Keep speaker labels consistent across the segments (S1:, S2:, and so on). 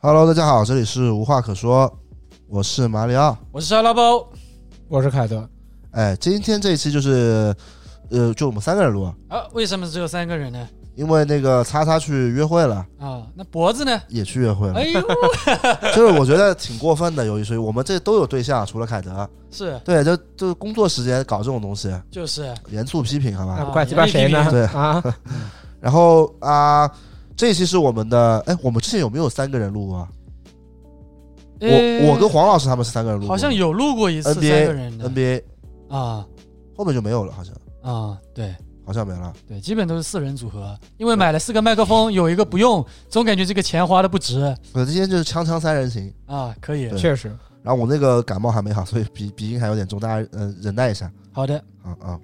S1: Hello，大家好，这里是无话可说，我是马里奥。
S2: 我是沙拉包
S3: 我是凯德，
S1: 哎，今天这一期就是，呃，就我们三个人录，
S2: 啊，为什么只有三个人呢？
S1: 因为那个叉叉去约会了，
S2: 啊，那脖子呢？
S1: 也去约会了，
S2: 哎 呦，
S1: 就是我觉得挺过分的。有一说一，我们这都有对象，除了凯德，
S2: 是
S1: 对，就就工作时间搞这种东西，
S2: 就是
S1: 严肃批评，好吧？
S3: 那
S2: 啊
S3: 怪鸡巴谁呢
S2: 杨？
S1: 对
S3: 啊，
S1: 然后啊、这一期是我们的，哎，我们之前有没有三个人录过啊？
S2: 呃
S1: 我我跟黄老师他们是三个人录过，
S2: 好像有录过一次三
S1: NBA
S2: 个人的
S1: NBA
S2: 啊
S1: 后面就没有了，好像
S2: 啊，对
S1: 好像没了。
S2: 对，基本都是四人组合，因为买了四个麦克风，有一个不用，总感觉这个钱花的不值
S1: 我今天就是锵锵三人行，
S2: 啊。可以，
S1: 对
S3: 确实，
S1: 然后我那个感冒还没好， 所以鼻鼻音还有点重，大家嗯、呃忍耐一下
S2: 好的，
S1: 啊啊、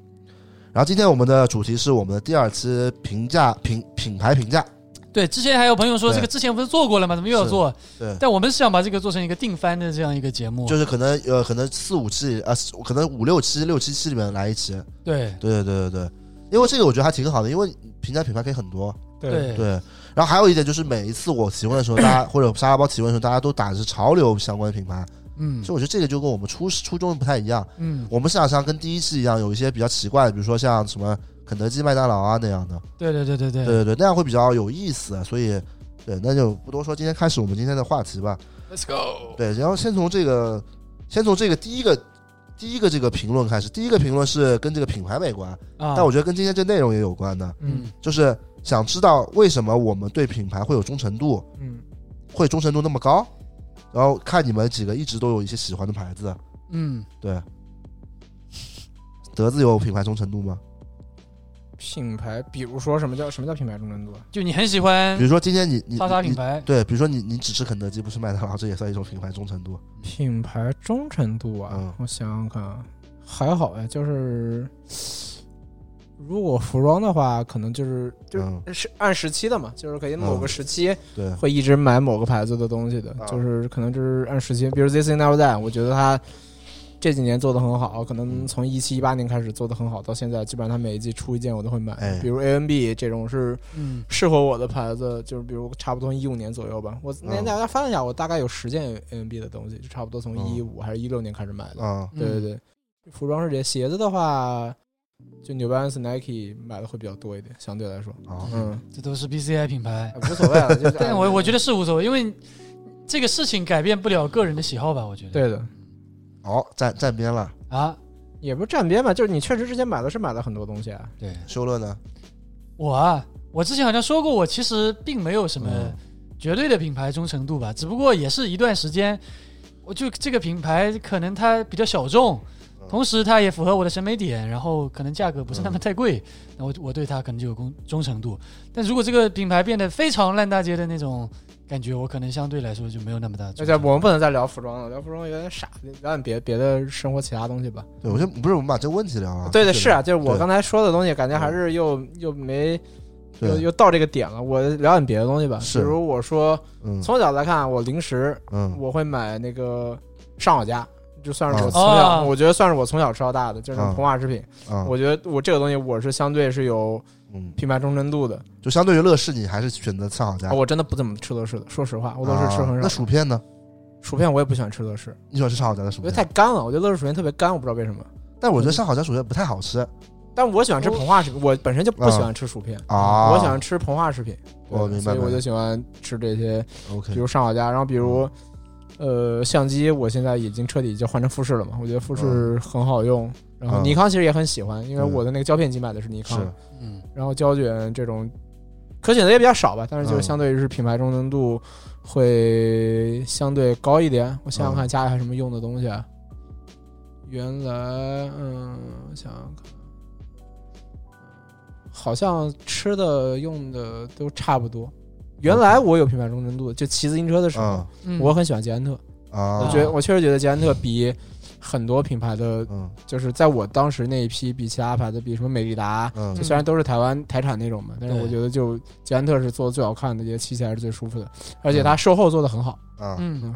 S1: 然后今天我们的主题是我们的第二期评价品品牌评价，
S2: 对，之前还有朋友说
S1: 对
S2: 这个之前不是做过了吗？怎么又要
S1: 是
S2: 做？
S1: 对，
S2: 但我们是想把这个做成一个定番的这样一个节目，
S1: 就是可能呃可能四五期啊、四可能五六期六七期里面来一期，
S2: 对
S1: 对对对对对，因为这个我觉得还挺好的，因为评价品牌可以很多，
S3: 对，
S1: 对，然后还有一点就是，每一次我提问的时候，大家或者沙拉包提问的时候，大家都打的是潮流相关的品牌。
S2: 嗯
S1: 其实我觉得这个就跟我们初初衷不太一样。
S2: 嗯，
S1: 我们想象跟第一季一样，有一些比较奇怪的，比如说像什么肯德基、麦当劳啊那样的。
S2: 对对对对对
S1: 对对对，那样会比较有意思。所以，对，那就不多说。今天开始我们今天的话题吧。
S2: ，Let's go，
S1: 对，然后先从这个，先从这个第一个第一个这个评论开始。第一个评论是跟这个品牌没关，
S2: 啊，
S1: 但我觉得跟今天这内容也有关的，
S3: 嗯
S1: 就是想知道为什么我们对品牌会有忠诚度。
S3: 嗯，
S1: 会忠诚度那么高？然后看你们几个一直都有一些喜欢的牌子，啊
S2: 嗯，
S1: 对。德子有品牌忠诚度吗？
S3: 品牌，比如说什么叫什么叫品牌忠诚度啊？
S2: 就你很喜欢
S1: 比如说今天你你
S2: 叉叉
S1: 你
S2: 品牌，
S1: 对，比如说你你只吃肯德基不吃麦当劳，这也算一种品牌忠诚度。
S3: 品牌忠诚度啊，
S1: 嗯
S3: 我想想看啊，还好呀，就是如果服装的话，可能就是就是。
S1: 嗯，
S3: 是按时期的嘛，就是可以某个
S1: 嗯
S3: 时期
S1: 对，
S3: 会一直买某个牌子的东西的，
S1: 啊
S3: 就是可能就是按时期，比如 This is Never That，我觉得它这几年做的很好，可
S1: 嗯
S3: 能从一七一八年开始做的很好，到现在基本上它每一季出一件我都会买，
S1: 哎
S3: 比如 A N B 这种是
S2: 嗯
S3: 适合我的牌子，就是比如差不多一五年左右吧，我那
S1: 嗯
S3: 大家翻了一下，我大概有十件 A N B 的东西，就差不多从
S1: 嗯
S3: 一五还是一六年开始买的，
S1: 嗯，
S3: 对对
S2: 对，
S3: 对，服装是这些，鞋子的话。就 New Balance、Nike 买的会比较多一点，相对来说，
S1: 啊，
S3: 嗯，
S2: 这都是 BCI 品牌
S3: 哎，无所谓 了。就是
S2: 但我我觉
S3: 得
S2: 得是无所谓，因为这个事情改变不了个人的喜好吧，我觉得。
S3: 对的，
S1: 好，站站边了。
S2: 啊，
S3: 也不是站边吧，就是你确实之前买的是买了很多东西啊，
S2: 对
S1: 修乐呢？
S2: 我啊，我之前好像说过，我其实并没有什么
S1: 嗯
S2: 绝对的品牌忠诚度吧，只不过也是一段时间，我就这个品牌可能它比较小众
S1: 嗯。
S2: 同时，它也符合我的审美点，然后可能价格不是那么太贵，那我我对它可能就有忠忠诚度。但如果这个品牌变得非常烂大街的那种感觉，我可能相对来说就没有那么大的
S3: 大
S2: 忠
S3: 家
S2: 诚
S3: 我
S2: 度。
S3: 们不能再聊服装了，聊服装有点傻，聊点别别的生活其他东西吧。
S1: 对，我觉得不是我们把这个问题聊了。
S3: 对的，
S1: 就是
S3: 啊，就是我
S1: 对
S3: 刚才说的东西，感觉
S1: 嗯
S3: 还是又又没又
S1: 对，
S3: 又到这个点了。我聊点别的东西吧，
S1: 是
S3: 比如我说
S1: 嗯
S3: 从小来看，啊我零食
S1: 嗯
S3: 我会买那个上好佳，就算是
S1: 啊
S3: 我从
S2: 啊
S3: 小，我觉得算是我从小吃到大的，就是
S1: 啊
S3: 膨化食品。
S1: 啊，
S3: 我觉得我这个东西我是相对是有
S1: 嗯，
S3: 品牌忠诚度的，
S1: 就相对于乐事，你还是选择上好佳
S3: 啊。我真的不怎么吃乐事的，说实话，我都是吃
S1: 啊
S3: 很
S1: 那
S3: 少。
S1: 薯片呢？
S3: 薯片我也不喜欢吃乐事。
S1: 你喜欢吃上好佳的薯
S3: 我觉得
S1: 片？啊
S3: 太干了，我觉得乐事薯片特别干，我不知道为什么。
S1: 但我觉得上好佳薯片不太好
S3: 嗯
S1: 吃
S3: 但我喜欢吃膨化食品，我本身就不喜欢吃薯片，
S1: 啊。
S3: 我喜欢吃膨化食品，
S1: 我明白
S3: 所以
S1: 明白嗯
S3: 我就喜欢吃这些，
S1: OK，
S3: 比如上好佳，然后比如。呃，相机我现在已经彻底就换成富士了嘛，我觉得富士很好用。然后
S1: 嗯
S3: 尼康其实也很喜欢，因为
S1: 嗯
S3: 我的那个胶片机买的是尼康，
S1: 是
S2: 嗯，
S3: 然后胶卷这种可选择也比较少吧，但是就
S1: 嗯
S3: 相对于是品牌忠诚度会相对高一点。我想想看，家里还有什么用的东西啊？原来，嗯，我想想看，好像吃的用的都差不多。原来我有品牌忠诚度，就骑自行车的时候，
S1: 嗯
S2: 嗯
S3: 我很喜欢捷安特，
S1: 啊，
S3: 我觉得我确实觉得捷安特比很多品牌的，
S1: 嗯
S3: 就是在我当时那一批比其他牌子，比什么美利达，
S1: 嗯
S3: 就虽然都是台湾台产那种嘛，但是
S2: 对
S3: 我觉得就捷安特是做的最好看的，也骑起来是最舒服的，而且它售后做的很好。
S1: 啊
S2: 嗯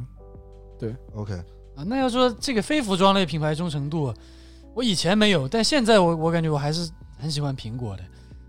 S3: 嗯，
S1: ，OK，
S2: 啊，那要说这个非服装类品牌忠诚度，我以前没有，但现在我我感觉我还是很喜欢苹果的。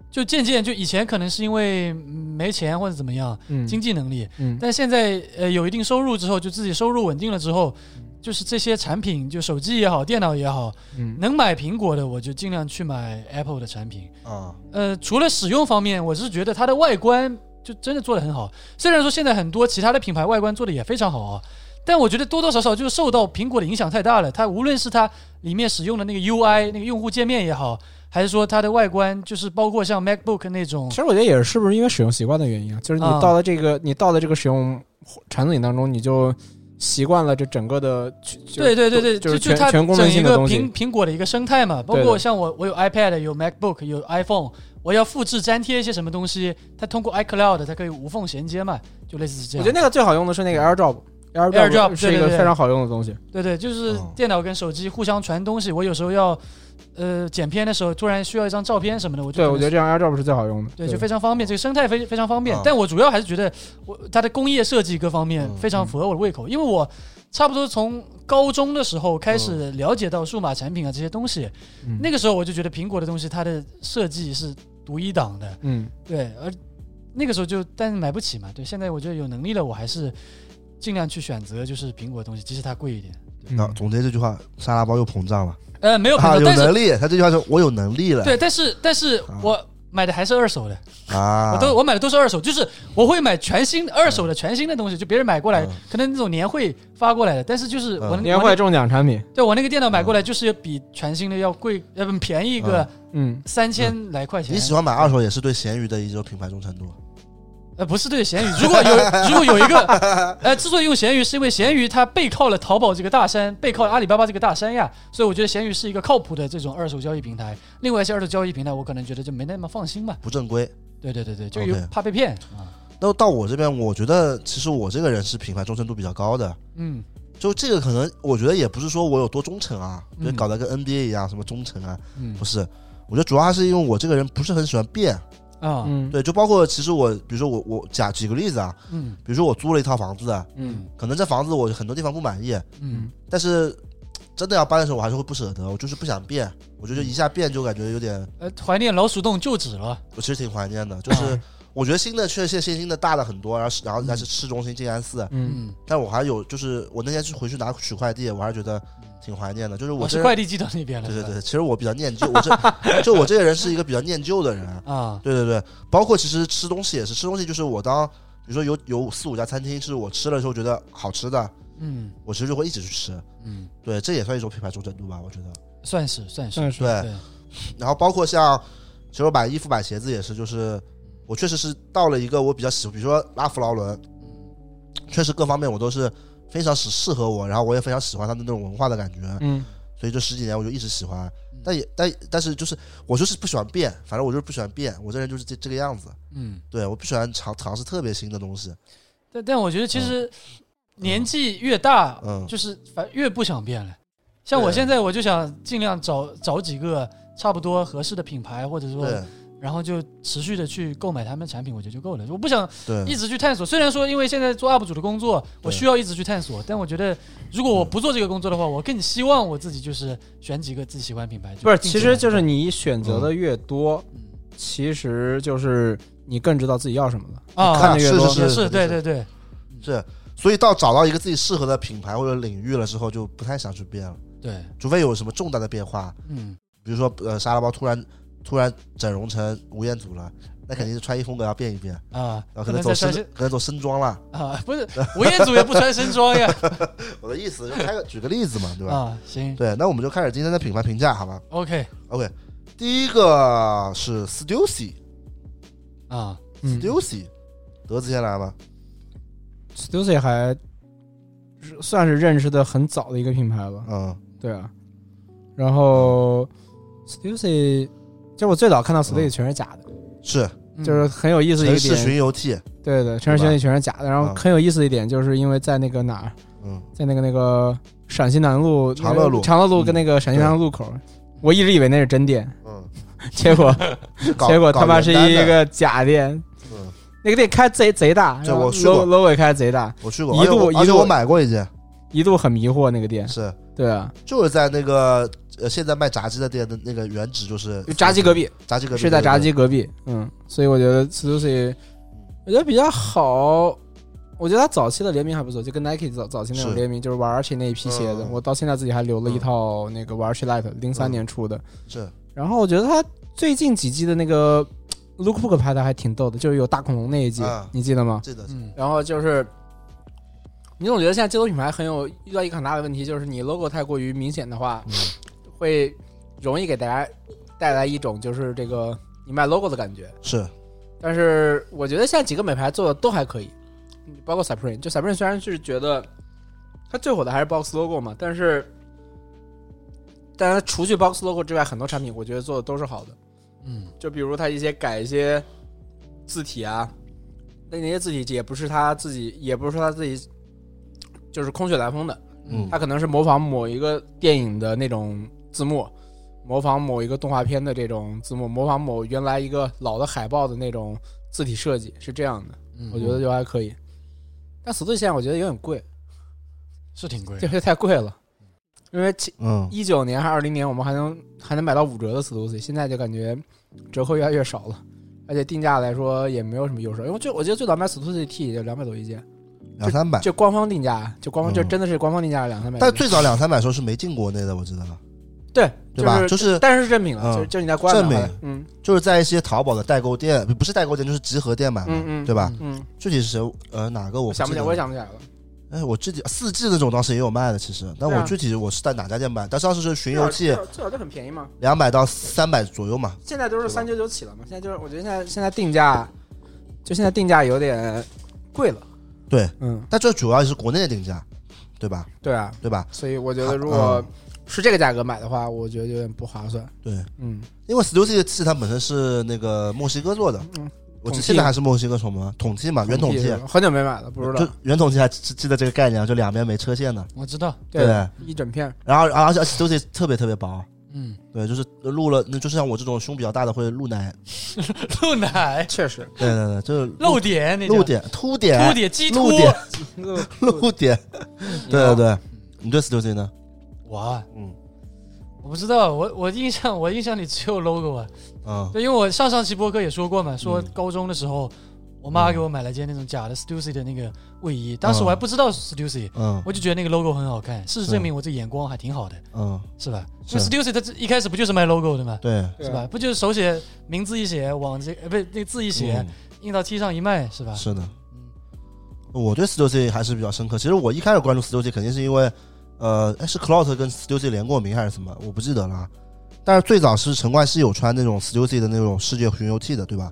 S2: 就渐渐就以前可能是因为嗯没钱或者怎么样，
S3: 嗯
S2: 经济能力，
S3: 嗯
S2: 但现在呃有一定收入之后，就自己收入稳定了之后，就是这些产品，就手机也好，电脑也好，
S3: 嗯
S2: 能买苹果的我就尽量去买 Apple 的产品。
S1: 啊，
S2: 呃，除了使用方面，我是觉得它的外观就真的做得很好。虽然说现在很多其他的品牌外观做的也非常好啊，但我觉得多多少少就是受到苹果的影响太大了。它无论是它里面使用的那个 UI 那个用户界面也好，还是说它的外观，就是包括像 MacBook 那种
S3: 其，实我觉得也是，是不是因为使用习惯的原因啊？就是你
S2: 啊
S3: 到了这个，你到了这个使用场景当中，你就习惯了这整个的，就
S2: 对对对对，
S3: 就是
S2: 就
S3: 全
S2: 它
S3: 全功能
S2: 整一
S3: 性的
S2: 个
S3: 东
S2: 苹
S3: 西。
S2: 苹果的一个生态嘛，包
S3: 对
S2: 括
S3: 的
S2: 像我我有 iPad 有 MacBook 有 iPhone，我要复制粘贴一些什么东西，它通过 iCloud 它可以无缝衔接嘛，就类似是这
S3: 我
S2: 样。嗯
S3: 觉得那个最好用的是那个 AirDrop。
S2: AirDrop，
S3: 是一
S2: 对
S3: 个
S2: 对对
S3: 非常好用的东西，
S2: 对对，就是
S1: 嗯
S2: 电脑跟手机互相传东西。我有时候要，呃，剪片的时候突然需要一张照片什么的，我就
S3: 对
S2: 可能
S3: 我觉得这样 AirDrop 是最好用的。
S2: 对就非常方便，这个生态非非常方便
S1: 嗯。
S2: 但我主要还是觉得我它的工业设计各方面
S1: 嗯
S2: 非常符合我的胃口，因为我差不多从高中的时候开始了解到数码产品啊这些东西，
S3: 嗯
S2: 那个时候我就觉得苹果的东西它的设计是独一档的，
S3: 嗯，
S2: 对，而那个时候就但是买不起嘛，对，现在我觉得有能力了，我还是尽量去选择就是苹果的东西，即使它贵一点。
S1: 那
S3: 嗯
S1: 总结这句话，沙拉包又膨胀了
S2: 呃，没有很
S1: 啊，
S2: 多，
S1: 有
S2: 但是
S1: 能力。他这句话说：“我有能力了。”
S2: 对，但是但是
S1: 啊
S2: 我买的还是二手的，
S1: 啊，
S2: 我都我买的都是二手，就是我会买全新的二手的全新的东西，就别人买过来，
S1: 嗯
S2: 可能那种年会发过来的，但是就是
S1: 嗯
S2: 我那
S3: 年
S2: 我
S3: 会
S2: 那
S3: 中奖产品，
S2: 对我那个电脑买
S1: 啊
S2: 过来就是比全新的要贵，呃不便宜个
S3: 嗯，
S2: 三千来块钱。
S1: 你喜欢买二手也是对闲鱼的一种品牌忠诚度。
S2: 呃不是对闲鱼，如果有如果有一 个呃，之所以用闲鱼是因为闲鱼它背靠了淘宝这个大山，背靠了阿里巴巴这个大山呀，所以我觉得闲鱼是一个靠谱的这种二手交易平台。另外一些二手交易平台，我可能觉得就没那么放心吧。
S1: 不正规。
S2: 对对对对，就有
S1: OK
S2: 怕被骗啊。
S1: 那到我这边，我觉得其实我这个人是品牌忠诚度比较高的。
S2: 嗯。
S1: 就这个可能，我觉得也不是说我有多忠诚啊，
S2: 嗯
S1: 就搞得跟 NBA 一样，什么忠诚啊，
S2: 嗯
S1: 不是。我觉得主要还是因为我这个人不是很喜欢变。
S2: 啊，
S3: 嗯
S1: 对，就包括其实我，比如说我我假举个例子啊，
S2: 嗯
S1: 比如说我租了一套房子，啊
S3: 嗯
S1: 可能这房子我很多地方不满意，
S2: 嗯
S1: 但是真的要搬的时候，我还是会不舍得，我就是不想变。我觉
S2: 嗯
S1: 得一下变就感觉有点，
S2: 呃，怀念老鼠洞旧址了，
S1: 我其实挺怀念的。
S2: 哎
S1: 就是我觉得新的确实新新的大了很多，然后是然后还是市中心静安寺，
S3: 嗯，
S2: 嗯，
S1: 但我还有就是我那天去回去拿取快递，我还是觉得挺怀念的。就是我这
S2: 我嗯哦是
S1: 人
S2: 快递寄到那边了，
S1: 对对
S2: 是吧
S1: 对，其实我比较念旧，我这就我这个人是一个比较念旧的人。
S2: 啊，
S1: 对对对，包括其实吃东西也是，吃东西就是我当比如说有有四五家餐厅是我吃了之后觉得好吃的，
S2: 嗯
S1: 我其实就会一直去吃。
S2: 嗯，
S1: 对，这也算一种品牌忠诚度吧，我觉得。
S2: 算是算是，
S3: 但是
S1: 对，
S2: 对，
S1: 然后包括像其实我买衣服买鞋子也是，就是我确实是到了一个我比较喜，比如说拉夫劳伦，确实各方面我都是非常适适合我，然后我也非常喜欢他的那种文化的感觉。
S3: 嗯
S1: 所以这十几年我就一直喜欢
S2: 嗯，
S1: 但也但但是就是我就是不喜欢变，反正我就是不喜欢变，我这人就是这这个样子。
S2: 嗯，
S1: 对，我不喜欢尝尝试特别新的东西。
S2: 但但我觉得其实年纪越大，
S1: 嗯
S2: 就是反越不想变了。像我
S1: 对
S2: 现在，我就想尽量找找几个差不多合适的品牌，或者说，
S1: 对
S2: 然后就持续的去购买他们的产品，我觉得就够了。我不想一
S1: 对，
S2: 直去探索。虽然说，因为现在做 UP 主的工作，我需要一直去探索，但我觉得如果我不做这个工作的话，我更希望我自己就是选几个自己喜欢的品牌。
S3: 不是，
S2: 定
S3: 其
S2: 制来
S3: 实就是你选择的越多，
S2: 嗯
S3: 其实就是你更知道自己要什么了。
S2: 啊，
S3: 看得越
S1: 是
S3: 多
S1: 是
S2: 也
S1: 是
S2: 是，对对对，
S1: 是。所以到找到一个自己适合的品牌或者领域了之后，就不太想去变了，
S2: 对，
S1: 除非有什么重大的变化，
S2: 嗯，
S1: 比如说呃沙拉包突然突然整容成吴彦祖了，那肯定是穿衣风格要变一变，
S3: 嗯
S2: 啊，
S1: 然后可
S2: 可
S1: 能
S2: 能
S1: 走
S2: 再
S1: 深
S2: 穿身
S1: 可能走深装了。
S2: 啊，不 是吴彦祖也不穿身装呀
S1: 我的意思就开个举个例子嘛，对吧？
S2: 啊，行
S1: 对，那我们就开始今天的品牌评价，好吧？
S2: ，OK
S1: OK，第一个是 Stussy，Stussy，、
S2: 啊，
S3: 嗯
S1: Stussy，德子先来吧。
S3: Stussy 还是算是认识的很早的一个品牌吧，
S1: 嗯
S3: 对啊。然后 Stussy，就我最早看到 Stussy
S1: 嗯
S3: 全是假的，
S1: 是
S2: 嗯
S3: 就是很有意思的一
S1: 城市
S3: 个点。
S1: 巡游记，
S3: 对对，城市巡礼全是假的。然后
S1: 嗯
S3: 很有意思的一点，就是因为在那个哪儿，
S1: 嗯，
S3: 在那个那个陕西南路、
S1: 长乐路
S3: 长乐路跟那个陕西南路路口，我一直以为那是真店，
S1: 嗯，
S3: 结果
S1: 是搞
S3: 结果他妈是一，
S1: 搞原单的
S3: 个假店，
S1: 嗯，
S3: 那个店开贼贼大，
S1: 对
S3: 然后
S1: 我去过
S3: logo logo 也开贼大，
S1: 我去过，
S3: 一度
S1: 而且我而且
S3: 一度
S1: 我买过一件，
S3: 一度很迷惑那个店，
S1: 是
S3: 对啊，
S1: 就是在那个呃现在卖炸鸡的店的那个原址就是
S3: 炸鸡隔壁
S1: 炸鸡隔壁
S3: 是在炸
S1: 对
S3: 鸡隔壁，嗯，所以我觉得 Sushi，我觉得比较好。我觉得它早期的联名还不错，就跟 Nike 早早期那种
S1: 是
S3: 联名，就是 v a r c h 那一批鞋子，
S1: 嗯
S3: 我到现在自己还留了一
S1: 嗯
S3: 套那个 v a r c h Light 零三
S1: 嗯
S3: 年出的，
S1: 对是
S3: 然后我觉得他最近几季的那个 lookbook 拍的还挺逗的，就是有大恐龙那一季，
S1: 嗯
S3: 你记得吗？
S1: 这个
S2: 嗯，
S3: 然后就是，你总觉得现在街头品牌很有遇到一个很大的问题，就是你 logo 太过于明显的话，会容易给大家带来一种就是这个你卖 logo 的感觉。
S1: 是
S3: 但是我觉得现在几个美牌做的都还可以，包括 Supreme，就 Supreme 虽然是觉得它最火的还是 Box Logo 嘛，但是，但是除去 Box Logo 之外，很多产品我觉得做的都是好的。
S2: 嗯，
S3: 就比如它一些改一些字体啊，那那些字体也不是他自己，也不是说他自己就是空穴来风的，
S1: 嗯
S3: 他可能是模仿某一个电影的那种字幕，模仿某一个动画片的这种字幕，模仿某原来一个老的海报的那种字体设计，是这样的，
S2: 嗯
S3: 我觉得就还可以。但死对现在我觉得有点贵，
S2: 是挺贵
S3: 这， 些太贵了，因为其
S1: 嗯
S3: 一九年还二零年，我们还能还能买到五折的 Stussy，现在就感觉折扣越来越少了，而且定价来说也没有什么优势。因为我就我记得最早买 Stussy T 也就两百多一件，
S1: 两三百，
S3: 就官方定价，就官方、
S1: 啊嗯
S3: 就真的是官方定价两三百多。
S1: 但最早两三百时候是没进国内的，我知道了，
S3: 对
S1: 对吧？
S3: 就是
S1: 就是
S3: 但是是正品了，
S1: 嗯
S3: 就就你在国外买回来
S1: 正，
S3: 嗯
S1: 就是在一些淘宝的代购店，不是代购店就是集合店买嘛，
S3: 嗯嗯
S1: 对吧？
S3: 嗯，
S1: 具体是谁呃哪个我
S3: 我想不起
S1: 记
S3: 来，
S1: 得
S3: 我也
S1: 了
S3: 想不起来了。
S1: 哎，我具体四 G 那种当时也有卖的，其实，但
S3: 对
S1: 我
S3: 啊
S1: 具体我是在哪家店买？但上次是巡游
S3: 最
S1: 记
S3: 早最早就很便宜嘛，
S1: 两百到三百左右嘛，
S3: 现在都是
S1: 对吧
S3: 三九九起了嘛，现在就是我觉得现在现在定价，就现在定价有点贵了。
S1: 对，
S3: 嗯，
S1: 但这主要是国内的定价，对吧？
S3: 对啊，
S1: 对吧？
S3: 所以我觉得如果
S1: 嗯
S3: 是这个价格买的话，我觉得有点不划算。
S1: 对，
S3: 嗯，
S1: 因为 Stussy 器它本身是那个墨西哥做的，
S3: 嗯
S1: 我记
S3: 统计
S1: 现在还是墨西哥什么统计嘛，圆
S3: 统
S1: 筒
S3: 计
S1: 器
S3: 是，吧很久没买了，不知
S1: 就
S3: 道。
S1: 圆筒器还记记得这个概念啊，就两边没车线的，
S2: 我知道，
S1: 对不对。
S3: 一整片，
S1: 然后，然后而且 Stussy 特别特别薄，啊
S2: 嗯，
S1: 对，就是露了，那就像我这种胸比较大的会露奶，
S2: 露奶、
S3: 确 实
S1: 对对对，就是
S2: 露点，那叫
S1: 露点、凸
S2: 凸
S1: 点、
S2: 点、鸡
S1: 露
S2: 凸。
S1: 点、
S3: 露
S1: 露点，
S3: 嗯
S1: 对对对。你对 Stussy 呢？
S2: 我啊
S1: 嗯
S2: 我不知道，我我印象我印象里只有 logo 啊。
S1: 嗯
S2: 对，因为我上上期播客也说过嘛，说
S1: 嗯
S2: 高中的时候，我妈给我买了件那种假的 Stussy 的那个卫衣，当时我还不知道 Stussy，
S1: 嗯
S2: 我就觉得那个 logo 很好看。事实
S1: 是
S2: 证明我这眼光还挺好的，
S1: 嗯，
S2: 是吧？
S1: 是
S2: 那 Stussy 它这一开始不就是卖 logo 的吗？
S1: 对，啊
S2: 是吧？？不就是手写名字一写，往这呃不那字一写，印到 T 上一卖，是吧
S1: 嗯？是的
S2: 嗯。
S1: 我对 Stussy 还是比较深刻。其实我一开始关注 Stussy 肯定是因为，呃，哎是 Clout 跟 Stussy 联过名还是什么，我不记得了啊。但是最早是陈冠希有穿那种 Stussy 的那种世界巡游 T 的，对吧？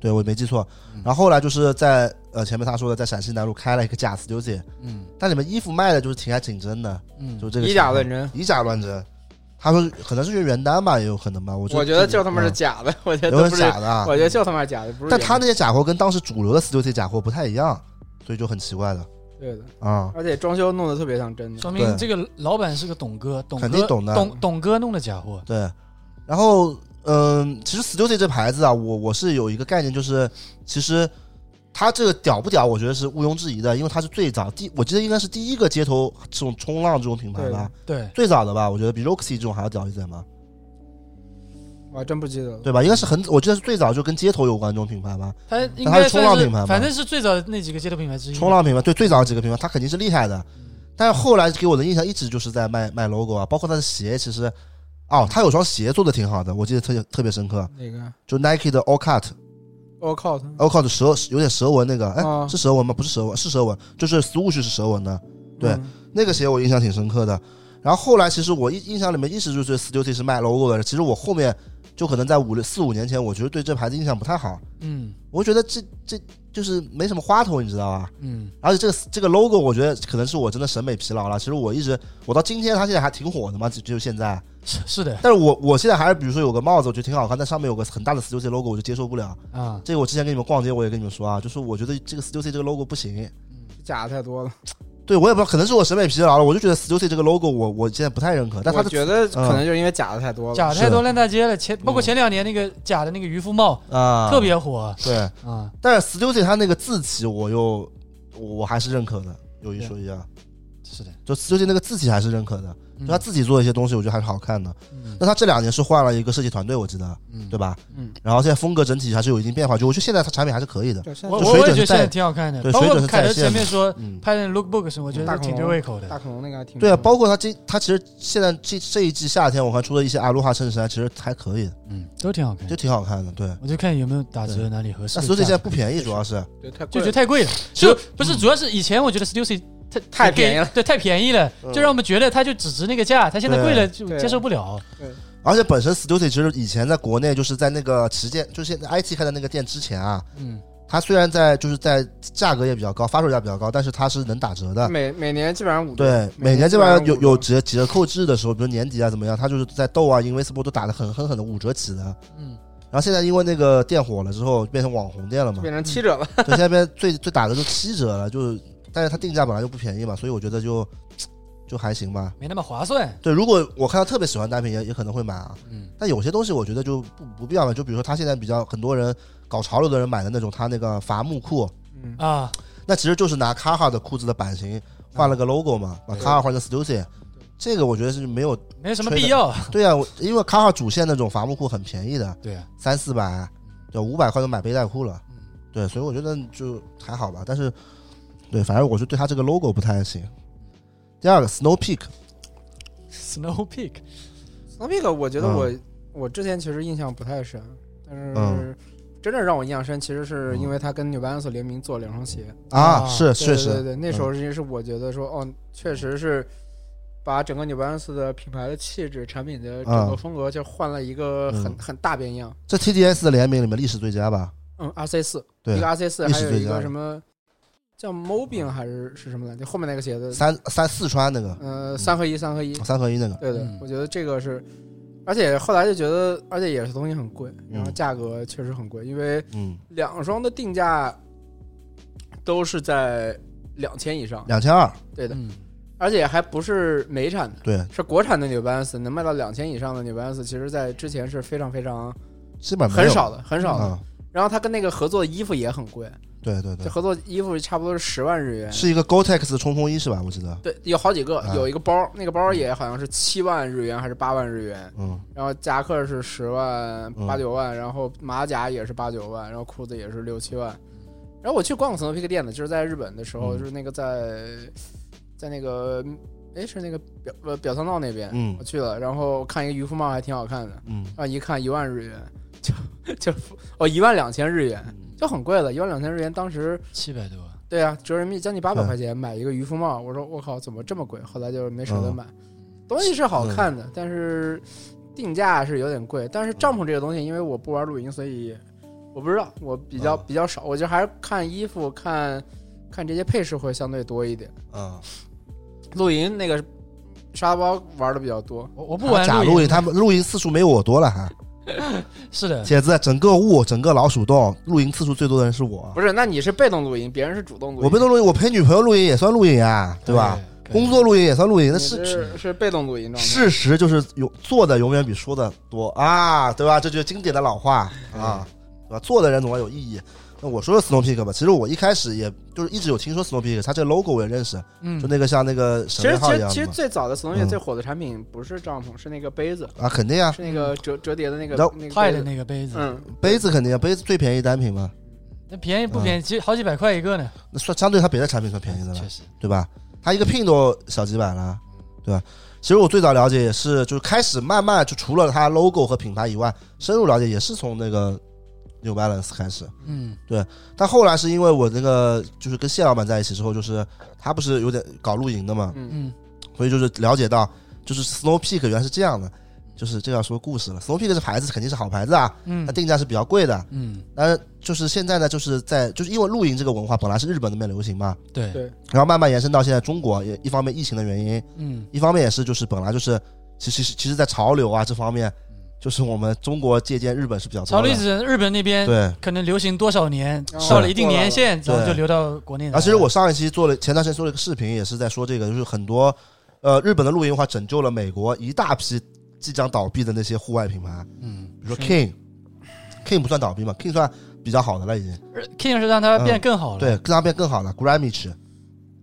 S1: 对，我没记错。
S3: 嗯
S1: 然后后来就是在呃前面他说的，在陕西南路开了一个假 Stussy，
S2: 嗯
S1: 但里面衣服卖的就是挺还挺真的，
S2: 嗯，
S1: 就这个
S3: 以假
S1: 情况
S3: 乱真，
S1: 以假乱真。他说可能是因为原单吧，也有可能吧。我
S3: 我觉得就他妈是假的，我觉
S1: 嗯
S3: 得
S1: 有
S3: 都
S1: 点
S3: 不是，
S1: 假的啊。
S3: 我觉得就他妈是假的，不是。
S1: 但他那些假货跟当时主流的 Stussy 假货不太一样，所以就很奇怪的
S3: 对的，
S1: 啊、
S3: 而且装修弄得特别像真的。
S2: 说明
S1: 对
S2: 这个老板是个懂哥，懂
S1: 肯定
S2: 哥
S1: 懂的
S2: 懂懂哥弄的假货。
S1: 对，然后嗯，其实 Stussy 这牌子啊，我我是有一个概念，就是其实它这个屌不屌，我觉得是毋庸置疑的，因为它是最早第，我记得应该是第一个街头这种冲浪这种品牌
S3: 对
S1: 吧
S3: 的，
S2: 对，
S1: 最早的吧，我觉得比 Roxy 这种还要屌一点嘛，
S3: 我还真不记得了。
S1: 对吧？应该是很，我记得是最早就跟街头有关这种品牌吧，
S2: 他
S1: 嗯
S2: 应
S1: 它
S2: 该
S1: 是冲浪
S2: 算是
S1: 品牌嘛
S2: 反正是最早那几个街头品牌之一。
S1: 冲浪品牌，对，最早几个品牌，它肯定是厉害的。但是后来给我的印象一直就是在卖卖 logo 啊，包括它的鞋，其实，哦，它有双鞋做的挺好的，我记得特特别深刻，
S3: 哪个，Oh
S1: 就 Nike 的 All Cut
S3: ？All Cut
S1: All Cut 蛇有点蛇纹那个，哎，
S3: 啊
S1: 是蛇纹吗？不是蛇纹，是蛇纹，就是 swoosh 是蛇纹的，对
S3: 嗯
S1: 那个鞋我印象挺深刻的。然后后来其实我印印象里面一直就是 Stussy 是卖 logo 的，其实我后面就可能在五六四五年前，我觉得对这牌子印象不太好，
S2: 嗯
S1: 我觉得这这就是没什么花头，你知道吧？
S2: 嗯
S1: 而且这个这个 logo，我觉得可能是我真的审美疲劳了。其实我一直，我到今天，它现在还挺火的嘛，就就现在。
S2: 是是的
S1: 但是我我现在还是，比如说有个帽子，我觉得挺好看，但上面有个很大的 Stussy logo，我就接受不了。
S2: 啊，
S1: 这个我之前跟你们逛街，我也跟你们说啊，就是我觉得这个 Stussy 这个 logo 不行。
S3: 假的太多了。
S1: 对我也不知道，可能是我审美疲劳了，我就觉得 Stussy 这个 logo 我我现在不太认可。但它
S3: 我
S1: 的
S3: 觉得可能就是因为假的太多了。
S2: 假的太多烂大街了。前包
S1: 嗯
S2: 括前两年那个假的那个渔夫帽
S1: 啊，
S2: 特别火
S1: 对，
S2: 啊，
S1: 但是 Stussy 它那个字体我又我我还是认可的，有一说一啊，
S2: 是的，
S1: 就最近那个字体还是认可的，就他自己做一些东西，我觉得还是好看的。
S2: 嗯
S1: 那他这两年是换了一个设计团队，我记得，
S2: 嗯
S1: 对吧？
S3: 嗯，
S1: 然后现在风格整体还是有一定变化，就我觉得现在它产品还是可以的。
S3: 对，现
S2: 我
S3: 在
S1: 就
S2: 我
S1: 水
S2: 也
S1: 准
S2: 觉
S1: 是
S2: 得现在
S1: 在
S2: 挺好看的，
S1: 对
S2: 包
S1: 水
S2: 括
S1: 准是
S2: 凯
S1: 在
S2: 德
S1: 线
S2: 前面说
S1: 嗯，
S2: 拍的 lookbook 什么，我觉得
S3: 大
S2: 挺
S3: 恐
S2: 对
S3: 龙
S2: 胃口的
S3: 大。恐龙那个还挺
S1: 对啊，
S3: 不错
S1: 包括他这他其实现在这这一季夏天，我看出了一些阿鲁哈衬衫，其实还可以，
S2: 嗯，都挺好看
S1: 就
S2: 的。
S1: 挺好看的。对，
S2: 我就看有没有打折，哪里合适
S1: 那
S2: 嗯的价格。
S1: 所以现在不便宜，主要是
S3: 对太
S2: 就
S3: 贵
S2: 觉
S3: 了
S2: 得太贵了，
S1: 嗯
S2: 就不是主要是以前我觉得 Stussy 太
S3: 太便宜了
S2: 给，对，太便宜了，
S1: 嗯
S2: 就让我们觉得它就只值那个价，它现在贵了就
S3: 对
S2: 接受不了。
S1: 而且本身 Stussy 其实以前在国内就是在那个旗舰，就是现在 IT 开的那个店之前啊，
S2: 嗯，
S1: 它虽然在就是在价格也比较高，发售价比较高，但是它是能打折的。
S3: 每每年基本上五折
S1: 对，每
S3: 每
S1: 年
S3: 年
S1: 基本上
S3: 基本上
S1: 有
S3: 五折
S1: 有折折扣制的时候，比如年底啊怎么样，它就是在豆啊、Invincible 都打的很狠狠的五折起的。
S2: 嗯，
S1: 然后现在因为那个店火了之后，变成网红店了嘛，
S3: 变成七折了，
S1: 对，现在最最打的就七折了，就是，但是它定价本来就不便宜嘛，所以我觉得就就还行吧。
S2: 没那么划算。
S1: 对，如果我看到特别喜欢的单品也，也可能会买啊。
S2: 嗯，
S1: 但有些东西我觉得就不不必要买，就比如说他现在比较很多人搞潮流的人买的那种，他那个伐木裤，
S3: 嗯，
S2: 啊，
S1: 那其实就是拿卡哈的裤子的版型换了个 logo 嘛，把
S2: 对
S1: 卡哈换成 Stussy，这个我觉得是没有
S2: 没什么必要。
S1: 对啊，我因为卡哈主线那种伐木裤很便宜的，
S2: 对啊，
S1: 三四百，对，五百块都买背带裤了
S2: 嗯，
S1: 对，所以我觉得就还好吧。但是，对，反正我是对它这个 logo 不太行。第二个 Snow Peak，
S2: Snow Peak，
S3: 那那个我觉得我、
S1: 嗯
S3: 我之前其实印象不太深，但是
S1: 嗯
S3: 真正让我印象深，其实是
S1: 嗯
S3: 因为他跟纽巴恩斯联名做两双鞋，
S1: 啊，
S2: 啊
S1: 是嗯
S3: 对
S1: 确
S3: 对对
S1: 实，
S3: 对，那时候其实我觉得说，哦，确实是把整个纽巴恩斯的品牌的气质、产品的整个
S1: 嗯
S3: 风格，就换了一个很、
S1: 嗯
S3: 很大变样。
S1: 这 TDS 的联名里面历史最佳吧？
S3: 嗯，RC 四，
S1: 对
S3: 一个 RC 四，
S1: 历
S3: 还
S1: 史
S3: 有
S1: 最
S3: 一
S1: 佳
S3: 个
S1: 的
S3: 什么叫 Mobin 还是是什么来着？就后面那个鞋子，
S1: 三三四川那个
S3: 呃，三合一，三合一，
S1: 三合一那个，
S3: 对对，
S2: 嗯
S3: 我觉得这个是，而且后来就觉得，而且也是东西很贵，然后
S1: 嗯
S3: 价格确实很贵，因为
S1: 嗯，
S3: 两双的定价都是在两千以上，
S1: 两千二，
S3: 对的，
S2: 嗯，
S3: 而且还不是美产的，
S1: 对，
S3: 是国产的纽 a 恩斯，能卖到两千以上的纽 a 恩斯，其实在之前是非常非常
S1: 基本啊没有
S3: 很少的，很少的。
S1: 啊，
S3: 然后他跟那个合作的衣服也很贵，
S1: 对对
S3: 这
S1: 对，
S3: 合作衣服差不多是十万日元。
S1: 是一个 Gore-Tex 的冲锋衣是吧？我记得，
S3: 对，有好几个，
S1: 啊
S3: 有一个包，那个包也好像是七万日元还是八万日元，
S1: 嗯，
S3: 然后夹克是十万
S1: 嗯
S3: 八九万，然后马甲也是八九万，然后裤子也是六七万。然后我去逛 Snow Peak 店的，就是在日本的时候，
S1: 嗯
S3: 就是那个在在那个哎是那个表呃表参道那边，
S1: 嗯
S3: 我去了，然后看一个渔夫帽还挺好看的，
S1: 嗯
S3: 然后一看一万日元，就就哦一万两千日元
S1: 嗯，
S3: 就很贵了，一万两千日元当时
S2: 七百多。
S3: 对啊，折人民币将近八百
S1: 对
S3: 块钱买一个渔夫帽，我说我靠，怎么这么贵？后来就没舍得
S1: 嗯
S3: 买。东西是好看的，但是定价是有点贵。但是帐篷这个东西，因为我不玩露营，所以我不知道，我比较、
S1: 嗯
S3: 比较少，我就还是看衣服、看看这些配饰会相对多一点。
S1: 嗯，
S3: 露营那个沙包玩的比较多，
S2: 我我
S1: 还
S2: 不
S1: 有
S2: 玩
S1: 假
S2: 露
S1: 露营，他们露营次数没有我多了还。
S3: 嗯
S2: 是的，
S1: 铁子，整个雾，整个老鼠洞，露营次数最多的人是我。
S3: 不是？那你是被动露营，别人是主动露营。
S1: 我被动露营，我陪女朋友露营也算露营啊，对吧？？工作露营也算露营，那
S3: 你
S1: 是
S3: 是是被动露营状态。
S1: 事实就是有做的永远比说的多啊，对吧？这就是经典的老话
S3: 嗯
S1: 啊，对吧？做的人总要有意义。那我说说 Snow Peak 吧，其实我一开始也就是一直有听说 Snow Peak，它这个 logo 我也认识，
S2: 嗯
S1: 就，那个像那个
S3: 其
S1: 神
S3: 实
S1: 威
S3: 其
S1: 号一
S3: 实
S1: 样
S3: 其
S1: 的
S3: 实
S1: 嘛
S3: 最早的 Snow 乐
S1: 嗯
S3: 最火的产品不是帐篷，是那个杯子，
S1: 啊，肯定啊，
S3: 是那个折折叠的那个
S1: 然后
S3: 那个
S2: 坏
S3: 杯
S2: 的
S3: 子。
S2: 那个杯子，
S3: 嗯，
S1: 杯子肯定啊，杯子最便宜单品嘛，
S2: 那便宜不便宜？其实好几百块一个呢，
S1: 那算相对它别的产品算嗯便宜的了
S2: 确，实。
S1: 对吧？它一个 pin 都小几百了，对吧？其实我最早了解也是，就是开始慢慢就除了它 logo 和品牌以外，深入了解也是从那个 New Balance 开始。
S2: 嗯
S1: 但后来是因为我那个就是跟谢老板在一起之后，就是他不是有点搞露营的嘛，
S3: 嗯，
S2: 嗯，
S1: 所以就是了解到，就是 Snow Peak 原来是这样的，就是这要说故事了。Snow Peak 这牌子肯定是好牌子啊，
S2: 嗯
S1: 它定价是比较贵的。
S2: 嗯，
S1: 但是就是现在呢，就是在就是因为露营这个文化本来是日本那边流行嘛，
S2: 对，
S3: 对，
S1: 然后慢慢延伸到现在中国，也一方面疫情的原因，
S2: 嗯
S1: 一方面也是就是本来就是其实其实在潮流啊这方面，就是我们中国借鉴日本是比较
S2: 潮
S1: 多
S2: 流
S1: 的。
S2: 子日本那边
S1: 对，
S2: 可能流行多少年，
S3: 是
S2: 到了一定年限，
S1: 过
S2: 然
S1: 来了
S2: 后就流到国内来
S1: 然
S2: 了。
S1: 后啊其实我上一期做了，前段时间做了一个视频，也是在说这个，就是很多呃日本的露营文化拯救了美国一大批即将倒闭的那些户外品牌，
S2: 嗯
S1: 比如说 King，King 不算倒闭嘛，King 算比较好的了已经，嗯
S2: ，King 是让它变更好了，
S1: 对，让它变更好了，Grammy 吃，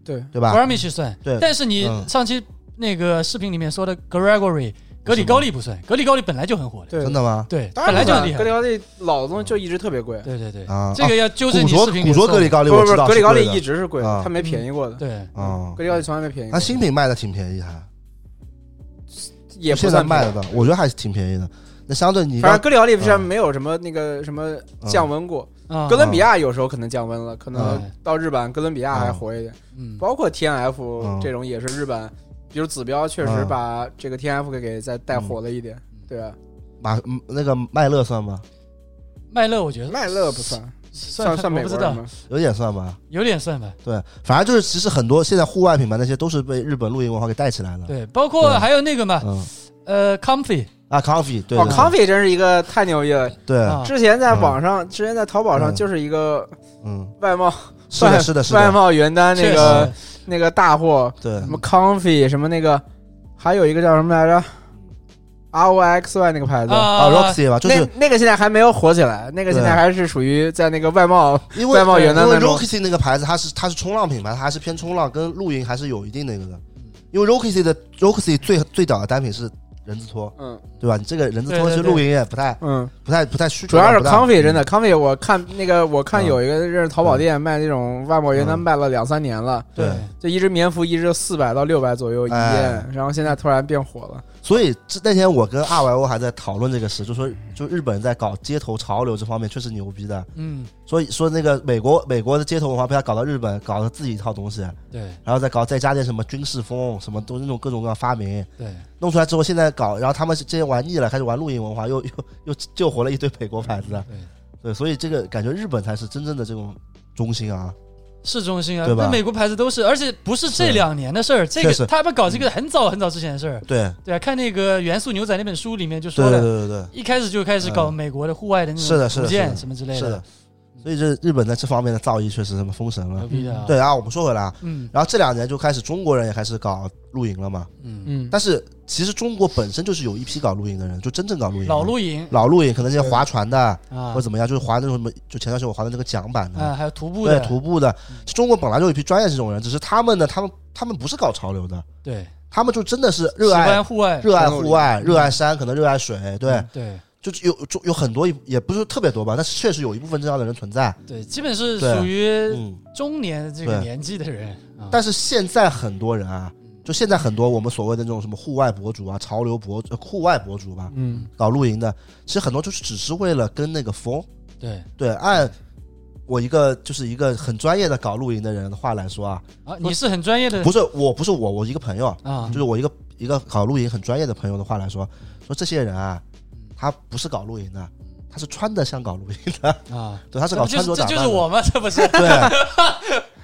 S3: 对，
S1: 对吧？
S2: Garmisch 算，
S1: 对
S2: 但是你
S1: 嗯
S2: 上期那个视频里面说的 Gregory 格里高利不算，格里高利本来就很火的，
S3: 对
S1: 真的吗？
S2: 对，
S3: 当然
S2: 本来就很厉
S3: 格
S2: 害
S3: 里，高利老的东西就一直特别贵，
S2: 对对对，
S1: 啊，
S2: 这个要纠正
S1: 古
S2: 你
S1: 着
S2: 视频里
S1: 古着
S2: 的错误
S1: 格里高利，
S3: 不
S1: 我
S3: 是不
S1: 知
S3: 是，
S1: 道
S3: 格
S1: 是
S3: 里高利
S1: 贵的
S3: 一直是贵
S1: 啊
S3: 的，他没便宜过的。
S2: 对，
S1: 啊
S3: 格。里高利从来没便宜过。
S1: 那新品卖的挺便宜的，还
S3: 也不
S1: 现在
S3: 算
S1: 卖
S3: 便宜
S1: 的，吧，我觉得还是挺便宜的。那相对你
S3: 反
S1: 刚
S3: 正格里高利虽然
S1: 嗯
S3: 没有什么那个什么降温过，
S2: 啊
S3: 哥伦比亚有时候可能降温了，可能
S2: 嗯
S3: 到日版哥伦比亚还活一点，
S2: 嗯，
S3: 包括
S1: 嗯
S3: TNF 这种也是日版，比如指标确实把这个 TNF 给给再带火了一点
S2: 嗯，
S3: 对啊吧？
S1: 马嗯那个麦乐算吗？
S2: 麦乐我觉得
S3: 麦乐不算，
S2: 算
S3: 算算
S2: 我
S3: 美
S2: 不
S3: 国
S2: 知
S3: 人
S2: 道，
S3: 吗？
S1: 有点算吧。
S2: 有点算吧。
S1: 对，反正就是其实很多现在户外品牌那些都是被日本露营文化给带起来了。，
S2: 对，包括
S1: 嗯对
S2: 还有那个嘛，
S1: 嗯
S2: 呃，Comfy
S1: 啊，coffee 对
S3: 哦
S1: 对
S3: ，Coffee 真是一个太牛逼了！
S1: 对，
S2: 啊，
S3: 之前在网上，之前在淘宝上
S1: 嗯
S3: 就是一个
S1: 嗯，
S3: 外贸
S1: 是的，是的，是
S3: 外
S1: 的，
S3: 贸原单那
S2: 确
S3: 个
S2: 实
S3: 那个大货，
S1: 对
S3: 什么 Comfy 什么那个，还有一个叫什么来着？R O X Y 那个牌子，
S1: 啊
S2: 啊
S1: ，Roxy 吧，就是
S3: 那那个现在还没有火起来，那个现在
S1: 对
S3: 还是属于在那个外贸
S1: 因为
S3: 外贸原单
S1: 因为
S3: 那种
S1: Roxy 那个牌子，它是它是冲浪品牌，它还是偏冲浪跟露营还是有一定那个的
S2: 嗯。
S1: 因为 Roxy 的 Roxy 最最屌的单品是人字拖，
S3: 嗯
S1: 对吧？你这个人字
S2: 对
S1: 拖
S2: 对
S1: 其实
S2: 对
S1: 露营也不太
S3: 嗯，
S1: 不太不太需求，
S3: 主要是
S1: 不大
S3: Comfy 真的 Comfy，我看那个我看
S1: 嗯
S3: 有一个认识淘宝店卖那种外贸原单卖了两三年了，
S1: 对
S2: 对
S3: 就一只棉服一直四百到六百左右一
S1: 哎
S3: 件，然后现在突然变火了，
S1: 所以这那天我跟 R Y O 还在讨论这个事，就说就日本在搞街头潮流这方面确实牛逼的，
S2: 嗯，
S1: 所以说那个美国美国的街头文化被他搞到日本，搞了自己一套东西，然
S2: 对
S1: 后再搞再加点什么军事风，什么都那种各种各样发明，
S2: 对，
S1: 弄出来之后现在搞，然后他们之前玩腻了，开始玩露营文化，又又又救活了一堆美国牌子，
S2: 对
S1: 对，所以这个感觉日本才是真正的这种中心啊，
S2: 市中心啊
S1: 对，吧
S2: 那美国牌子都是，而且不是这
S1: 是
S2: 两年的事儿，这
S1: 确
S2: 个
S1: 实嗯
S2: 他们搞这个很早很早之前的事儿。
S1: 对，
S2: 对啊，看那个《元素牛仔》那本书里面就
S1: 对
S2: 说
S1: 对对
S2: 了，
S1: 对
S2: 一开始就开始搞
S1: 嗯
S2: 美国的户外的那种
S1: 是的是的
S2: 图
S1: 是
S2: 鉴
S1: 的
S2: 什么之类
S1: 对，是的
S2: 的，，
S1: 所以这日本在这方面的造诣确实他们封神
S2: 牛
S1: 了，
S2: 逼的啊。
S1: 对，然后我们说回来啊。
S2: 嗯
S1: 然后这两年就开始中国人也开始搞露营了嘛。
S2: 嗯，
S3: 嗯，
S1: 但是其实中国本身就是有一批搞露营的人，就真正搞露营的，
S2: 老露啊营
S1: 老露营，可能那些划船的
S2: 啊
S1: 或者怎么样，就是划那种什么，就前段时间我划的那个桨板
S2: 啊，
S1: 的，
S2: 还有徒步
S1: 嗯对
S2: 的，
S1: 徒步的。
S2: 嗯
S1: 中国本来就有一批专业这种人，只是他们呢，他们他们不是搞潮流的，
S2: 对，
S1: 他们就真的是热
S2: 喜
S1: 爱
S2: 欢户外，
S1: 热爱
S3: 山路里
S1: 户外，热爱山，可能热爱水，对
S2: 嗯，对
S1: 就是有就有很多一也不是特别多吧，但是确实有一部分这样的人存在，
S2: 对，基本是
S1: 对
S2: 属于
S1: 嗯。
S2: 中年这个
S1: 对
S2: 年纪的人啊。
S1: 但是现在很多人啊，
S2: 嗯
S1: 就现在很多我们所谓的那种什么户外博主啊、潮流博主、呃户外博主吧，
S3: 嗯，
S1: 搞露营的，其实很多就是只是为了跟那个风。
S2: 对
S1: 对，按我一个就是一个很专业的搞露营的人的话来说啊，
S2: 啊，你是很专业的
S1: 不是我，不是我，我一个朋友，
S2: 啊
S1: 就是我一个一个搞露营很专业的朋友的话来说，说这些人啊，
S2: 嗯
S1: 他不是搞露营的，他是穿的像搞露营的，
S2: 啊，
S1: 对，他是
S2: 这
S1: 搞
S2: 不
S1: 穿
S2: 就是
S1: 着
S2: 这
S1: 打扮
S2: 就
S1: 的
S2: 是我吗？这不是
S1: 对，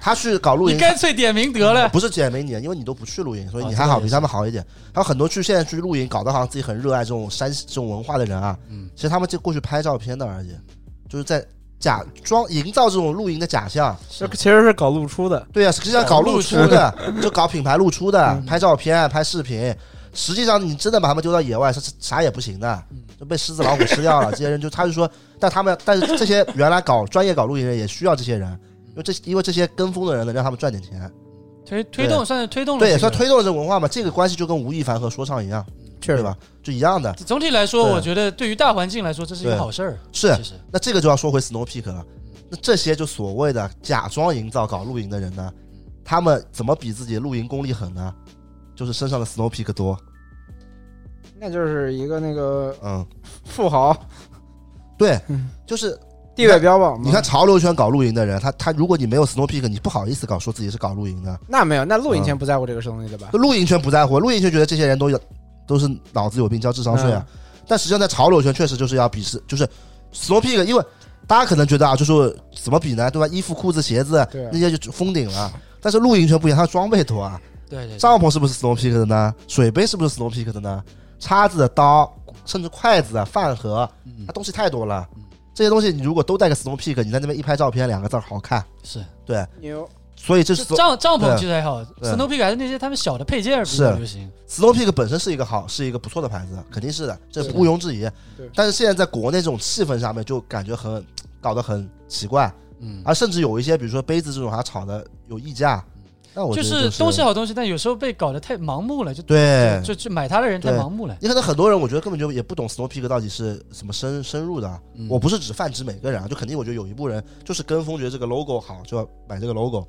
S1: 他去搞露
S2: 你
S1: 营，
S2: 干脆点名得了。
S1: 不是简明你，因为你都不去露营，所以
S2: 哦
S1: 你
S2: 这
S1: 还
S2: 个
S1: 好
S2: 也
S1: 比
S2: 是
S1: 他们好一点。还有很多去现在去露营，搞得好像自己很热爱这种山这种文化的人啊，
S2: 嗯
S1: 其实他们就过去拍照片的而已，就是在假装营造这种露营的假象。
S3: 这其实是搞露出的，
S1: 对啊，实际上
S2: 搞
S1: 搞
S2: 哦露
S1: 露
S2: 出嗯
S1: 出的，就搞品牌露出的，拍照片、啊拍视频。实际上，你真的把他们丢到野外，是啥也不行的，
S2: 嗯
S1: 就被狮子、老虎吃掉了。这些人就，他就说，但他们，但是这些原来搞专业搞露营的人也需要这些人，因为这因为这些跟风的人能让他们赚点钱。
S2: 推推动算是推动了，
S1: 对，也算。推动了这文化嘛。这个关系就跟吴亦凡和说唱一样，
S3: 确
S1: 对
S3: 实
S1: 吧？？就一样的。
S2: 总体来说，
S1: 对
S2: 我觉得对于大环境来说，这是一个
S1: 对
S2: 好事儿。
S1: 是
S2: 其，实
S1: 那这个就要说回 Snow Peak 了。那这些就所谓的假装营造搞露营的人呢，他们怎么比自己露营功力狠呢？就是身上的 Snow Peak 多。
S3: 那就是一个那个
S1: 嗯，
S3: 富豪
S1: 对
S3: 嗯，
S1: 就是
S3: 地位标榜嘛。
S1: 你看潮流圈搞露营的人，他他如果你没有 Snow Peak，你不好意思搞说自己是搞露营的。
S3: 那没有，那露营前不在乎这个东西的吧？
S1: 那露营圈不在乎，露营圈觉得这些人都有都是脑子有病，交智商税啊。但实际上在潮流圈确实就是要鄙视，就是 snow peak，因为大家可能觉得啊，就是怎么比呢，对吧？衣服、裤子、鞋子
S3: 对啊
S1: 那些就封顶了。但是露营圈不一样，它装备多啊，
S2: 对对，
S1: 帐篷是不是 snow peak 的呢？水杯是不是 snow peak 的呢？叉子、刀，甚至筷子、啊饭盒，
S2: 嗯
S1: 它东西太多了
S2: 嗯。
S1: 这些东西你如果都带个 snow peak，你在那边一拍照片，两个字儿好看。
S2: 是
S1: 对，
S3: 牛，
S1: 所以这是
S2: 就帐帐篷
S1: 对
S2: 其实还好
S1: 对
S2: ，Snow Peak 还是那些他们小的配件儿比较
S1: 是
S2: 流行。
S1: Snow Peak 本身是一个好，是一个不错的牌子，肯定是的，这毋庸置疑
S3: 对。
S1: 但是现在在国内这种气氛上面，就感觉很搞得很奇怪，
S2: 嗯，
S1: 而甚至有一些，比如说杯子这种还吵得有溢价，但我觉
S2: 就
S1: 得
S2: 是东西
S1: 好，
S2: 好东西，但有时候被搞得太盲目了，就
S1: 对，
S2: 就去买它的人太
S1: 对
S2: 盲目了。
S1: 你可能很多人，我觉得根本就也不懂 Snow Peak 到底是什么深深入的啊。
S3: 嗯
S1: 我不是只泛指每个人啊，就肯定我觉得有一部分人就是跟风，觉得这个 logo 好就要买这个 logo。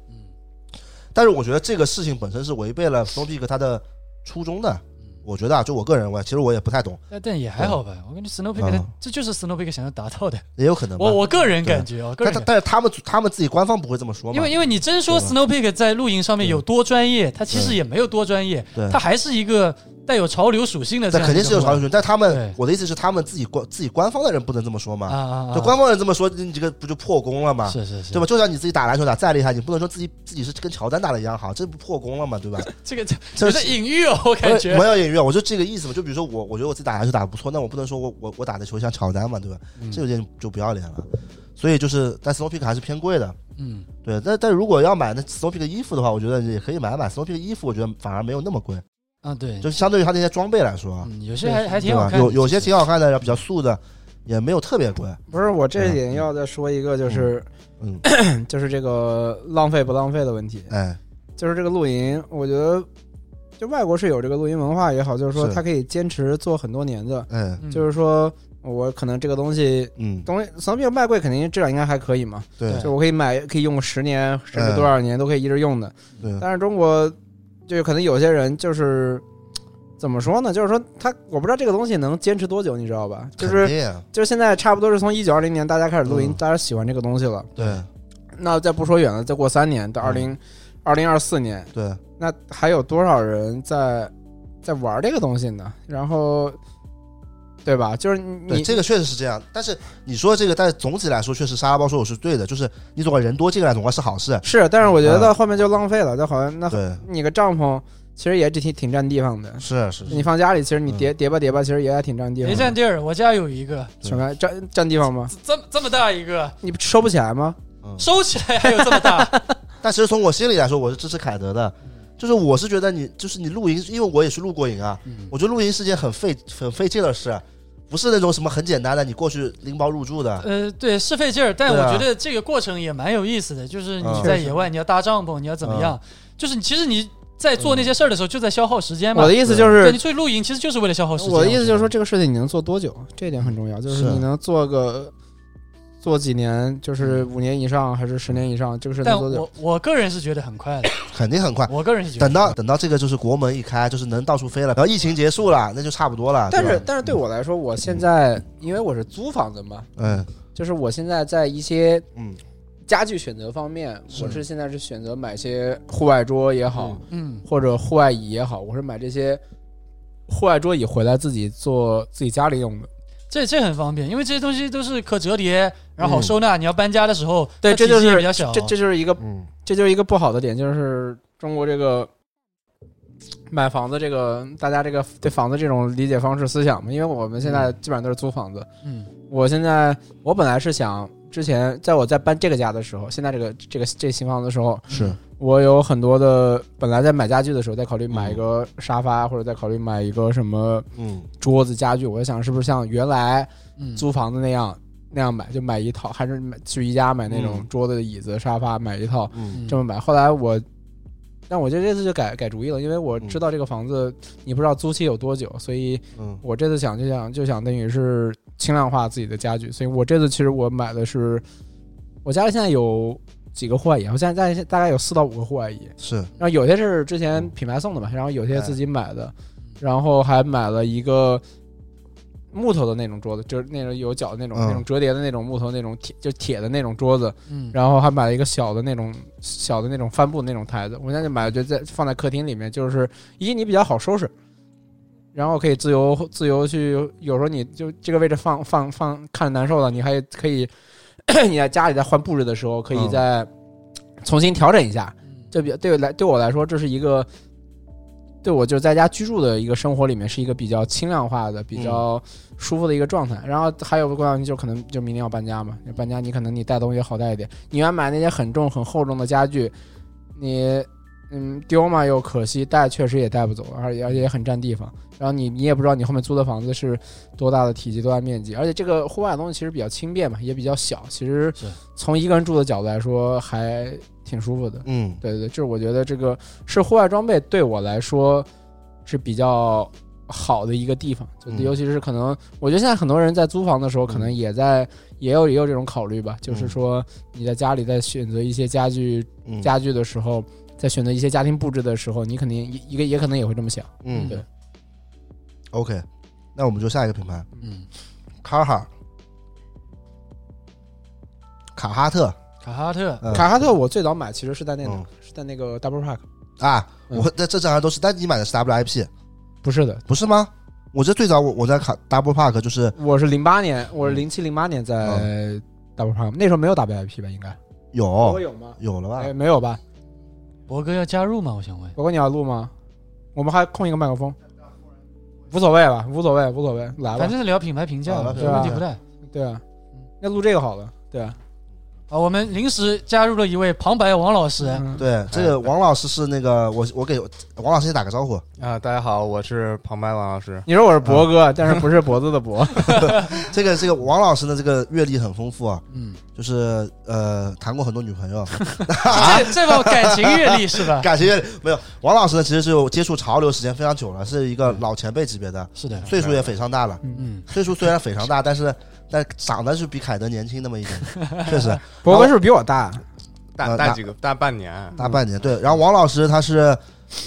S1: 但是我觉得这个事情本身是违背了 Snow Peak 它的初衷的。我觉得啊，就我个人，我其实我也不太懂，
S2: 但但也还好吧，我感觉 Snow Peak 它、
S1: 嗯
S2: 这就是 Snow Peak 想要达到的。
S1: 也有可能吧。
S2: 我我个人感觉，啊我个
S1: 但
S2: 人
S1: 他
S2: 感觉
S1: 但是他们他们自己官方不会这么说嘛？
S2: 因为因为你真说
S1: 对
S2: Snow Peak 在露营上面
S1: 对
S2: 有多专业，它其实
S1: 对
S2: 也没有多专业，
S1: 对
S2: 它还是一个带有潮流属性的这
S1: 那
S2: 样
S1: 肯
S2: 一
S1: 定
S2: 个活动。
S1: 是有潮流群，但他们
S2: 对
S1: 我的意思是，他们自己官自己官方的人不能这么说嘛？
S2: 啊啊啊！
S1: 就官方人这么说，你这个不就破功了嘛？
S2: 是是是，
S1: 对吧？？就像你自己打篮球打再厉害，你不能说自己自己是跟乔丹打的一样好，这不破功了嘛？对吧？
S2: 这个这
S1: 这
S2: 有点隐喻哦，我 感觉
S1: 我。要隐喻，啊我就这个意思嘛。就比如说我，我觉得我自己打篮球打得不错，那我不能说我我我打的球像乔丹嘛，对吧？
S2: 嗯
S1: 这有点就不要脸了。所以就是，但 Snow Peak 还是偏贵的。
S2: 嗯，
S1: 对，但但如果要买那 Snow Peak 的衣服的话，我觉得也可以买买 Snow Peak 的衣服，我觉得反而没有那么贵，
S2: 啊对，
S1: 就相对于它那些装备来说啊，
S2: 嗯，有些还还挺
S1: 对
S2: 好
S1: 吧？
S2: 看的，
S1: 有有些
S2: 其实
S1: 挺好看的，然后比较素的，也没有特别贵。
S3: 不是我这
S1: 对啊
S3: 点要再说一个，就是
S1: 嗯，
S3: 就是这个浪费不浪费的问题，
S1: 哎，
S3: 就是这个露营，我觉得就外国是有这个露营文化也好，就是说
S1: 是
S3: 它可以坚持做很多年的，
S1: 哎，
S2: 嗯
S3: 就是说我可能这个东西
S1: 嗯，
S3: 东西，怂比卖贵，肯定质量应该还可以嘛。
S1: 对
S2: 对
S3: 就我可以买，可以用十年，甚至多少年都可以一直用的。
S1: 对，
S3: 但是中国就可能有些人就是怎么说呢？就是说他我不知道这个东西能坚持多久，你知道吧？就
S1: 肯
S3: 是
S1: 定啊
S3: 就是现在差不多是从一九二零年大家开始露营，
S1: 嗯
S3: 大家喜欢这个东西了。
S1: 对
S3: 那再不说远了，再过三年到
S1: 嗯
S3: 二零二零二四年，
S1: 对
S3: 那还有多少人在在玩这个东西呢？然后对吧？就是
S1: 对，
S3: 你
S1: 这个确实是这样。但是你说这个，但总体来说，确实沙拉包说我是对的，就是你总归人多进来，总归是好事。
S3: 是，但是我觉得到后面就浪费了，就好像那
S1: 嗯对，
S3: 你个帐篷其实也只挺挺占地方的。
S1: 是是
S3: 你放家里，其实你
S1: 嗯
S3: 叠叠吧叠吧，其实也还挺占地
S2: 别
S3: 方
S2: 占
S3: 的。
S2: 地儿，我家有一个，
S1: 地
S3: 什么占占地方吗？
S2: 这么这么大一个，
S3: 你收不起来吗？
S1: 嗯。
S2: 收起来还有这么大，
S1: 但其实从我心里来说，我是支持凯德的，就是我是觉得你就是你露营，因为我也去露过营啊，我觉得露营是件很费很费劲的事，啊不是那种什么很简单的你过去拎包入住的。
S2: 呃，对，是费劲儿，但我
S1: 对啊
S2: 觉得这个过程也蛮有意思的，就是你
S1: 嗯
S2: 在
S3: 确嗯
S2: 野外，你要搭帐篷，你要怎么样，就是你其实你在做那些事儿的时候，就在消耗时间嘛。
S3: 我的意思就
S2: 对，
S3: 是
S2: 你，出去露营其实就是为了消耗时间。
S3: 我的意思就是
S2: 我觉
S3: 说，这个事情你能做多久，这一点很重要。就是
S1: 是
S3: 你能做个做几年，
S1: 嗯
S3: 就是五年以上还是十年以上，这个事
S2: 得，
S3: 能
S2: 但
S3: 做多久？
S2: 我我个人是觉得很快的，
S1: 肯定很快。
S2: 我个人是觉得
S1: 等到等到这个就是国门一开，就是能到处飞了，然后疫情结束了，那就差不多了。
S3: 但
S1: 对
S3: 是
S1: 吧，
S3: 但是对我来说，我现在因为我是租房子嘛，
S1: 嗯
S3: 就是我现在在一些
S1: 嗯，
S3: 家具选择方面，
S1: 是
S3: 我是现在是选择买些户外桌也好，
S2: 嗯，
S3: 或者户外椅也好，我是买这些户外桌椅回来自己做自己家里用的。
S2: 这这很方便，因为这些东西都是可折叠，然后好
S1: 嗯
S2: 收纳。你要搬家的时候，
S3: 对
S2: 它
S3: 这就
S2: 体积也
S3: 是
S2: 比较小。
S3: 这这就是一个
S1: 嗯
S3: 这就是一个不好的点，就是中国这个买房子这个大家这个对房子这种理解方式思想嘛，因为我们现在基本上都是租房子。
S2: 嗯
S3: 我现在我本来是想之前在我在搬这个家的时候，现在这个这个这新房子的时候，
S1: 是
S3: 我有很多的本来在买家具的时候，在考虑买一个沙发，或者在考虑买一个什么
S1: 嗯
S3: 桌子家具，我在想是不是像原来
S2: 嗯，
S3: 租房子那样。那样买就买一套，还是买去宜家买那种
S1: 嗯
S3: 桌子、椅子、沙发，买一套。
S1: 嗯
S2: 嗯
S3: 这么买。后来我，但我觉得这次就改改主意了，因为我知道这个房子你不知道租期有多久，所以
S1: 嗯
S3: 我这次想就想就想等于是轻量化自己的家具，所以我这次其实我买的是我家里现在有几个户外椅，我现在在大概有四到五个户外椅，
S1: 是
S3: 然后有些是之前品牌送的嘛，然后有些自己买的
S2: 嗯，
S3: 然后还买了一个。木头的那种桌子，就是那种有脚的那种、
S1: 嗯
S3: 那种折叠的那种木头那种铁，就铁的那种桌子，
S2: 嗯，
S3: 然后还买了一个小的那种小的那种帆布那种台子，我现在就买了，就在放在客厅里面，就是一你比较好收拾，然后可以自由自由去，有时候你就这个位置放放放看着难受了，你还可以 你在家里在换布置的时候，可以
S1: 嗯
S3: 再重新调整一下，
S2: 嗯
S3: 这比对我来对我来说，这是一个对我就在家居住的一个生活里面是一个比较轻量化的、比较舒服的一个状态。然后还有个关系就可能就明天要搬家嘛，搬家你可能你带东西好带一点，你原来买那些很重很厚重的家具，你嗯，丢嘛又可惜，带确实也带不走，而且而且也很占地方。然后你你也不知道你后面租的房子是多大的体积、多大面积，而且这个户外的东西其实比较轻便嘛，也比较小，其实
S2: 是
S3: 从一个人住的角度来说还挺舒服的。
S1: 嗯，
S3: 对对对，就是我觉得这个是户外装备对我来说是比较好的一个地方，就
S1: 嗯
S3: 尤其是可能，我觉得现在很多人在租房的时候，可能也在也有也有这种考虑吧，就是说你在家里在选择一些家具
S1: 嗯
S3: 家具的时候，在选择一些家庭布置的时候，你肯定一一个也可能也会这么想。
S1: 嗯
S3: 对
S1: OK，那我们就下一个品牌，
S2: 嗯，
S1: 卡哈尔，卡哈特，
S2: 卡哈特，
S1: 嗯
S3: 卡哈特我最早买其实是在那哪
S1: 嗯
S3: 是在那个 Double Park，
S1: 啊，
S3: 嗯
S1: 我在这这好像都是，但你买的是 WIP
S3: 不是的，
S1: 不是吗？我这最早我我在卡 Double Park 就是
S3: 我是零八年，
S1: 嗯
S3: 我是零七零八年在 Double Park，那时候没有 WIP 吧？应该我
S1: 有
S3: 有吗？
S1: 有了吧
S3: 哎，？没有吧？
S2: 博哥要加入吗？我想问。
S3: 我跟你要录吗？我们还空一个麦克风，无所谓吧，无所谓，无所谓，来吧
S2: 反，正是聊品牌评价
S1: 好
S2: 嘛，
S1: 了
S2: 这问题
S3: 对啊
S2: 不大。
S3: 对啊，那录这个好了，对啊，
S2: 啊，我们临时加入了一位旁白王老师，
S3: 嗯
S1: 对，这个王老师是那个我我给王老师先打个招呼，
S4: 啊，大家好，我是旁白王老师。
S3: 你说我是博哥，但是不是脖子的脖，
S1: 这个这个王老师的这个阅历很丰富啊，
S2: 嗯，
S1: 就是呃谈过很多女朋友，
S2: 这这把感情阅历是吧？
S1: 感情阅历没有。王老师呢，其实就接触潮流时间非常久了，是一个老前辈级别的，
S2: 是的，
S1: 岁数也非常大了。
S2: 嗯，
S1: 岁数虽然非常大，但是但长得是比凯德年轻那么一点， 确实
S3: 博哥是不是比我大？
S4: 大
S1: 呃
S4: 大
S1: 大
S4: 几个大半年，
S1: 大半年。对，然后王老师他是，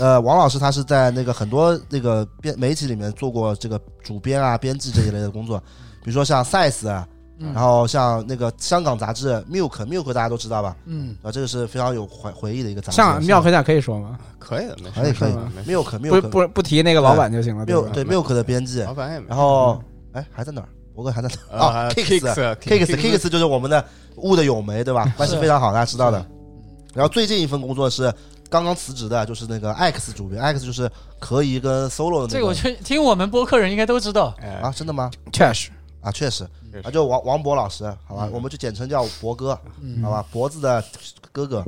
S1: 呃，王老师他是在那个很多那个编媒体里面做过这个主编啊、编辑这一类的工作，比如说像 Size 啊，
S2: 嗯
S1: 然后像那个香港杂志 Milk Milk 大家都知道吧？
S2: 嗯，
S1: 啊，这个是非常有回回忆的一个杂志。
S3: 像妙可想可以说吗？
S4: 可以的，没事
S1: 可以可以
S4: 没事没事
S1: ，Milk
S3: 不
S1: Milk
S3: 不不提那个老板就行了，吧
S1: Milk 对 Milk 的编辑，
S4: 老板也没呃
S1: 然后哎还在哪儿？博哥还在哪儿？啊 Kicks Kicks Kicks 就是我们的物的咏梅，对吧？关系非常好，大家知道的。然后最近一份工作是刚刚辞职的，就是那个 X 主编，X 就是可以跟 solo 的那
S2: 这个我觉得听我们播客人应该都知道。
S1: 啊，
S4: 啊，
S1: 真的吗？
S3: 确实，
S1: 啊，确实
S4: 确，实
S1: 啊，就王王博老师，好吧，我们就简称叫博哥，好吧，博子的哥哥，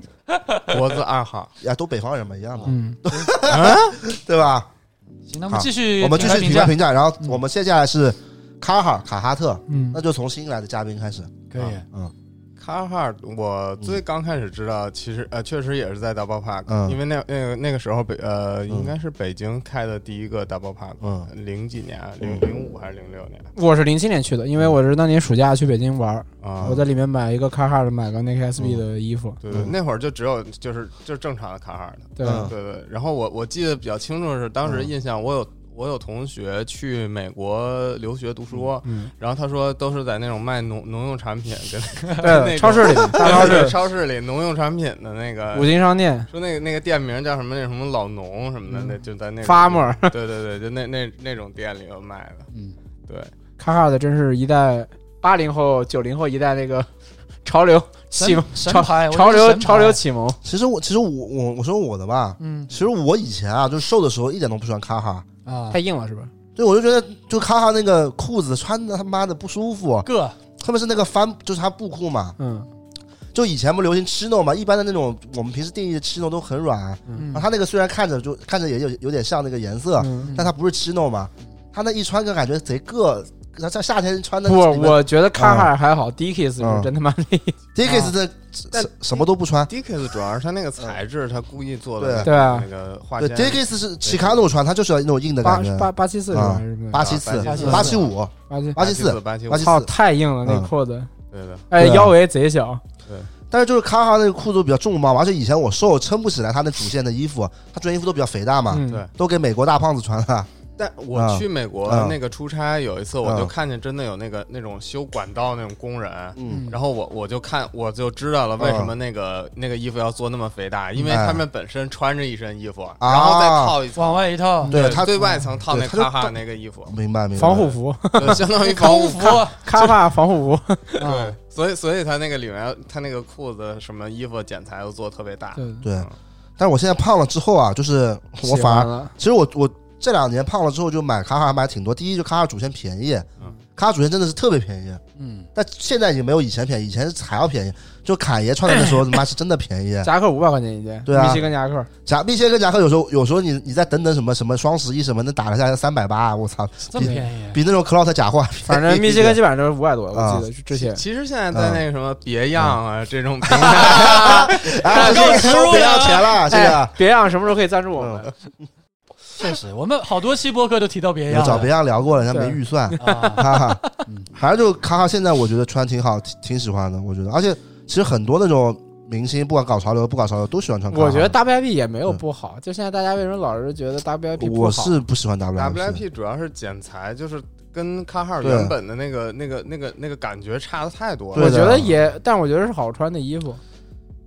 S4: 脖子二号，
S1: 呀，都北方人嘛，一样的，
S3: 嗯，
S1: 对吧？
S2: 行，那我
S1: 好
S2: 们继续
S1: 我们继
S2: 品牌
S1: 续
S2: 评
S1: 评
S2: 价
S1: 价。评价，然后我们接下来是卡哈卡哈特，
S3: 嗯
S1: 那就从新来的嘉宾开始，
S2: 可以，
S1: 嗯
S4: 卡哈尔，啊我最刚开始知道，其实呃，确实也是在
S1: 嗯
S4: Double Park，因为那那个那个时候北呃，
S1: 嗯
S4: 应该是北京开的第一个 Double Park，
S1: 嗯
S4: 零几年，啊零
S1: 嗯
S4: 零五还是零六年
S3: 我是零七年去的，因为我是当年暑假去北京玩，
S4: 啊
S3: 我？在里面买一个卡哈的，买个那个 SB 的衣服，
S4: 对对，
S1: 嗯
S4: 那会儿就只有就是就是正常的卡哈尔的，
S3: 对
S1: 嗯
S4: 对对，然后我我记得比较清楚的是，当时印象我有我有同学去美国留学读书，
S3: 嗯，
S4: 然后他说都是在那种卖农农用产品跟那
S3: 对，
S4: 个
S3: 超市里大超
S4: 对
S3: 市、
S4: 超市里农用产品的那
S3: 五
S4: 个。
S3: 金商店
S4: 说那个那个店名叫什么？那什么老农什么的，
S3: 嗯
S4: 那就在那个
S3: farmer。
S4: 对对对，就那那那种店里有卖的。
S2: 嗯，
S4: 对，
S3: 卡哈尔的真是一代八零后、九零后一代那个 潮流启
S2: 神
S3: 蒙、
S2: 神牌，我觉得
S3: 潮流
S2: 神牌
S3: 潮流，启蒙。
S1: 其实我其实我我我说我的吧，
S2: 嗯
S1: 其实我以前啊，就是瘦的时候一点都不喜欢卡哈，
S2: 啊
S3: 太，硬了是吧？
S1: 对我就觉得就卡哈那个裤子穿的他妈的不舒服，
S2: 个
S1: 特别是那个帆，就是它布裤嘛，
S3: 嗯
S1: 就以前不流行 chino 嘛，一般的那种我们平时定义的 chino 都很软，
S2: 嗯
S1: 然后它那个虽然看着就看着也有有点像那个颜色，
S3: 嗯，
S1: 但它不是 chino 嘛，它那一穿就感觉贼硌，然后在夏天穿的
S3: 不，我觉得卡哈尔还好，Dickies
S1: 嗯
S3: 是真他妈厉害。
S1: Dickies 这
S4: 但
S1: 啊什什么都不穿，
S4: Dickies 主要是它那个材质，它故意做的
S1: 嗯对
S3: 对啊
S4: 那个画
S1: 对
S4: 间。
S1: Dickies 是 Chicano 穿，它就是要那种硬的
S3: 八
S1: 感觉，
S3: 八八七四是吧？
S1: 啊
S3: 还是什么
S1: 八七四
S4: 八
S2: 七、四
S1: 八七五、
S3: 八七？
S1: 八七四
S4: 四、，八七五
S1: 八七，四
S3: 操，太硬了那裤子，
S4: 对的，
S3: 哎，
S1: 对啊
S3: 腰围贼小。
S1: 但是就是卡哈那个裤子比较重嘛，而且以前我瘦，撑不起来他那主线的衣服，他主线衣服都比较肥大嘛，
S3: 嗯，
S4: 对。
S1: 都给美国大胖子穿了。
S4: 但我
S1: 啊
S4: 去美国
S1: 啊
S4: 那个出差有一次，我就
S1: 啊
S4: 看见真的有那个那种修管道那种工人，
S1: 嗯
S4: 然后我我就看我就知道了为什么那个、那个衣服要做那么肥大，
S1: 嗯
S4: 因为
S1: 哎
S4: 他们本身穿着一身衣服，然后再套一层，
S2: 往外一套，
S1: 啊 对他
S4: 最外层套那
S1: 对他就
S4: 卡哈
S1: 到
S4: 那个 衣服，
S1: 明白明白。
S3: 防护服，
S4: 就相当于
S2: 嗯康
S4: 防护
S2: 服
S4: 服。
S1: 嗯
S3: 卡哈尔防护服。
S1: 啊
S4: 对，所以所以他那个里面他那个裤子什么衣服剪裁又做特别大，
S3: 对，
S1: 对，但是我现在胖了之后啊，就是我
S3: 喜
S1: 反
S3: 欢
S1: 而
S3: 了。
S1: 其实我我这两年胖了之后就买卡哈还买挺多。第一就卡哈主线便宜，
S4: 嗯
S1: 卡主线真的是特别便宜，
S2: 嗯，
S1: 但现在已经没有以前便宜，以前还要便宜。就侃爷穿的 那时候，他妈是真的便宜。
S3: 夹克五百块钱一件，
S1: 对啊
S3: 密歇根夹克，
S1: 夹密歇根夹克有时候有时候你你再等等什么什么双十一什么，那打了下来三百八，我操，
S2: 这么便宜，
S1: 比那种 clout 假货还便宜。
S3: 反正密歇根基本上都是五百多，
S1: 啊
S3: 我记得之前。
S4: 其实现在在那个什么别样啊这种平 台，
S1: 啊，这
S4: 够吃
S1: 个
S4: 了
S1: 不要钱了，这
S3: 哎
S1: 个，
S3: 别样什么时候可以赞助我
S1: 嗯
S3: 们？
S2: 确实，我们好多期播客都提到别
S1: 我
S2: 样
S1: 找
S2: 了
S1: 别样聊过了，人家没
S3: 对
S1: 预 算。
S2: 啊，
S1: 哈哈
S2: 嗯，
S1: 反正就卡卡现在我觉得穿挺好，挺挺喜欢的，我觉得，而且其实很多那种明星，不管搞潮流不搞潮流，都喜欢穿卡卡。
S3: 我觉得 WIP 也没有不好，就现在大家为什么老是觉得 WIP 不好？
S1: 嗯我是不喜欢 WIP，
S4: WIP 主要是剪裁，就是跟卡哈尔
S1: 对
S4: 原本的那个、那个、那个、那个感觉差的太多
S1: 对
S4: 了。
S3: 我
S1: 的
S3: 觉得也，但我觉得是好穿的衣服。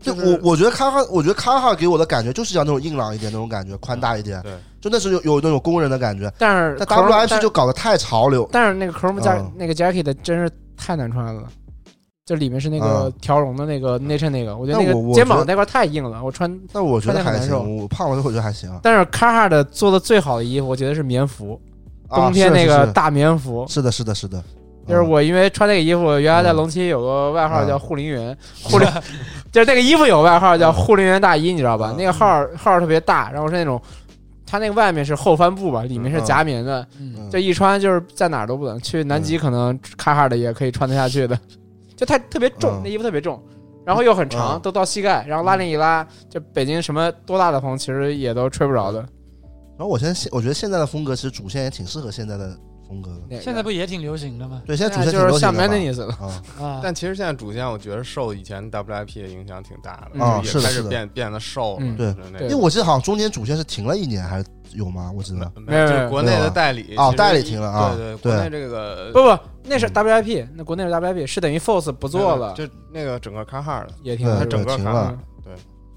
S1: 就
S4: 就是
S1: 我我觉得卡哈，我觉得卡哈给我的感觉就是要那种硬朗一点那种感觉，宽大一点，
S4: 对，
S1: 就那时候有有那种工人的感觉。
S3: 但是
S1: 但
S3: Chrome-
S1: WIP
S3: 但
S1: 就搞得太潮流，
S3: 但是那个 Chrome 加
S1: 嗯
S3: 那个 jacket 真是太难穿了，就里面是那个
S1: 嗯
S3: 条绒的那个内衬那个，我觉得
S1: 但
S3: 那个
S1: 我我
S3: 肩
S1: 觉
S3: 膀
S1: 得
S3: 那块太硬了，我穿。
S1: 但我觉得还
S3: 穿起来很
S1: 行，我胖了之后我觉得还行啊。
S3: 但是 Carhartt 的做的最好的衣服，我觉得是棉服，冬天
S1: 啊
S3: 那
S1: 是
S3: 个大棉服。
S1: 是的是的是的，
S3: 就是
S1: 嗯
S3: 我因为穿那个衣服，原来在
S1: 嗯
S3: 龙七有个外号
S1: 嗯
S3: 叫护林员，护林就是那个衣服有个外号叫
S1: 嗯
S3: 护林员大衣，你知道吧
S1: 嗯？
S3: 那个号号特别大，然后是那种，它那个外面是厚帆布吧，里面是
S1: 嗯
S3: 夹棉的，
S2: 嗯，
S1: 嗯
S3: 这一穿就是在哪儿都不冷，去南极可能卡哈的也可以穿得下去的，就太特别重
S1: 嗯，
S3: 那衣服特别重，然后又很
S1: 嗯
S3: 长，都到膝盖，然后拉链一拉，就北京什么多大的风其实也都吹不着的。
S1: 然后我现在现我觉得现在的风格其实主线也挺适合现在的风格的，
S3: 那个
S2: 现在不也挺流行的吗？
S1: 对，现在主
S3: 那
S1: 线挺
S3: 就是
S1: 流
S3: 像
S1: 行
S3: m a
S1: 的
S3: n
S1: 吧
S3: n e s 了，
S1: 啊，
S2: 啊，
S4: 但其实现在主线，我觉得受以前 WIP 的影响挺大的，
S3: 嗯
S4: 就是
S1: 啊是
S4: 也
S1: 的
S4: 开始
S1: 是的
S4: 变变得瘦了。
S3: 嗯
S1: 对
S4: 就是那
S3: 对
S1: 因为我记得好像中间主线是停了一年还是有吗？我知道
S4: 个，没有，
S3: 没有
S4: 就是国内的代理
S1: 有啊哦
S4: 其实
S1: 代理停了啊
S4: 对对，
S1: 对
S4: 国内这个
S3: 不不，那是
S1: 嗯
S3: WIP，那国内是 WIP，是等于 Force 不做了，
S4: 就那个整个卡哈尔的，
S3: 也挺
S1: 对
S4: 它
S1: 对
S3: 好嗯
S4: 嗯整个
S1: 停
S4: 卡
S1: 了。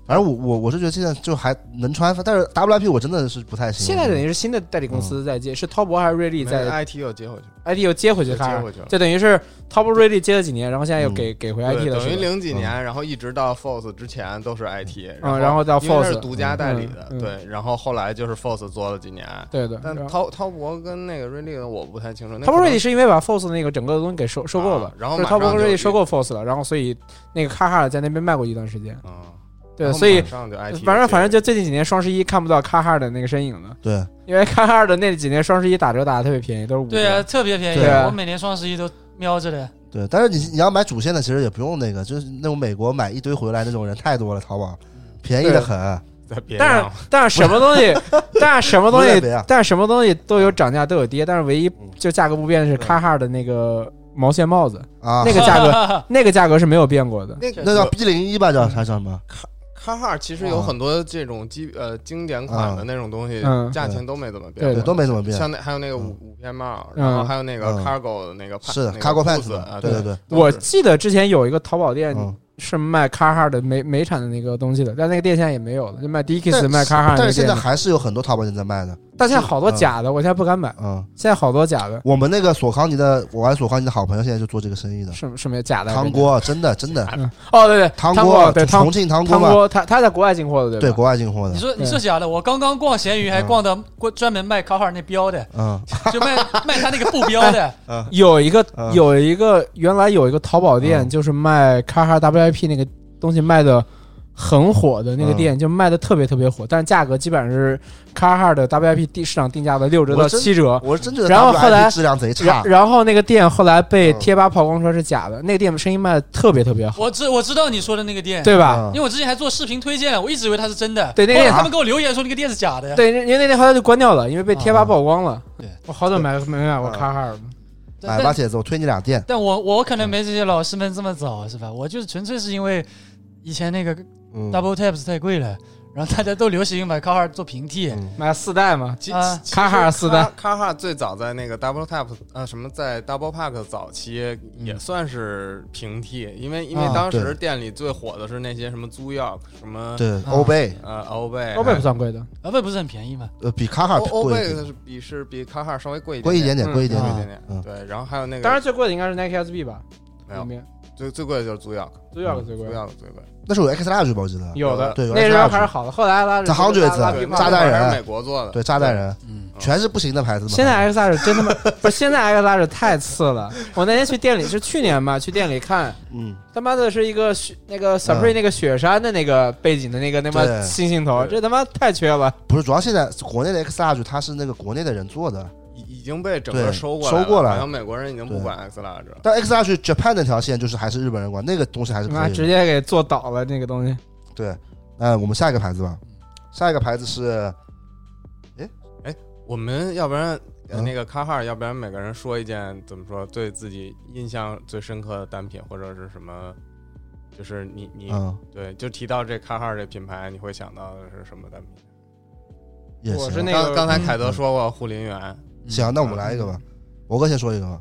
S1: 反正我我我是觉得现在就还能穿，但是 WIP 我真的是不太行。
S3: 现在等于是新的代理公司在接，是滔博还是瑞丽在
S4: 在 IT 又接回嗯去了，
S3: IT 又接回去
S4: 又接
S3: 卡尔？
S4: 回去了。
S3: 就等于是滔博瑞丽接了几年，然后现在又
S1: 嗯
S3: 给给回
S4: 对
S3: IT 了，
S4: 等于
S3: 是吧
S4: 零几年，然后一直到 Force 之前都是 IT，
S3: 嗯，然
S4: 然
S3: 后到
S4: 因为它是
S3: Force，
S4: 独家代理的，
S3: 嗯嗯
S4: 对，然后后来就是 Force 做了几年，
S3: 对的，
S4: 但
S3: 然后
S4: 滔滔博跟那个瑞丽的我不太清楚，那
S3: 滔博
S4: 可能
S3: 瑞丽是因为把 Force 那个整个的东西给收收购了，
S4: 啊然后
S3: 就是
S4: 马上
S3: 滔博瑞
S4: 就
S3: 丽收购 Force 了，然后所以那个卡哈尔在那边卖过一段时间，
S4: 嗯，
S3: 对，
S4: 然后
S3: 所以
S4: 马上就 IT，
S3: 反正反正就最近几年双十一看不到卡哈尔的那个身影了，
S1: 对，
S3: 因为卡哈尔的那几年双十一打折打的特别便宜，都是五折
S2: 对啊，，特别便宜
S1: 对
S3: 啊，
S2: 我每年双十一都瞄着的。
S1: 对，但是你你要买主线的，其实也不用那个，就是那种美国买一堆回来那种人太多了，淘宝
S3: 嗯
S1: 便宜的很。啊
S4: 在别
S3: 但
S4: 样
S3: 是但是什么东西，但是什么东
S1: 不
S3: 西
S1: 是别样，
S3: 但是什么东西都有涨价都有跌，但是唯一
S1: 嗯
S3: 就价格不变的是卡哈尔的那个毛线帽子，
S1: 啊，
S3: 那个 价格那个价格是没有变过的，
S4: 那
S1: 那叫 B 零一吧，
S3: 嗯
S1: 叫还叫什么？
S4: 卡哈尔其实有很多这种基呃经典款的那种东西，
S3: 嗯
S4: 价钱都没怎么
S3: 对
S4: 变，
S1: 对，
S3: 的
S1: 都没怎么变。
S4: 像那还有那个五五片帽，然后还有那个
S1: 嗯
S4: cargo 的那个
S1: 是的
S4: pant- 那个
S1: cargo
S4: 裤
S1: pants，
S4: 子
S1: 嘛
S4: 啊，
S1: 对
S4: 对
S1: 对，
S4: 都
S3: 我
S4: 是
S3: 记得之前有一个淘宝店。
S1: 嗯，
S3: 是卖卡哈的美美产的那个东西的，但那个店现在也没有了，就卖 Dickies
S1: 但
S3: 卖卡哈的那
S1: 但是
S3: 个
S1: 现
S3: 店
S1: 在
S3: 了，
S1: 还是有很多淘宝店在卖的。
S3: 但现在好多假的，我现在不敢买，
S1: 嗯，
S3: 现在好多假的，
S1: 我们那个索康尼的，我玩索康尼的好朋友现在就做这个生意的，
S3: 什么什么假的
S1: 汤，锅，啊真的真的，
S3: 哦对对，
S1: 汤啊
S3: 锅对
S1: 重
S3: 汤
S1: 庆汤锅
S3: 汤
S1: 嘛，
S3: 锅，他他在国外进货的
S1: 对，
S3: 吧？
S1: 国外进货
S2: 你
S1: 的。
S2: 说你说假的，我刚刚逛闲鱼
S3: 嗯
S2: 还逛到过专门卖卡哈尔那标的，
S1: 嗯
S2: 就卖卖他那个布标
S3: 哎
S2: 的，
S1: 嗯，
S3: 有一个
S1: 嗯
S3: 有一个原来有一个淘宝店
S1: 嗯
S3: 就是卖卡哈 WIP 那个东西卖的。很火的那个
S1: 嗯
S3: 店就卖的特别特别火，但是价格基本上是卡哈的 WIP 地市场定价的六折
S1: 我
S3: 到
S1: 真
S3: 七折，
S1: 我是真觉得
S3: 然后
S1: WIP
S3: 后来
S1: 质量贼
S3: 然
S1: 差，
S3: 然后那个店后来被
S1: 嗯
S3: 贴吧曝光说是假的，那个店生意卖的特别特别好，
S2: 我知我知道你说的那个店，
S3: 对吧？
S1: 嗯
S2: 因为我之前还做视频推荐，我一直以为它是真的，
S3: 对那个
S2: 后来
S3: 店
S2: 他们给我留言说那个店是假的，
S3: 对，因为那店后来就关掉了，因为被贴吧
S1: 啊
S3: 曝光了。
S2: 对，
S3: 我好久买没买过
S1: 啊
S3: 卡哈尔了。
S2: 但
S1: 买
S3: 哎
S1: 吧
S2: 但
S1: 铁子，我推你俩店。
S2: 但我我
S3: 嗯
S2: 可能没这些老师们这么早是吧？我就是纯粹是因为以前那个
S1: 嗯
S2: double taps 太贵了，然后大家都流行买卡哈尔做平替，
S1: 嗯
S3: 买了四代嘛，
S4: 其
S2: 啊
S4: 其
S3: 卡哈尔四代
S4: 卡卡哈尔最早在那个 Double Tap 呃什么在 Double Pack 早期也算是平替，因为因为
S3: 啊
S4: 当时
S1: 嗯对
S4: 店里最火的是那些什么租 York 什么
S1: 对，
S2: 啊
S1: 欧贝，
S4: 呃欧
S1: 嗯
S4: 贝
S3: 欧贝不算贵的，
S2: 啊，那不是很便宜嘛？
S1: 呃，比卡卡
S4: 欧欧
S1: 贵
S4: 贝
S1: 一点
S4: 是比是比卡哈尔稍微贵一
S1: 贵一点点，
S3: 嗯
S1: 贵一
S4: 贵
S1: 点
S4: 一
S1: 点
S4: 点点
S1: 嗯
S4: 对，然后还有那个
S3: 当然最贵的应该是 Nike SB 吧，
S4: 没有
S3: 里面
S4: 最最贵的就是 Zuyok，
S3: 最要的最贵
S4: Zuyok 最贵。
S1: 那是有 X large 吧？我记得
S3: 有的，
S1: 对有
S3: 那时候
S1: XL
S3: 还是好的，后来拉
S1: 在杭州也
S3: 拉
S1: 自
S3: 皮
S1: 己
S3: 嘛
S1: 炸弹人
S4: 还是美国做的，
S1: 对炸弹人，
S2: 嗯，
S1: 全是不行的牌子嘛。
S3: 现在 X 大 s 真他妈不是，现在 X 大 s 太次了。我那天去店里是去年吧，去店里看，
S1: 嗯，
S3: 他妈的是一个雪那个 Supreme 那个雪山的那个背景的那个那么
S1: 对
S3: 星星头，这他妈太缺了。
S1: 不是，主要现在国内的 X large 它是那个国内的人做的，
S4: 已已经被整个
S1: 对
S4: 收过
S1: 收过
S4: 了，
S1: 来
S4: 好像美国人已经不
S1: 对
S4: 管 X large 了。
S1: 但 X large Japan 那条线就是还是日本人管，那个东西还是可
S3: 妈
S1: 以
S3: 啊直
S1: 的。
S3: 接给做倒了那个东西，
S1: 对，那我们下一个牌子吧，下一个牌子是
S4: 我们要不然呃
S1: 嗯
S4: 那个卡哈，要不然每个人说一件怎么说对自己印象最深刻的单品或者是什么，就是你你
S1: 嗯
S4: 对，就提到这卡哈这品牌，你会想到的是什么单品？
S1: 也
S3: 我是
S1: 行
S3: 那
S4: 啊刚
S3: 个
S4: 刚才凯德说过护林园，
S2: 嗯
S1: 行，那
S4: 嗯
S1: 我们来一个吧，我哥先说一个吧，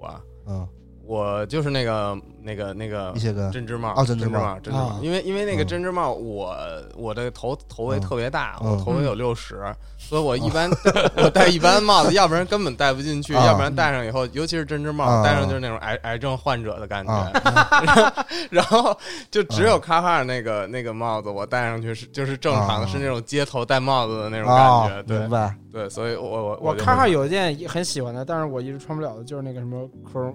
S4: 我啊
S1: 嗯，
S4: 我就是那个那个那个
S1: 一些个
S4: 针织帽
S1: 哦
S4: 针
S1: 针织帽
S4: 帽，针织帽
S2: 啊，
S4: 因为因为那个
S1: 嗯
S4: 针织帽，我我的头头围
S1: 嗯
S4: 特别大，
S1: 嗯
S4: 我头围有六十，所以我一般 我戴一般帽子，要不然根本戴不进去，
S1: 啊
S4: 要不然戴上以后，尤其是针织帽，
S1: 啊
S4: 戴上就是那种癌癌症患者的感
S1: 啊
S4: 觉， 然后就只有卡哈尔那个那个帽子，我戴上去是就是正常
S1: 啊
S4: 的，是那种街头戴帽子的那种
S1: 啊
S4: 感觉，，
S1: 明
S4: 对
S1: 白
S4: 对，所以我我
S3: 我
S4: 就
S3: 看上有一件也很喜欢的，但是我一直穿不了的，就是那个什么 Core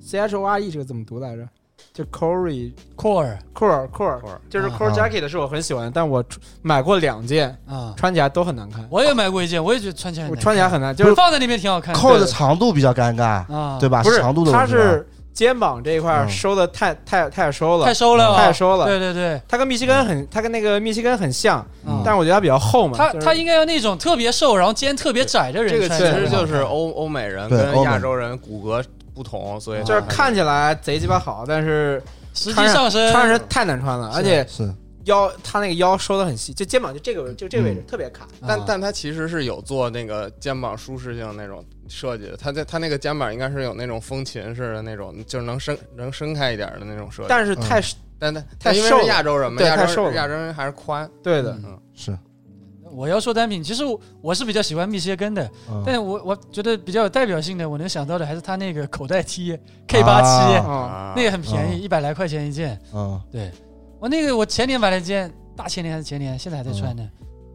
S3: C H O R E 这个怎么读来着？就 Corey
S2: core
S3: Core Core，
S4: 会儿
S3: 就是
S2: 啊
S3: Core Jacket 是我很喜欢的，但我出买过两件，
S2: 啊，
S3: 穿起来都很难看。
S2: 我也买过一件，我也觉得穿起来
S3: 我
S2: 很难
S3: 穿起来
S2: 看
S3: 很难，就是
S2: 放在那边挺好看的，
S1: 扣的长度比较尴尬，
S2: 啊，
S1: 对吧？
S3: 不是
S1: 长度的
S3: 它
S1: 问题吧
S3: 是肩膀这一块
S1: 嗯
S3: 收的太太太收了嗯
S2: 太，收了，
S3: 太收了。
S2: 对对对，
S3: 它跟密西根很，它跟那个密西根很像，
S2: 嗯
S3: 但是我觉得它比较厚嘛。
S2: 他
S3: 就是
S2: 他应该要那种特别瘦，然后肩特别窄的人
S4: 这个
S2: 穿
S4: 其
S2: 起来
S4: 实
S2: 比较
S4: 就
S2: 好
S4: 是
S2: 看
S4: 欧欧美人
S1: 对
S4: 跟
S1: 欧美
S4: 亚洲人骨骼不同，所以
S2: 就
S3: 就是
S4: 它
S3: 看起来贼鸡巴好，但是
S2: 实
S3: 穿
S2: 际上
S3: 上
S2: 身
S3: 穿上身太难穿了，而且
S1: 是
S3: 腰它那个腰收的很细，就肩膀就这个位就这个位置
S1: 嗯
S3: 特别卡。
S4: 但
S2: 啊
S4: 但它其实是有做那个肩膀舒适性那种设计的，它在它那个肩膀应该是有那种风琴似的那种，就是能伸能伸开一点的那种设计。
S3: 但是太
S4: 但但
S3: 太
S4: 但因为
S3: 瘦
S4: 是
S3: 了
S4: 亚洲人嘛，
S3: 对
S4: 亚洲
S3: 太瘦
S4: 人
S3: 了
S4: 亚洲人还是宽，
S3: 对的，
S2: 嗯
S1: 是，
S2: 我要说单品，其实我我是比较喜欢密歇根的，
S1: 嗯
S2: 但我我觉得比较有代表性的，我能想到的还是他那个口袋 T K 八七，
S1: 啊
S3: 嗯，
S2: 那个很便宜，
S1: 啊
S2: 一百来块钱一件。
S1: 嗯，
S2: 我那个我前年买了一件，大前年还是前年，现在还在穿呢，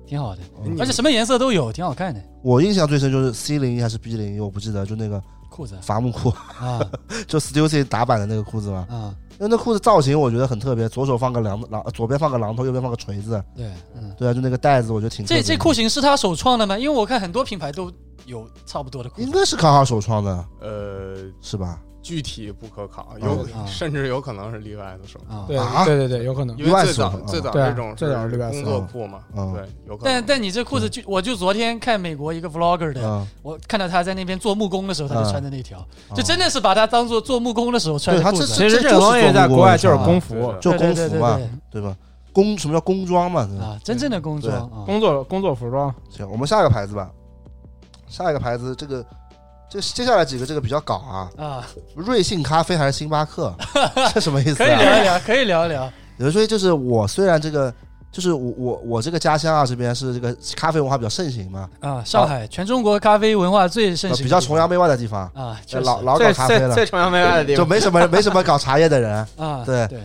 S2: 挺好的，
S1: 嗯
S3: 啊
S2: 而且什么颜色都有，挺好看的
S1: 我印象最深就是 C 零一还是 B 零一，我不记得，就那个
S2: 裤子
S1: 伐木裤，
S2: 啊
S1: 就 Stussy 打版的那个裤子嘛。
S2: 啊，
S1: 因为那裤子造型我觉得很特别，左手放个榔榔，呃左边放个榔头，右边放个锤子，
S2: 对，嗯，
S1: 对啊，就那个带子，我觉得挺特
S2: 这
S1: 别
S2: 这
S1: 的
S2: 裤型是他首创的吗？因为我看很多品牌都有差不多的裤
S1: 应
S2: 子。
S1: 该是卡哈首创的，
S4: 呃
S1: 是吧？
S4: 具体不可考，有
S2: 啊
S4: 甚至有可能是例外的手。
S2: 啊，
S3: 对
S1: 啊
S3: 对对对，有可能。
S4: 因为最
S1: 例
S4: 早
S1: 外手
S4: 最早
S3: 对啊
S4: 这种
S3: 最早是例外手
S4: 工作裤嘛，
S1: 嗯
S4: 对，有可能。
S2: 但但你这裤子就我就昨天看美国一个 vlogger 的，
S1: 嗯，
S2: 我看到他在那边做木工的时候，他就穿的那条，就真
S1: 的
S2: 的是把它当做做木工的时候穿
S1: 啊对
S2: 的
S1: 他
S2: 裤
S1: 这
S2: 子，
S3: 其实这个东西在国啊外就是工服
S4: 对，
S1: 就
S2: 对
S1: 工
S2: 对
S1: 服
S2: 对
S1: 嘛，嗯
S2: 对
S1: 对吧？工什么叫工装嘛？对吧
S2: 啊，真正的工装啊，
S3: 工作工作服装。
S1: 行，我们下一个牌子吧，下一个牌子这个。这接下来几个这个比较搞啊，
S2: 啊，
S1: 瑞幸咖啡还是星巴克， 这什么意思、啊？
S2: 可以聊一聊，可以聊一聊，
S1: 有所以就是我虽然这个就是我我我这个家乡啊这边是这个咖啡文化比较盛行嘛，
S2: 啊，上海全中国咖啡文化最盛
S1: 呃
S2: 行，
S1: 比较崇洋媚外的地方，
S2: 啊，
S1: 就
S2: 确实
S1: 老老搞
S3: 最
S1: 咖啡
S3: 最
S1: 了，
S3: 最崇洋媚外的地
S1: 就
S3: 方，
S1: 没什么没什么搞茶叶的人。
S2: 啊，
S1: 对
S2: 对，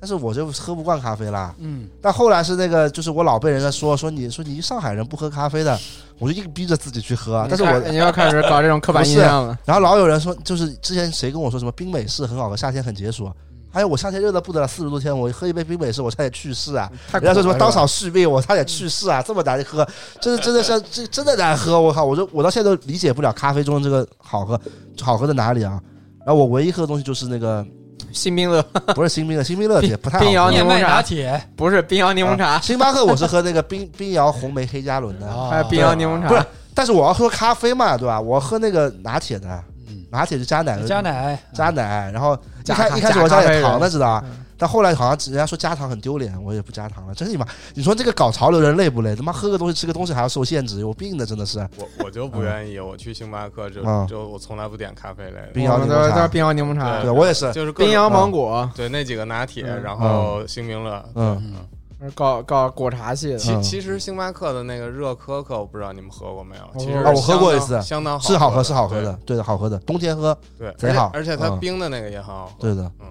S1: 但是我就喝不惯咖啡啦。
S2: 嗯，
S1: 但后来是那个，就是我老被人家说说你说你一上海人不喝咖啡的，我就硬逼着自己去喝啊。但是我
S3: 你要开始搞这种刻板印象了。
S1: 然后老有人说，就是之前谁跟我说什么冰美式很好喝，夏天很解暑。
S3: 嗯
S1: 还有哎我夏天热的不得了，四十多天，我喝一杯冰美式，我差点去世啊！
S3: 太
S1: 人家说什么
S3: 苦了
S1: 当场续命，我差点去世啊！这么难喝，真的真的是这真的难喝，我靠！我就我到现在都理解不了咖啡中的这个好喝，好喝在哪里啊？然后我唯一喝的东西就是那 个
S3: 新兵乐
S1: 不是新冰乐，新冰乐也不太好
S3: 冰摇
S1: 喝。
S3: 柠
S2: 燕
S3: 檬
S2: 麦拿
S3: 茶
S2: 铁
S3: 不是冰摇柠檬茶哦
S1: 啊，星巴克我是喝那个冰冰摇红莓黑加仑的，
S2: 啊，
S3: 还有冰摇柠檬茶，
S1: 不是，但是我要喝咖啡嘛，对吧？我喝那个拿铁的，
S2: 嗯
S1: 拿铁就加奶的，
S2: 加奶，
S1: 加奶，然后一
S3: 加
S1: 开
S3: 咖
S1: 一开始我加点糖的，知道吧
S3: 嗯？
S1: 但后来好像人家说加糖很丢脸，我也不加糖了。真是你妈！你说这个搞潮流人累不累？他妈喝个东西吃个东西还要受限制，有病的真的是。
S4: 我我就不愿意，我去星巴克就
S1: 嗯
S4: 就我从来不点咖啡类的，
S1: 冰摇
S3: 我们
S1: 柠檬
S3: 都
S1: 茶
S3: 都是冰摇柠檬茶
S4: 对，
S1: 对我啊也是，
S4: 就是各
S3: 冰
S4: 种
S3: 摇芒果，
S4: 对那几个拿铁，
S3: 嗯
S4: 然后星冰乐，
S1: 嗯，
S2: 嗯，
S3: 搞搞果茶系的，
S4: 其
S1: 嗯
S4: 其实星巴克的那个热可可，我不知道你们喝过没有？
S3: 我
S4: 其实
S3: 喝
S1: 过啊我喝过一
S4: 相当
S1: 次
S4: 相当
S1: 是好
S4: 好
S1: 喝是好喝的，，对的好喝的，冬天喝
S4: 对，对
S1: 贼好
S4: 而且而且它
S1: 嗯
S4: 冰的那个也很好喝。
S1: 对的
S4: 嗯。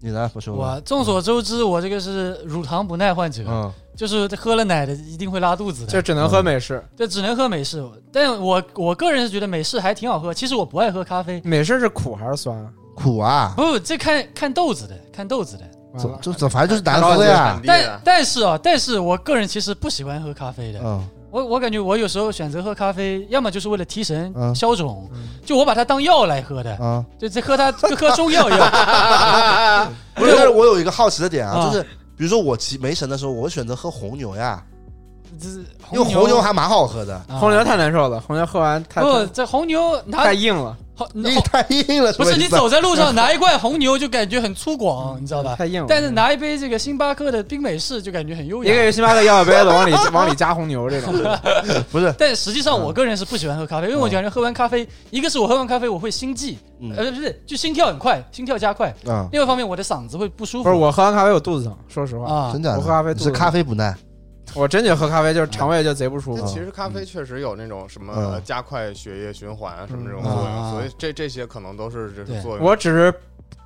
S1: 你呢，博士？
S2: 我众所周知，我这个是乳糖不耐患者，
S1: 嗯，
S2: 就是喝了奶的一定会拉肚子的，
S3: 就只能喝美式。
S2: 这只能喝美式。但我我个人是觉得美式还挺好喝。其实我不爱喝咖啡，
S3: 美式是苦还是酸啊？
S1: 苦啊，
S2: 不，这看看豆子的，看豆子的。
S3: 完
S1: 怎
S3: 了，
S1: 就怎反正就是难
S4: 高
S1: 喝
S4: 级
S1: 呀嗯
S4: 产。地
S2: 但
S4: 的，
S2: 但是啊，但是我个人其实不喜欢喝咖啡的。
S1: 嗯
S2: 我我感觉我有时候选择喝咖啡，要么就是为了提神、
S1: 嗯
S2: 消肿，
S3: 嗯
S2: 就我把它当药来喝的，
S1: 啊，
S2: 就这喝它就喝中药一样。
S1: 不是，但是我有一个好奇的点啊，
S2: 啊
S1: 就是比如说我骑没神的时候，我会选择喝红牛呀，
S2: 这是
S1: 因为红牛还蛮好喝的，
S2: 啊
S3: 红牛太难受了，红牛喝完太
S2: 不，这红牛拿
S3: 太硬了，
S2: 好
S1: 你太硬了，
S2: 不
S1: 什
S2: 是
S1: 么
S2: 你
S1: 意思啊
S2: 走在路上拿一罐红牛就感觉很粗犷，你知道吧？
S3: 太硬了。
S2: 但是拿一杯这个星巴克的冰美式就感觉很优
S3: 一个
S2: 雅。
S3: 月星巴克要杯子往里往里加红牛这种，
S1: 不是，
S2: 但实际
S3: 嗯
S2: 上，我个人是不喜欢喝咖啡，因为我
S1: 嗯
S2: 感觉喝完咖啡，一个是我喝完咖啡我会心悸，
S1: 嗯
S2: 呃，不是，就心跳很快，心跳加快；
S1: 嗯，
S2: 另外一方面，我的嗓子会不舒服。
S3: 不是我喝完咖啡我肚子疼，说实话，
S2: 啊
S1: 真，假的？
S3: 我喝咖啡
S1: 你是咖啡不耐，
S3: 我真觉得喝咖啡就是肠胃就贼不舒
S4: 但
S3: 服。
S4: 其实咖啡确实有那种什么
S1: 嗯
S4: 加快血液循环啊什么这种
S3: 嗯
S4: 作
S2: 啊
S4: 用，所以这这些可能都是这
S2: 对
S4: 是作用。
S3: 我只是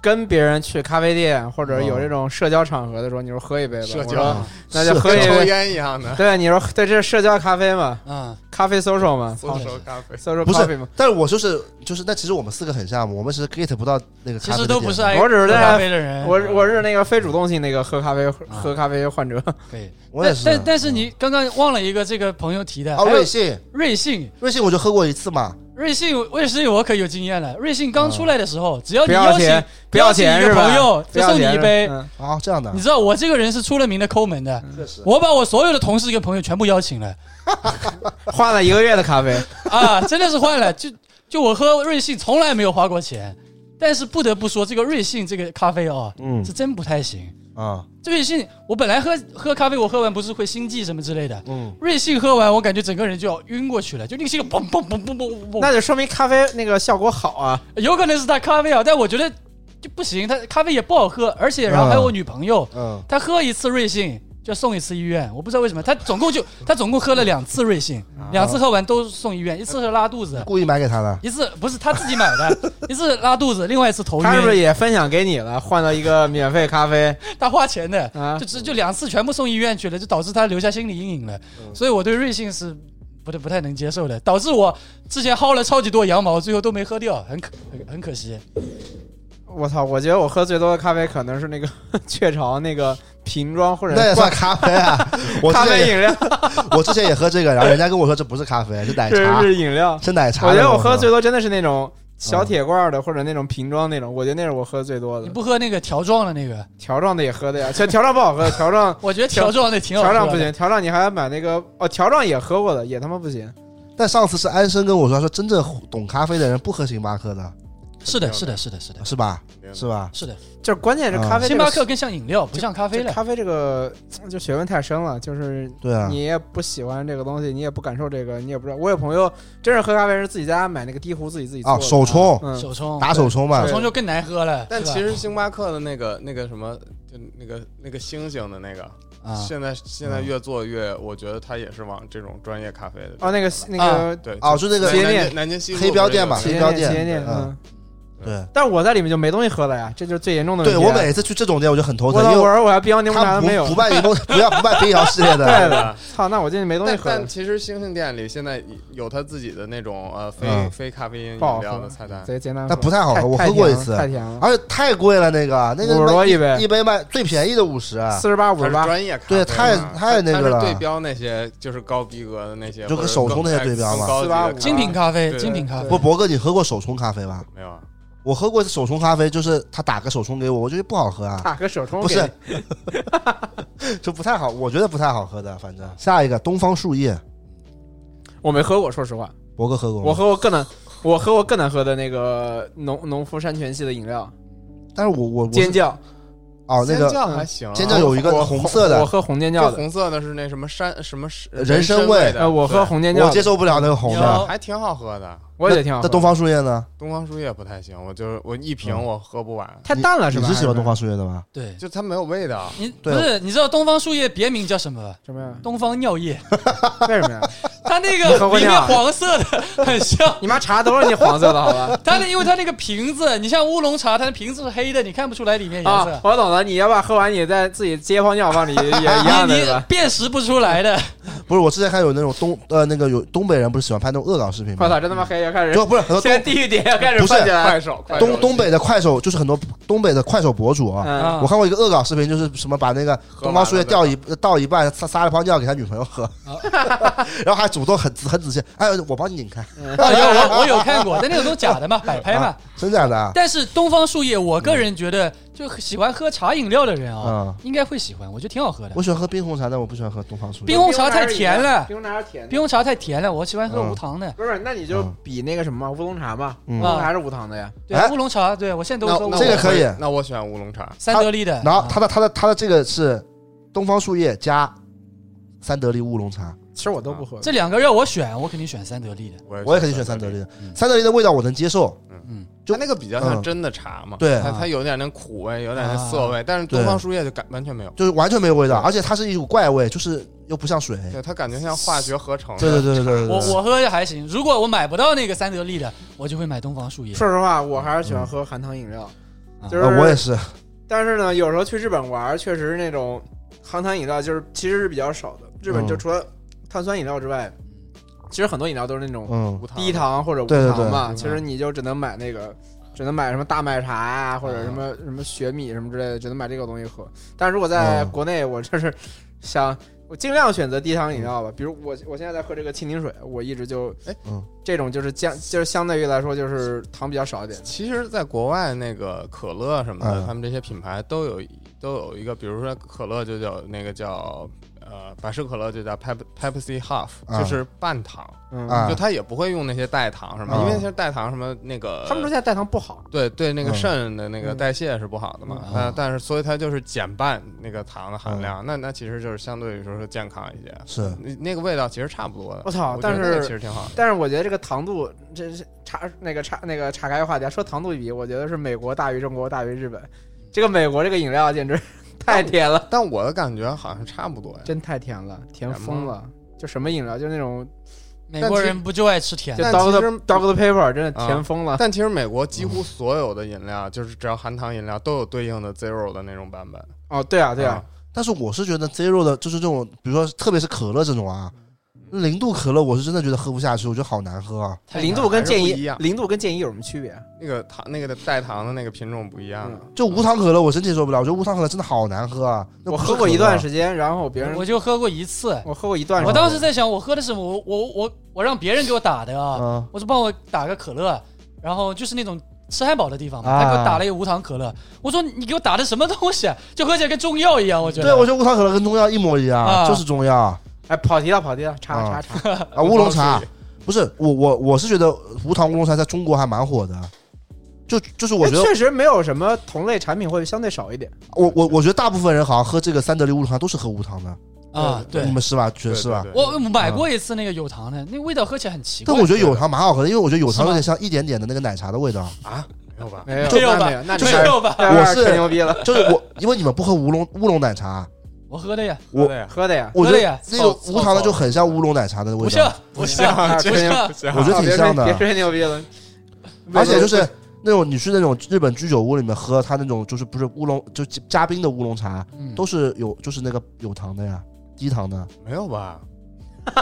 S3: 跟别人去咖啡店或者有
S1: 哦
S3: 这种社交场合的时候，你说喝一杯吧，
S4: 社
S3: 我
S4: 交
S3: 说
S2: 啊
S3: 那就喝
S4: 跟
S3: 一
S4: 抽
S3: 杯。
S4: 烟一样 的，
S3: 对，你说对，这是社交咖啡嘛，
S2: 啊，
S3: 咖啡 social 嘛
S4: 不
S2: 是
S4: 收咖啡。
S3: ，social
S1: 不是
S3: coffee 嘛。
S1: 但是我就是就是，那其实我们四个很像，我们其实 get 不到那个
S2: 其
S1: 咖啡
S2: 实
S1: 的
S2: 都
S1: 点
S2: 不是爱
S3: 我只是
S2: 喝
S3: 在
S2: 咖啡的人。
S3: 我我是那个非主动性那个喝咖啡喝咖啡患者，
S2: 可以，
S1: 我也是，
S2: 但但但是你刚刚忘了一个这个朋友提的，
S1: 啊，
S2: 还有
S1: 瑞幸，
S2: 瑞幸，
S1: 瑞幸我就喝过一次嘛，
S2: 瑞幸，瑞幸我可有经验了。瑞幸刚出来的时候，只要
S3: 不
S2: 你
S3: 要
S2: 邀请
S3: 钱，嗯不要
S2: 请
S3: 钱
S2: 一
S3: 是
S2: 个
S3: 吧？
S2: 朋友，
S3: 不
S2: 就
S3: 要
S2: 送你
S3: 钱
S2: 一
S3: 是吧
S2: 杯。
S3: 嗯
S1: 啊，这样的
S2: 你，知道我这个人是出了名的抠门的，
S1: 嗯确实，
S2: 我把我所有的同事跟朋友全部邀请了
S3: 换了一个月的咖啡，
S2: 啊，真的是换了。就就我喝瑞幸从来没有花过钱，但是不得不说，这个瑞幸这个咖啡哦，
S1: 嗯
S2: 是真不太行。
S1: 啊，
S2: 这瑞幸，我本来喝喝咖啡，我喝完不是会心悸什么之类的。
S1: 嗯，
S2: 瑞幸喝完，我感觉整个人就要晕过去了，就那个心砰砰砰砰砰砰，
S3: 那就说明咖啡那个效果好啊。
S2: 有可能是他咖啡啊，但我觉得就不行，他咖啡也不好喝，而且然后还有我女朋友，
S1: 嗯，
S2: 她喝一次瑞幸就要送一次医院，我不知道为什么，她总共就她总共喝了两次瑞幸，
S1: 啊
S2: 两次喝完都送医院，一次是拉肚子，
S1: 故意买给他的，
S2: 一次不是她自己买的，一次拉肚子，另外一次头
S3: 他是不是
S2: 晕，
S3: 也分享给你了？换了一个免费咖啡
S2: 她花钱的，
S3: 啊
S2: 就？只就两次全部送医院去了，就导致她留下心理阴影了，
S3: 嗯
S2: 所以我对瑞幸是。不太不太能接受的，导致我之前薅了超级多羊毛，最后都没喝掉，很可很很可惜。
S3: 我操！我觉得我喝最多的咖啡可能是那个 雀巢那个瓶装或者
S1: 那也算
S3: 罐
S1: 咖啡啊，我之
S3: 咖
S1: 前
S3: 啡
S1: 也
S3: 饮料，
S1: 我之前也喝这个，然后人家跟我说这不是咖啡，是奶
S3: 这
S1: 茶，
S3: 是饮料。
S1: 是奶茶。
S3: 我觉得我喝最多真的是那种小铁罐的或者那种瓶装那种，我觉得那是我喝最多
S2: 你
S3: 的。
S2: 不喝那个条状的那个，
S3: 条状的也喝的呀，其实条状不好喝，条状
S2: 我觉得条状的 挺好喝
S3: 条
S2: 的。
S3: 状不行，条状你还要买那个哦，条状也喝过的，也他妈不行。
S1: 但上次是安生跟我说，他说真正懂咖啡的人不喝星巴克的，
S2: 是的，是的，是的，是的，
S1: 是吧？
S4: 肯定的
S1: 是吧？
S2: 是的。
S3: 就是关键是咖啡这
S2: 星
S3: 个、
S2: 巴克更像饮料，不像咖啡
S3: 这
S2: 了。
S3: 咖啡这个就学问太深了，就是
S1: 对啊，
S3: 你也不喜欢这个东西，你也不感受这个，你也不知道。我有朋友真是喝咖啡是自己在家买那个低壶自己自己做
S1: 哦，
S3: 的
S1: 手冲，
S3: 嗯，
S2: 手冲，
S1: 打手冲嘛
S2: 手，冲就更难喝了。
S4: 但
S2: 是
S1: 啊
S2: 吧
S4: 其实星巴克的那个那个什么，就那个那个星星的那个，
S2: 啊，
S4: 现在现
S1: 嗯
S4: 在越做越，我觉得它也是往这种专业咖啡的
S3: 哦，那个那个
S4: 对
S1: 啊哦，就那个
S4: 南
S3: 企业
S4: 南
S3: 店
S4: 京南京西路
S1: 黑标店吧
S4: 不
S3: 企
S4: 是有
S1: 黑
S3: 业
S4: 那
S1: 标
S3: 店，
S1: 店
S4: 个
S3: 企业店，
S1: 嗯
S3: 嗯。
S1: 对。
S3: 但我在里面就没东西喝了呀，这就是最严重的问
S1: 对
S3: 题。
S1: 我每次去这种店我就很头
S3: 我
S1: 疼，
S3: 操，
S1: 因
S3: 我
S1: 为
S3: 说我要冰摇柠檬茶
S1: 他
S3: 没有
S1: 不不，卖柠檬，不要不卖冰摇系列
S3: 对
S1: 的，
S3: 的，操，那我进去没东西
S4: 但
S3: 喝了
S4: 但。其实星星店里现在有它自己的那种呃非、
S1: 嗯
S4: 非咖啡因饮
S3: 不好
S4: 料
S3: 喝
S4: 的菜单，
S3: 贼简单，
S1: 那不太好喝。我
S3: 太
S1: 喝过一
S3: 甜了
S1: 次，
S3: 太甜了，
S1: 而且太贵了，那个那个
S3: 50多一杯
S1: 一杯卖最便宜的五十，啊
S3: 四十八五
S4: 它
S3: 十
S4: 是
S3: 八，
S4: 专业咖啡
S1: 对，
S4: 嘛，
S1: 太太那个
S4: 它是对
S1: 了。
S4: 标那些就是高逼格的那些，
S1: 就跟
S4: 或者
S1: 手冲那些
S4: 更
S1: 对标嘛
S4: 更高级的
S3: 485
S2: 精品咖啡，
S4: 对
S2: 精品咖啡
S1: 不，博哥，你喝过手冲咖啡吧？
S4: 没有啊，
S1: 我喝过手冲咖啡，就是他打个手冲给我，我觉得不好喝啊，
S3: 打个手冲
S1: 不
S3: 给
S1: 是，就不太好，我觉得不太好喝的。反正下一个东方树叶，
S3: 你我没喝过，说实话，
S1: 博哥喝过吗？
S3: 我喝过更难，我喝过更难喝的那个农农夫山泉系的饮料，
S1: 但是我我我
S3: 尖
S1: 是
S3: 叫，
S1: 哦那
S4: 尖
S1: 个
S4: 叫还行啊、
S1: 尖叫有一个
S3: 我
S1: 红色的
S3: 我喝红尖
S4: 就
S3: 叫的，
S4: 红色的是那什么山什么
S1: 人
S4: 人
S1: 参味
S4: 味的，
S3: 呃，我喝
S4: 对
S3: 红尖叫
S1: 我
S3: 的
S1: 接，受不了那个红的。
S2: 有
S4: 还挺好喝的。
S3: 我也觉得挺好
S1: 那
S3: 喝
S1: 东
S3: 的。
S1: 方树叶呢？
S4: 东方树叶不太行，我就是我一瓶
S1: 嗯
S4: 我喝不完，
S3: 太淡了是
S1: 你
S3: 吧？
S1: 是喜欢
S3: 还
S1: 东方树叶的吗？
S2: 对，
S4: 就它没有味道。
S2: 你
S1: 对
S2: 不是你知道东方树叶别名叫什么吧？
S3: 什么呀？
S2: 东方尿液，
S3: 为什么呀？
S2: 它那
S3: 你喝
S2: 个
S3: 过
S2: 里
S3: 尿
S2: 面
S3: 啊
S2: 黄色的很像。
S3: 你妈茶都是你黄色的，好 吧？
S2: 它那，因为它那个瓶子，你像乌龙茶，它的瓶子是黑的，你看不出来里面颜
S3: 啊，
S2: 色，
S3: 我懂了，你要把喝完你再自己接泡尿往里 也一样
S2: 啊你
S3: 的，是
S2: 你
S3: 吧？
S2: 辨识不出来的。
S1: 不是，我之前看有那种东呃那个有东北人不是喜欢拍那种恶搞视频
S3: 我
S1: 吗？
S3: 操，真他妈黑，要开始
S1: 就不是很多
S3: 现在地狱点要开始
S1: 哦不是
S3: 放起来嗯
S4: 快，手，快手
S1: 东东北的快手，就是很多东北的快手博主啊。
S3: 嗯，
S2: 啊
S1: 我看过一个恶搞视频，就是什么把那个东方树叶掉一倒一半，撒撒了泡尿给他女朋友喝， 然后还主动很很仔细，哎，我帮你拧开，
S2: 啊，有我我有看过，但那个都假的 嘛，摆拍嘛
S1: 啊。真假的啊？
S2: 但是东方树叶，我个人觉得，就喜欢喝茶饮料的人啊，
S1: 嗯，
S2: 应该会喜欢，我觉得挺好喝的
S1: 我。喜欢喝冰红茶，但我不喜欢喝东方树叶
S2: 冰。红茶太甜了
S3: 冰红茶是甜的。
S2: 冰红茶太甜了，我喜欢喝
S1: 嗯
S2: 无糖的。
S3: 不是，那你就
S1: 嗯
S3: 比那个什么乌龙茶嘛，
S1: 嗯
S3: 乌龙茶是无糖的呀。
S2: 对
S1: 哎，
S2: 乌龙茶，对我现在
S4: 那
S2: 都喝乌
S4: 那
S2: 龙
S1: 这
S4: 我
S1: 个
S2: 茶
S1: 可以
S4: 会那我选乌龙茶，
S2: 三得利的。
S1: 然后
S2: 啊
S1: 它的它的它的这个是东方树叶加三得利乌龙茶，
S3: 其实我都不喝，
S2: 这两个让我选，我肯定选三得利的。
S1: 我也肯定选三得利的
S2: 嗯。
S1: 三得利的味道我能接受，就
S4: 它那个比较像
S1: 嗯
S4: 真的茶嘛，
S1: 对啊
S4: 它它有点那苦味，有点那涩味，但是
S1: 对
S4: 东方树叶就感完全没有，
S1: 就是完全没有味道，而且它是一股怪味，就是又不像水。
S4: 对，它感觉像化学合成的。
S1: 对对对对对对对。
S2: 我我喝着还行，如果我买不到那个三得利的，我就会买东方树叶。
S3: 说实话，我还是喜欢喝含糖饮料，
S2: 嗯
S3: 就是、
S1: 呃我也是，
S3: 但是呢，有时候去日本玩，确实是那种含糖饮料就是其实是比较少的。日
S1: 嗯
S3: 本就除了碳酸饮料之外，其实很多饮料都是那种
S1: 嗯
S4: 无糖的
S3: 低糖或者无
S1: 对对
S3: 糖嘛，
S4: 对
S3: 其实你就只能买那个。只能买什么大麦茶呀、或
S4: 嗯
S3: 者什么、什么雪米什么之类的，只能买这个东西喝。但如果在
S4: 哦
S1: 嗯
S3: 国内，我这是 想我尽量选择低糖饮料吧。比如我我现在在喝这个青柠水，我一直就
S4: 哎
S1: 嗯
S3: 这种就是相就是相对于来说就是糖比较少一点。
S4: 其实，在国外那个可乐什么的，
S1: 嗯
S4: 他们这些品牌都有都有一个，比如说可乐就叫那个叫呃百事可乐就叫 Pep Pepsi Half，、
S1: 啊
S4: 就是半糖，
S3: 嗯，
S1: 啊
S4: 就它也不会用那些代糖什么，
S1: 啊
S4: 因为其实代糖什么那个
S3: 他们说现在代糖不好，
S4: 对对那个
S1: 嗯啊
S4: 肾的那个
S3: 嗯
S4: 代谢是不好的嘛，
S2: 嗯
S4: 但但是所以它就是减半那个糖的含
S1: 嗯
S4: 量，那那其实就是相对于说是健康一些，
S1: 是
S4: 那那个味道其实差不多的。
S3: 我操
S4: 觉得
S3: 但是
S4: 那个其实挺好的。
S3: 但是我觉得这个糖度，这是岔那个岔那个岔开话题啊，说糖度比，我觉得是美国大于中国大于日本。这个美国这个饮料简直太甜了，
S4: 但我的感觉好像差不多呀，
S3: 真太甜了，甜疯了。就什么饮料，就那种
S2: 美国人不就爱吃甜
S3: 就
S2: 的？
S4: 但
S3: dog
S4: 其
S3: the
S4: 实
S3: dog the paper 真的
S4: 啊
S3: 甜疯了。
S4: 但其实美国几
S1: 嗯
S4: 乎所有的饮料，就是只要含糖饮料都有对应的 zero 的那种版本。
S3: 哦，对啊，对啊，
S1: 但是我是觉得 zero 的，就是这种，比如说特别是可乐这种啊，零度可乐我是真的觉得喝不下去，我觉得好难喝啊。
S2: 太
S3: 零
S2: 难
S3: 度跟
S4: 还是
S3: 建
S4: 不
S3: 议
S4: 一样
S3: 零度跟建议有什么区别？
S4: 那个糖那个的代糖的那个品种不一样啊。
S1: 就无糖可乐我真接受不了，我觉得无糖可乐真的好难喝啊。那
S3: 嗯我
S1: 不是
S3: 喝过
S1: 可乐
S3: 一段时间，然后别人嗯
S2: 了我就喝过一次。
S3: 我喝过一段时间，
S2: 我当时在想，我喝的什么？我我我我让别人给我打的啊！
S1: 啊，
S2: 我说帮我打个可乐，然后就是那种吃汉堡的地方嘛，
S1: 啊
S2: 他给我打了一个无糖可乐。我说你给我打的什么东西啊？就喝起来跟中药一样，我觉得。
S1: 对，我觉得无糖可乐跟中药一模一
S2: 啊
S1: 样，就是中药
S3: 哎跑题了，跑题了，岔岔
S1: 啊
S3: 岔。
S1: 啊，乌龙
S4: 我
S1: 茶
S4: 告诉。
S1: 不是我我我是觉得无糖乌龙茶在中国还蛮火的，就就是我
S3: 哎
S1: 觉得
S3: 确实没有什么同类产品会相对少一点。
S1: 我我我觉得大部分人好像喝这个三得利乌龙茶都是喝无糖的，
S2: 啊，对
S1: 你，们是吧？
S4: 你
S1: 觉是吧？
S4: 对对对
S2: 我买过一次那个有糖的，那味道喝起来很奇怪
S1: 但。我觉得有糖蛮好喝的，因为我觉得有
S2: 是吗
S1: 糖有点像一点点的那个奶茶的味道。
S4: 啊，没有吧？
S3: 没有，
S2: 没有
S3: 那
S2: 吧
S3: 没有，哎那
S1: 就
S3: 就是
S2: 没有吧？
S1: 我是
S3: 吹牛逼了，
S1: 就是我，因为你们不喝乌龙乌龙奶茶，
S2: 我喝的呀，
S1: 我
S4: 对
S3: 啊
S4: 呀
S3: 喝的呀。
S1: 我觉
S2: 喝的
S1: 得
S2: 呀
S1: 那个
S4: 凑
S1: 无糖的就很像乌龙奶茶的
S2: 不啊
S1: 味道
S2: 像，，不像，
S3: 啊
S4: 像，
S2: 不像。
S4: 像
S1: 我觉得挺像的
S3: 别吹牛逼了，
S1: 而且就是那种你去那种日本居酒屋里面喝，它那种就是不是乌龙，就加冰的乌龙茶，
S2: 嗯
S1: 都是有就是那个有糖的呀，低糖的。
S4: 没有吧？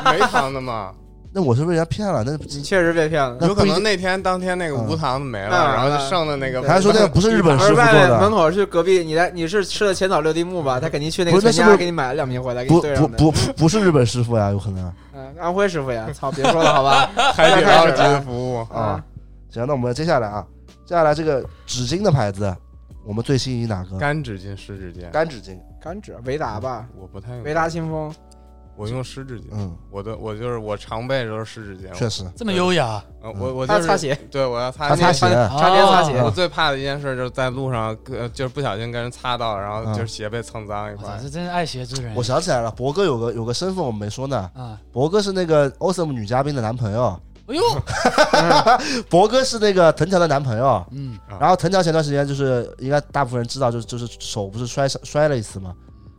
S4: 没糖的嘛，
S1: 那我是被人家骗了，那
S3: 你确实被骗了。
S1: 那
S4: 有可
S1: 不一
S4: 能那天当天那个无糖的没了，
S3: 嗯
S4: 然后就剩的那个。
S1: 还说那个不是日本
S3: 而
S1: 师傅做
S3: 外面门
S1: 的，
S3: 口是隔壁，你来你是吃了前早六丁目 吧？他肯定去那个
S1: 不是
S3: 全
S1: 那是不
S3: 家
S1: 是
S3: 给你买了两瓶回来，给你
S1: 不
S3: 兑
S1: 不
S3: 上的。
S1: 不不不是日本师傅呀，有可能啊
S3: 嗯，安徽师傅呀，操，别说了好吧？
S4: 海底捞
S3: 嗯
S4: 的服务，
S1: 啊。行，那我们接下来啊，接下来这个纸巾的牌子，我们最心仪哪个？
S4: 干纸巾、湿纸巾，
S1: 干纸巾，
S3: 嗯干纸维达吧，
S4: 我不太用
S3: 维达清风，
S4: 我用湿纸巾，
S1: 嗯，
S4: 我的我就是我常备都是湿纸巾，
S1: 确实，嗯
S2: 这么优雅，
S4: 呃我我就
S3: 他
S4: 是
S3: 擦，鞋，
S4: 对我要擦
S1: 他擦嗯
S4: 那
S1: 鞋
S4: 个。
S2: 啊
S3: 擦边擦鞋
S4: 我最怕的一件事就是在路上，呃，就是不小心跟人擦到，然
S1: 嗯
S4: 后就是鞋被蹭脏一
S2: 我
S4: 块
S2: 操，。这真是爱鞋之人
S1: 我想起来了，博哥有个有个身份我们没说呢，
S2: 啊！
S1: 博哥是那个 Awesome 女嘉宾的男朋友，
S2: 哎呦，
S1: 博哥是那个藤条的男朋友。
S2: 嗯，
S1: 然后藤条前段时间就是应该大部分人知道，就是就是手不是摔摔了一次嘛，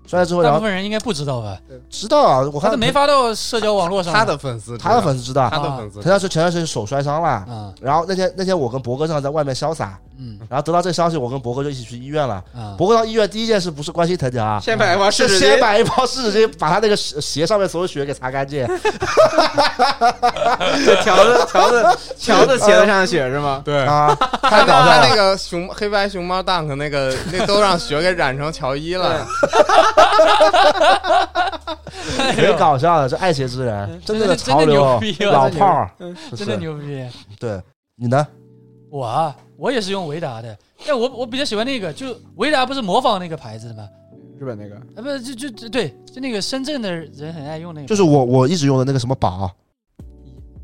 S1: 摔了之后，然
S2: 大部
S1: 后
S2: 分人应该不知道吧？
S1: 知道啊， 我
S2: 他
S1: 看
S2: 都没发到社交网络上。
S4: 他的粉丝知道，
S1: 他的粉丝知道，
S4: 他
S3: 啊
S4: 的粉丝
S1: 他，要是前段时间手摔伤了，
S2: 啊，
S1: 然后那天那天我跟博哥正好在外面潇洒，
S2: 嗯
S1: 然后得到这消息，我跟博哥就一起去医院了。
S2: 啊，
S1: 博哥到医院第一件事不是关心疼疼啊，
S4: 先买一包试
S1: 是
S4: 试
S1: 先买一包湿纸巾，把他那个鞋上面所有血给擦干净。
S3: 就 条子条子条子鞋子上的血是吗？
S4: 对。
S1: 啊，
S4: 他
S1: 太搞
S4: 那
S1: 笑
S4: 他那
S1: 了。
S4: 个熊黑白熊猫 dunk 那个那都让雪给染成乔伊了，
S1: 贼搞笑的，这爱鞋之人，真正的
S2: 嗯真的
S1: 潮流
S2: 牛逼啊
S1: 老炮儿，是
S2: 真的。牛逼！
S1: 对你呢？
S2: 我啊，我也是用维达的，但我我比较喜欢那个，就维达不是模仿那个牌子的吗？
S3: 日本那个
S2: 啊，不，就就就对，就那个深圳的人很爱用那个
S1: 就是我我一直用的那个什么宝，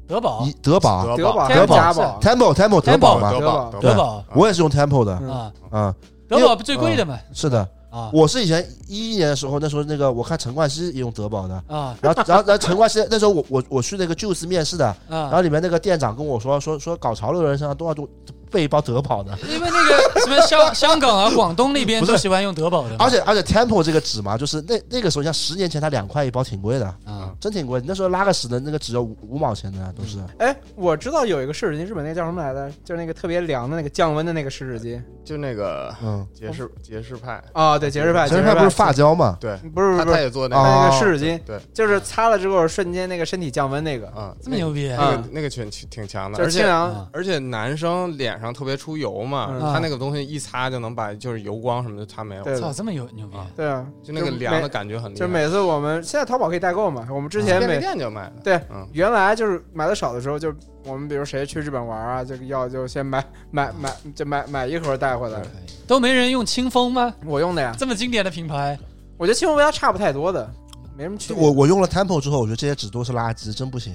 S2: 德宝
S1: 一德宝
S4: 德宝
S3: 宝
S1: 德宝
S3: 家宝
S1: Temple Temple 德宝嘛，
S4: 德宝
S3: 德
S1: 对
S2: 德宝
S1: 我也是用 Temple 的，
S3: 嗯
S2: 啊，
S1: 嗯，
S2: 德宝不最贵的嘛
S1: 是的，
S2: 啊
S1: 我是以前一一年的时候，那时候那个我看陈冠希也用德宝的，
S2: 啊
S1: 然后然后然后陈冠希那时候我我我去那个 Juice 面试的，然
S2: 啊，
S1: 后里面那个店长跟我说说说搞潮流的人身上都要都备一包德宝的，
S2: 因为那 个什么香香港啊、广东那边
S1: 不是
S2: 都喜欢用德宝的嘛，
S1: 而且而且 Temple 这个纸嘛，就是那那个时候像十年前它两块一包挺贵的，
S2: 啊
S1: 真挺贵，那时候拉个屎的那个只有五五毛钱的都是，
S3: 哎，我知道有一个湿纸巾，日本那个叫什么来着？就是那个特别凉的那个降温的那个湿纸巾
S4: 就那个
S1: 嗯，
S4: 杰士杰士派，
S3: 啊，对，杰士
S1: 其
S3: 派，杰
S1: 实
S3: 士
S1: 它不
S3: 派
S1: 是发胶嘛，
S4: 对，
S3: 不是
S4: 他
S3: 嗯不
S4: 他
S3: 是，哦
S4: 也做那
S3: 它
S4: 个
S1: 啊
S3: 那个湿纸巾，
S4: 对，
S3: 就是擦了之后瞬间那个身体降温那个，
S4: 啊，
S2: 这么牛逼
S4: 那
S3: 啊
S4: 个那个裙挺强的，
S3: 就
S4: 而
S3: 是清
S4: 且
S3: 凉，
S2: 啊
S4: 而且男生脸上特别出油嘛
S3: 嗯，
S4: 他那个东西一擦就能把就是油光什么的擦没有，
S3: 对
S2: 操，这么有牛逼
S4: 啊
S3: 对啊，
S4: 就那个
S3: 每
S4: 凉的感觉很厉
S3: 就是
S4: 害。
S3: 每次我们现在淘宝可以代购嘛，我们
S2: 啊
S3: 之前
S4: 便利
S3: 每
S4: 店就卖的，
S3: 对
S4: 嗯，
S3: 原来就是买的少的时候，就我们比如谁去日本玩啊，这个要就先买买买就买买一盒带回来。
S4: 对
S2: 都没人用清风吗？
S3: 我用的呀，
S2: 这么经典的品牌，
S3: 我觉得清风它差不太多的，没什么区别。
S1: 我我用了 Temple 之后，我觉得这些纸都是垃圾，真不行。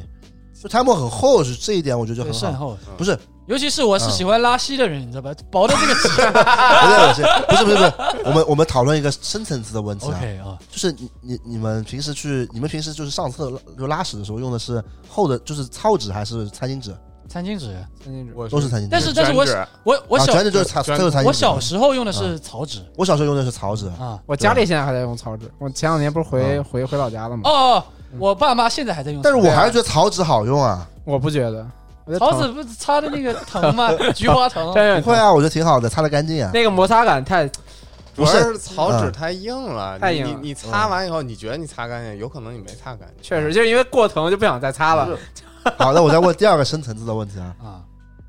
S1: 就 Temple 很厚，是这一点我觉得就
S2: 对，
S1: 很
S2: 善
S1: 好，
S2: 后。
S1: 不是
S2: 尤其是我是喜欢拉稀的人，你知道吧？薄的这个纸
S1: 不 是啊恶心，不是不是不是，我们我们讨论一个深层次的问题啊，
S2: ，OK 啊，
S1: 就是你你你们平时去，你们平时就是上厕拉就拉屎的时候用的是厚的，就是草纸还是餐巾纸？
S2: 餐巾纸。
S3: 餐巾纸
S4: 我
S1: 都是餐巾纸。
S2: 但是但是我
S4: 卷纸
S2: 我我
S1: 啊
S2: 小
S1: 卷纸就是餐
S4: 卷
S1: 都是餐巾纸。啊
S2: 我小时候用的是草纸
S1: 我小时候用的是草纸，
S2: 啊。
S3: 我家里现在还在用草纸，我前两年不是回
S4: 啊
S1: 嗯
S3: 回回老家了吗？
S2: 哦哦，我爸妈现在还在用草
S1: 但
S2: 纸。啊
S1: 是我还是觉得草纸好用啊。
S3: 我不觉得，我觉得
S2: 草纸不是擦的那个 疼吗？菊花
S3: 疼
S2: 疼。
S3: 真有
S1: 不会啊，我觉得挺好的，擦的干净啊。
S3: 那个摩擦感太
S1: 不
S4: 主
S1: 是
S4: 要是草纸
S1: 嗯
S4: 太硬了，
S3: 太
S4: 你
S3: 硬
S4: 你
S3: 了嗯
S4: 你擦完以后，你觉得你擦干净，有可能你没擦干净。
S3: 确实就是因为过疼就不想再擦了。
S1: 好，那我再问第二个深层次的问题啊。
S2: 啊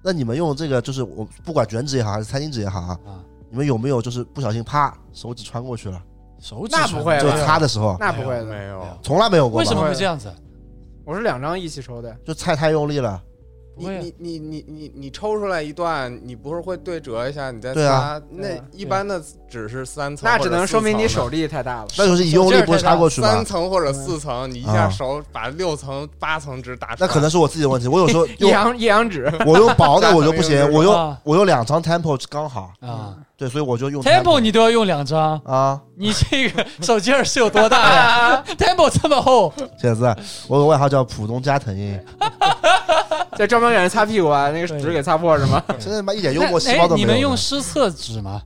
S1: 那你们用这个就是我不管卷纸也好还是餐巾纸也好啊，
S2: 啊，
S1: 你们有没有就是不小心啪手指穿过去了，
S2: 手指
S3: 那
S2: 穿
S3: 不会
S1: 就
S3: 吧
S1: 擦的时候
S3: 那不会的，
S4: 没
S2: 没
S4: 有
S2: 有，
S1: 从来没有过
S2: 啊为什
S1: 吧？
S2: 么会这样子？
S3: 我是两张一起抽的，
S1: 就太太用力了。
S2: 不
S4: 你
S2: 会啊
S4: 你你你你你抽出来一段，你不是会对折一下，你再
S1: 对
S4: 擦
S1: 啊？
S4: 那
S3: 对啊
S4: 一般的只是三层，
S3: 那只能说明你手
S4: 力。
S3: 力太大了。
S1: 那就是一用力不会插过去
S4: 三
S1: 吗？
S4: 层或者四层，你一下手把六层、八层纸打
S1: 那
S4: 穿。
S1: 可能是我自己的问题。我有时 候
S3: 一
S1: 用
S3: 阳一阳指，
S1: 我用薄的我就不行，
S4: 那可能就是
S1: 我用
S2: 啊
S1: 我用两张 Temple 刚好，
S2: 啊
S1: 对，所以我就用
S2: ，Temple 你都要用两张，
S1: 啊，
S2: 你这个手劲儿是有多 大呀？Temple 这么厚，
S1: 写字，我有个外号叫浦东加藤鹰，
S3: 就专门给人擦屁股啊，那个纸给擦破是吗？
S1: 真的他妈一点幽
S2: 那
S1: 默细
S2: 哎
S1: 胞都没有。
S2: 你们用湿厕纸吗？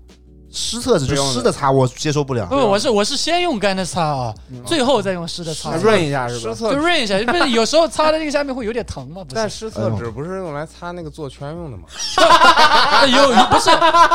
S1: 湿厕纸就
S3: 不用的
S1: 湿的擦，我接受不
S2: 不，
S1: 了。
S2: 我是我是先用干的擦啊
S3: 嗯，
S2: 最后再用湿的擦
S3: 那。润一下是
S4: 湿
S3: 吧？
S2: 就
S4: 厕，
S2: 润一下，不是有时候擦的那个下面会有点疼吗？不
S4: 但
S2: 是，
S4: 湿厕纸不是用来擦那个做圈用的吗？
S2: 有有不是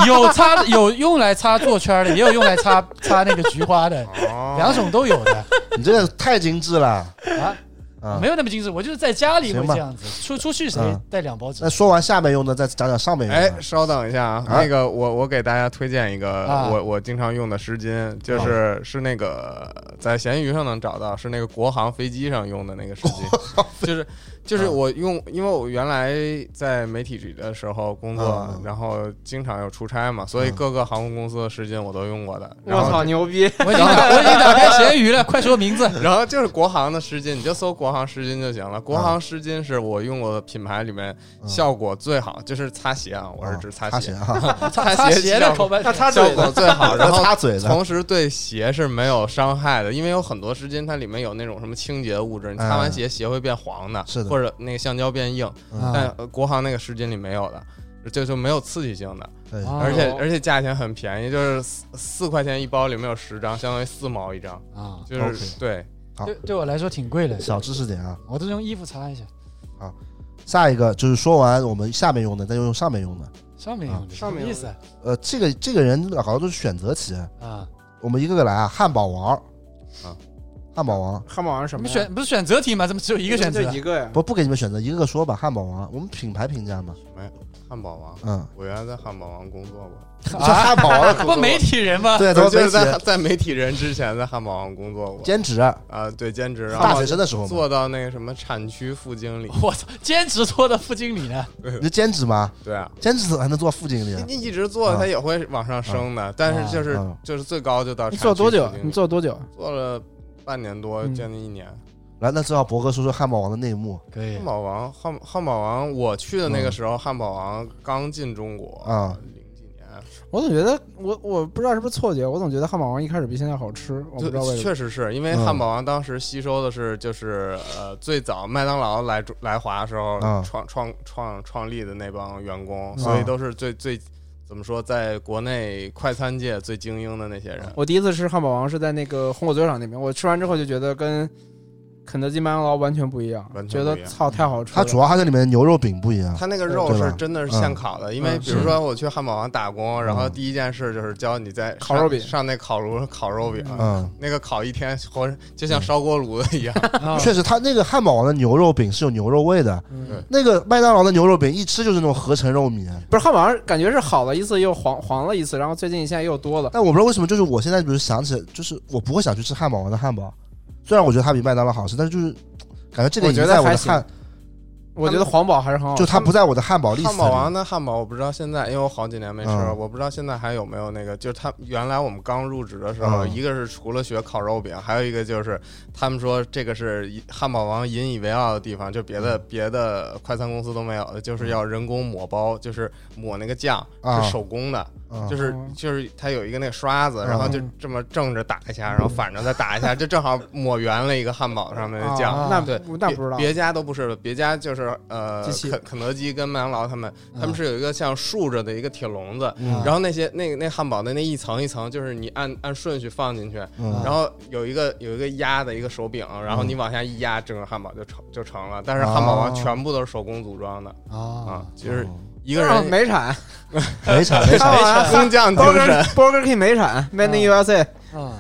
S2: 有擦有用来擦坐圈的，也有用来擦擦那个菊花的，
S3: 哎
S4: 哦
S2: 两种都有的
S1: 你这个太精致了
S2: 啊，
S1: 啊
S2: 没！有那么精致。我就是在家里会
S1: 行吧
S2: 这样子，出出去谁
S1: 嗯
S2: 带两包纸
S1: 那说完下面用的，再讲讲上面用
S4: 哎，
S1: 的。
S4: 稍等一下啊，
S1: 啊
S4: 那个我我给大家推荐一个
S2: 啊
S4: 我我经常用的湿巾，就是是那个在闲鱼上能找到，是那个国航飞机上用的那个湿巾，就是就是我用，因为我原来在媒体局的时候工作
S1: 嗯嗯，
S4: 然后经常有出差嘛，所以各个航空公司的湿巾我都用过的。
S3: 我
S4: 然后
S3: 操，牛 逼！
S2: 我已经打我已经打开咸鱼了，快说名字。
S4: 然后就是国航的湿巾，你就搜国航湿巾就行了。国航湿巾是我用过的品牌里面
S1: 嗯哦
S4: 效果最好，就是擦鞋啊，我是指
S1: 擦
S4: 擦
S1: 鞋
S4: 鞋，
S1: 啊，
S2: 擦
S4: 擦
S2: 擦
S4: 鞋
S2: 鞋
S4: 效
S2: 的
S4: 果
S2: 口白
S3: 那擦
S4: 效
S3: 嘴
S4: 果
S3: 呢？
S4: 最好。 然后
S1: 擦嘴的，
S4: 同时对鞋是没有伤害的，因为有很多湿巾它里面有那种什么清洁物质，你擦完
S1: 嗯
S4: 鞋鞋会变黄的，
S1: 是的
S4: 或者那个橡胶变硬，
S1: 嗯
S2: 啊
S4: 但呃国航那个湿巾里没有的。就就没有刺激性的，
S1: 对，
S2: 啊
S4: 而且
S3: 哦
S4: 而且价钱很便宜，就是四四块钱一包，里面有十张，相当于四毛一张，
S2: 啊，
S4: 就是
S1: OK
S4: 对，
S1: 好
S2: 对对我来说挺贵的，
S1: 小知识点啊。
S2: 我都用衣服擦一下，
S1: 下一个就是说完我们下面用的，再用上面用的。
S2: 上面用的，
S4: 上
S2: 什么
S4: 面用
S2: 意
S4: 的
S2: 思啊
S1: 呃，这个这个人搞的都是选择题，
S2: 啊？
S1: 我们一个个来啊。汉堡王，
S4: 啊，
S1: 汉堡王，
S3: 汉堡王是什
S2: 你
S3: 么
S2: 们
S3: 呀？
S2: 选不是选择题吗？怎么只有一个选择
S3: 就？一个呀。
S1: 不不给你们选择，一个个说吧。汉堡王，我们品牌评价嘛，
S4: 汉堡王，
S1: 嗯，
S4: 我原来在汉堡王工作过，
S1: 叫 汉堡王
S2: 不媒体人吗？
S1: 对，咱们
S4: 就是
S1: 媒
S4: 在
S1: 体
S4: 在媒体人之前在汉堡王工作过，
S1: 兼职，
S4: 啊，对，兼职，然
S1: 大
S4: 后
S1: 学生的时候嘛，
S4: 做到那个什么产区副经理，
S2: 我操，兼职做的副经理呢？
S1: 你就兼职嘛，
S4: 对啊，
S1: 兼职还能做副经理 啊
S4: 你，一直做
S1: 啊
S4: 他也会往上升的，但是就是
S1: 啊
S4: 就是最高就到
S3: 你
S4: 产区
S3: 做多久
S4: 副？经理
S3: 你做多久？
S4: 做了半年多，
S3: 嗯
S4: 将近一年。
S1: 来，那正好博哥说说汉堡王的内幕
S2: 可
S3: 哎
S2: 以
S4: 汉堡王，汉汉堡王，我去的
S3: 嗯
S4: 那个时候，汉堡王刚进中国
S1: 啊，
S4: 零几年，
S3: 我总觉得我我不知道是不是错觉，我总觉得汉堡王一开始比现在好吃，我不知道为
S4: 就
S3: 什么。
S4: 确实是因为
S1: 嗯
S4: 汉堡王当时吸收的是就是呃最早麦当劳来中来华的时候
S1: 啊
S4: 创创创创立的那帮员工，
S3: 嗯
S4: 所以都是最最怎么说，在国内快餐界最精英的那些人。
S3: 我第一次吃汉堡王是在那个红火酒厂那边，我吃完之后就觉得跟肯德基、麦当劳完全不一样，
S4: 完全
S3: 觉
S4: 不一
S3: 得
S4: 样
S3: 操太好吃了。
S1: 它主要还跟里面牛肉饼不一 样，
S4: 他那个肉
S1: 啊对吧
S4: 是真的是现烤的，因为
S3: 嗯
S4: 比如
S1: 是
S4: 说我去汉堡王打工，然后
S1: 嗯
S4: 第一件事就是教你在
S3: 烤
S4: 上
S3: 肉饼
S4: 上那烤炉烤肉饼，
S1: 嗯，
S4: 那个烤一天，活着就像烧锅炉子一 样。
S2: 啊
S1: 确实，它那个汉堡王的牛肉饼是有牛肉味的，
S3: 嗯
S4: 对
S1: 那个麦当劳的牛肉饼一吃就是那种合成肉糜。
S3: 不是汉堡王，感觉是好了一次又黄黄了一次，然后最近现在又多了。
S1: 但我不知道为什么，就是我现在比如想起，就是我不会想去吃汉堡王的汉堡，虽然我觉得它比麦当劳好吃，但是就是感觉这个已经在我的汉，
S3: 我觉得黄堡还是很好吃
S1: 就。它不在我的汉堡 list 里。
S4: 汉堡王的汉堡我不知道现在，因为我好几年没吃了，
S1: 啊嗯
S4: 我不知道现在还有没有那个。就是他原来我们刚入职的时候，
S1: 嗯
S4: 一个是除了学烤肉饼，还有一个就是他们说这个是一汉堡王引以为傲的地方，就别的、
S1: 嗯
S4: 别的快餐公司都没有的，就是要人工抹包，就是抹那个酱、
S1: 啊
S4: 是手工的，
S3: 啊
S1: 嗯
S4: 就是就是它有一个那个刷子，
S1: 嗯
S4: 然后就这么正着打一下，然
S3: 嗯
S4: 后反着再打一下， 就正好抹圆了一个汉堡上面的酱。
S3: 啊那
S2: 啊
S4: 对，
S3: 那不知道
S4: 别别家都不是了，别家就是呃，
S3: 机器嗯
S4: 肯肯德基跟麦当劳他们，他们是有一个像竖着的一个铁笼子，
S1: 嗯
S4: 然后那些那个那汉堡的那一层一层，就是你按按顺序放进去，
S1: 嗯
S4: 然后有一个有一个压的一个手柄，
S3: 嗯
S4: 然后你往下一压，整个汉堡就成就成了。但是汉堡王
S1: 哦
S4: 全部都是手工组装的啊
S2: 啊，，
S4: 就是
S1: 哦
S4: 一个
S3: 啊
S4: 人
S3: 美产呃
S1: 没啥 没
S3: 汉
S1: 啥。
S3: 堡王
S4: 工匠精神
S3: 啊 Burger。Burger King 美产 Made in USA。
S2: 啊，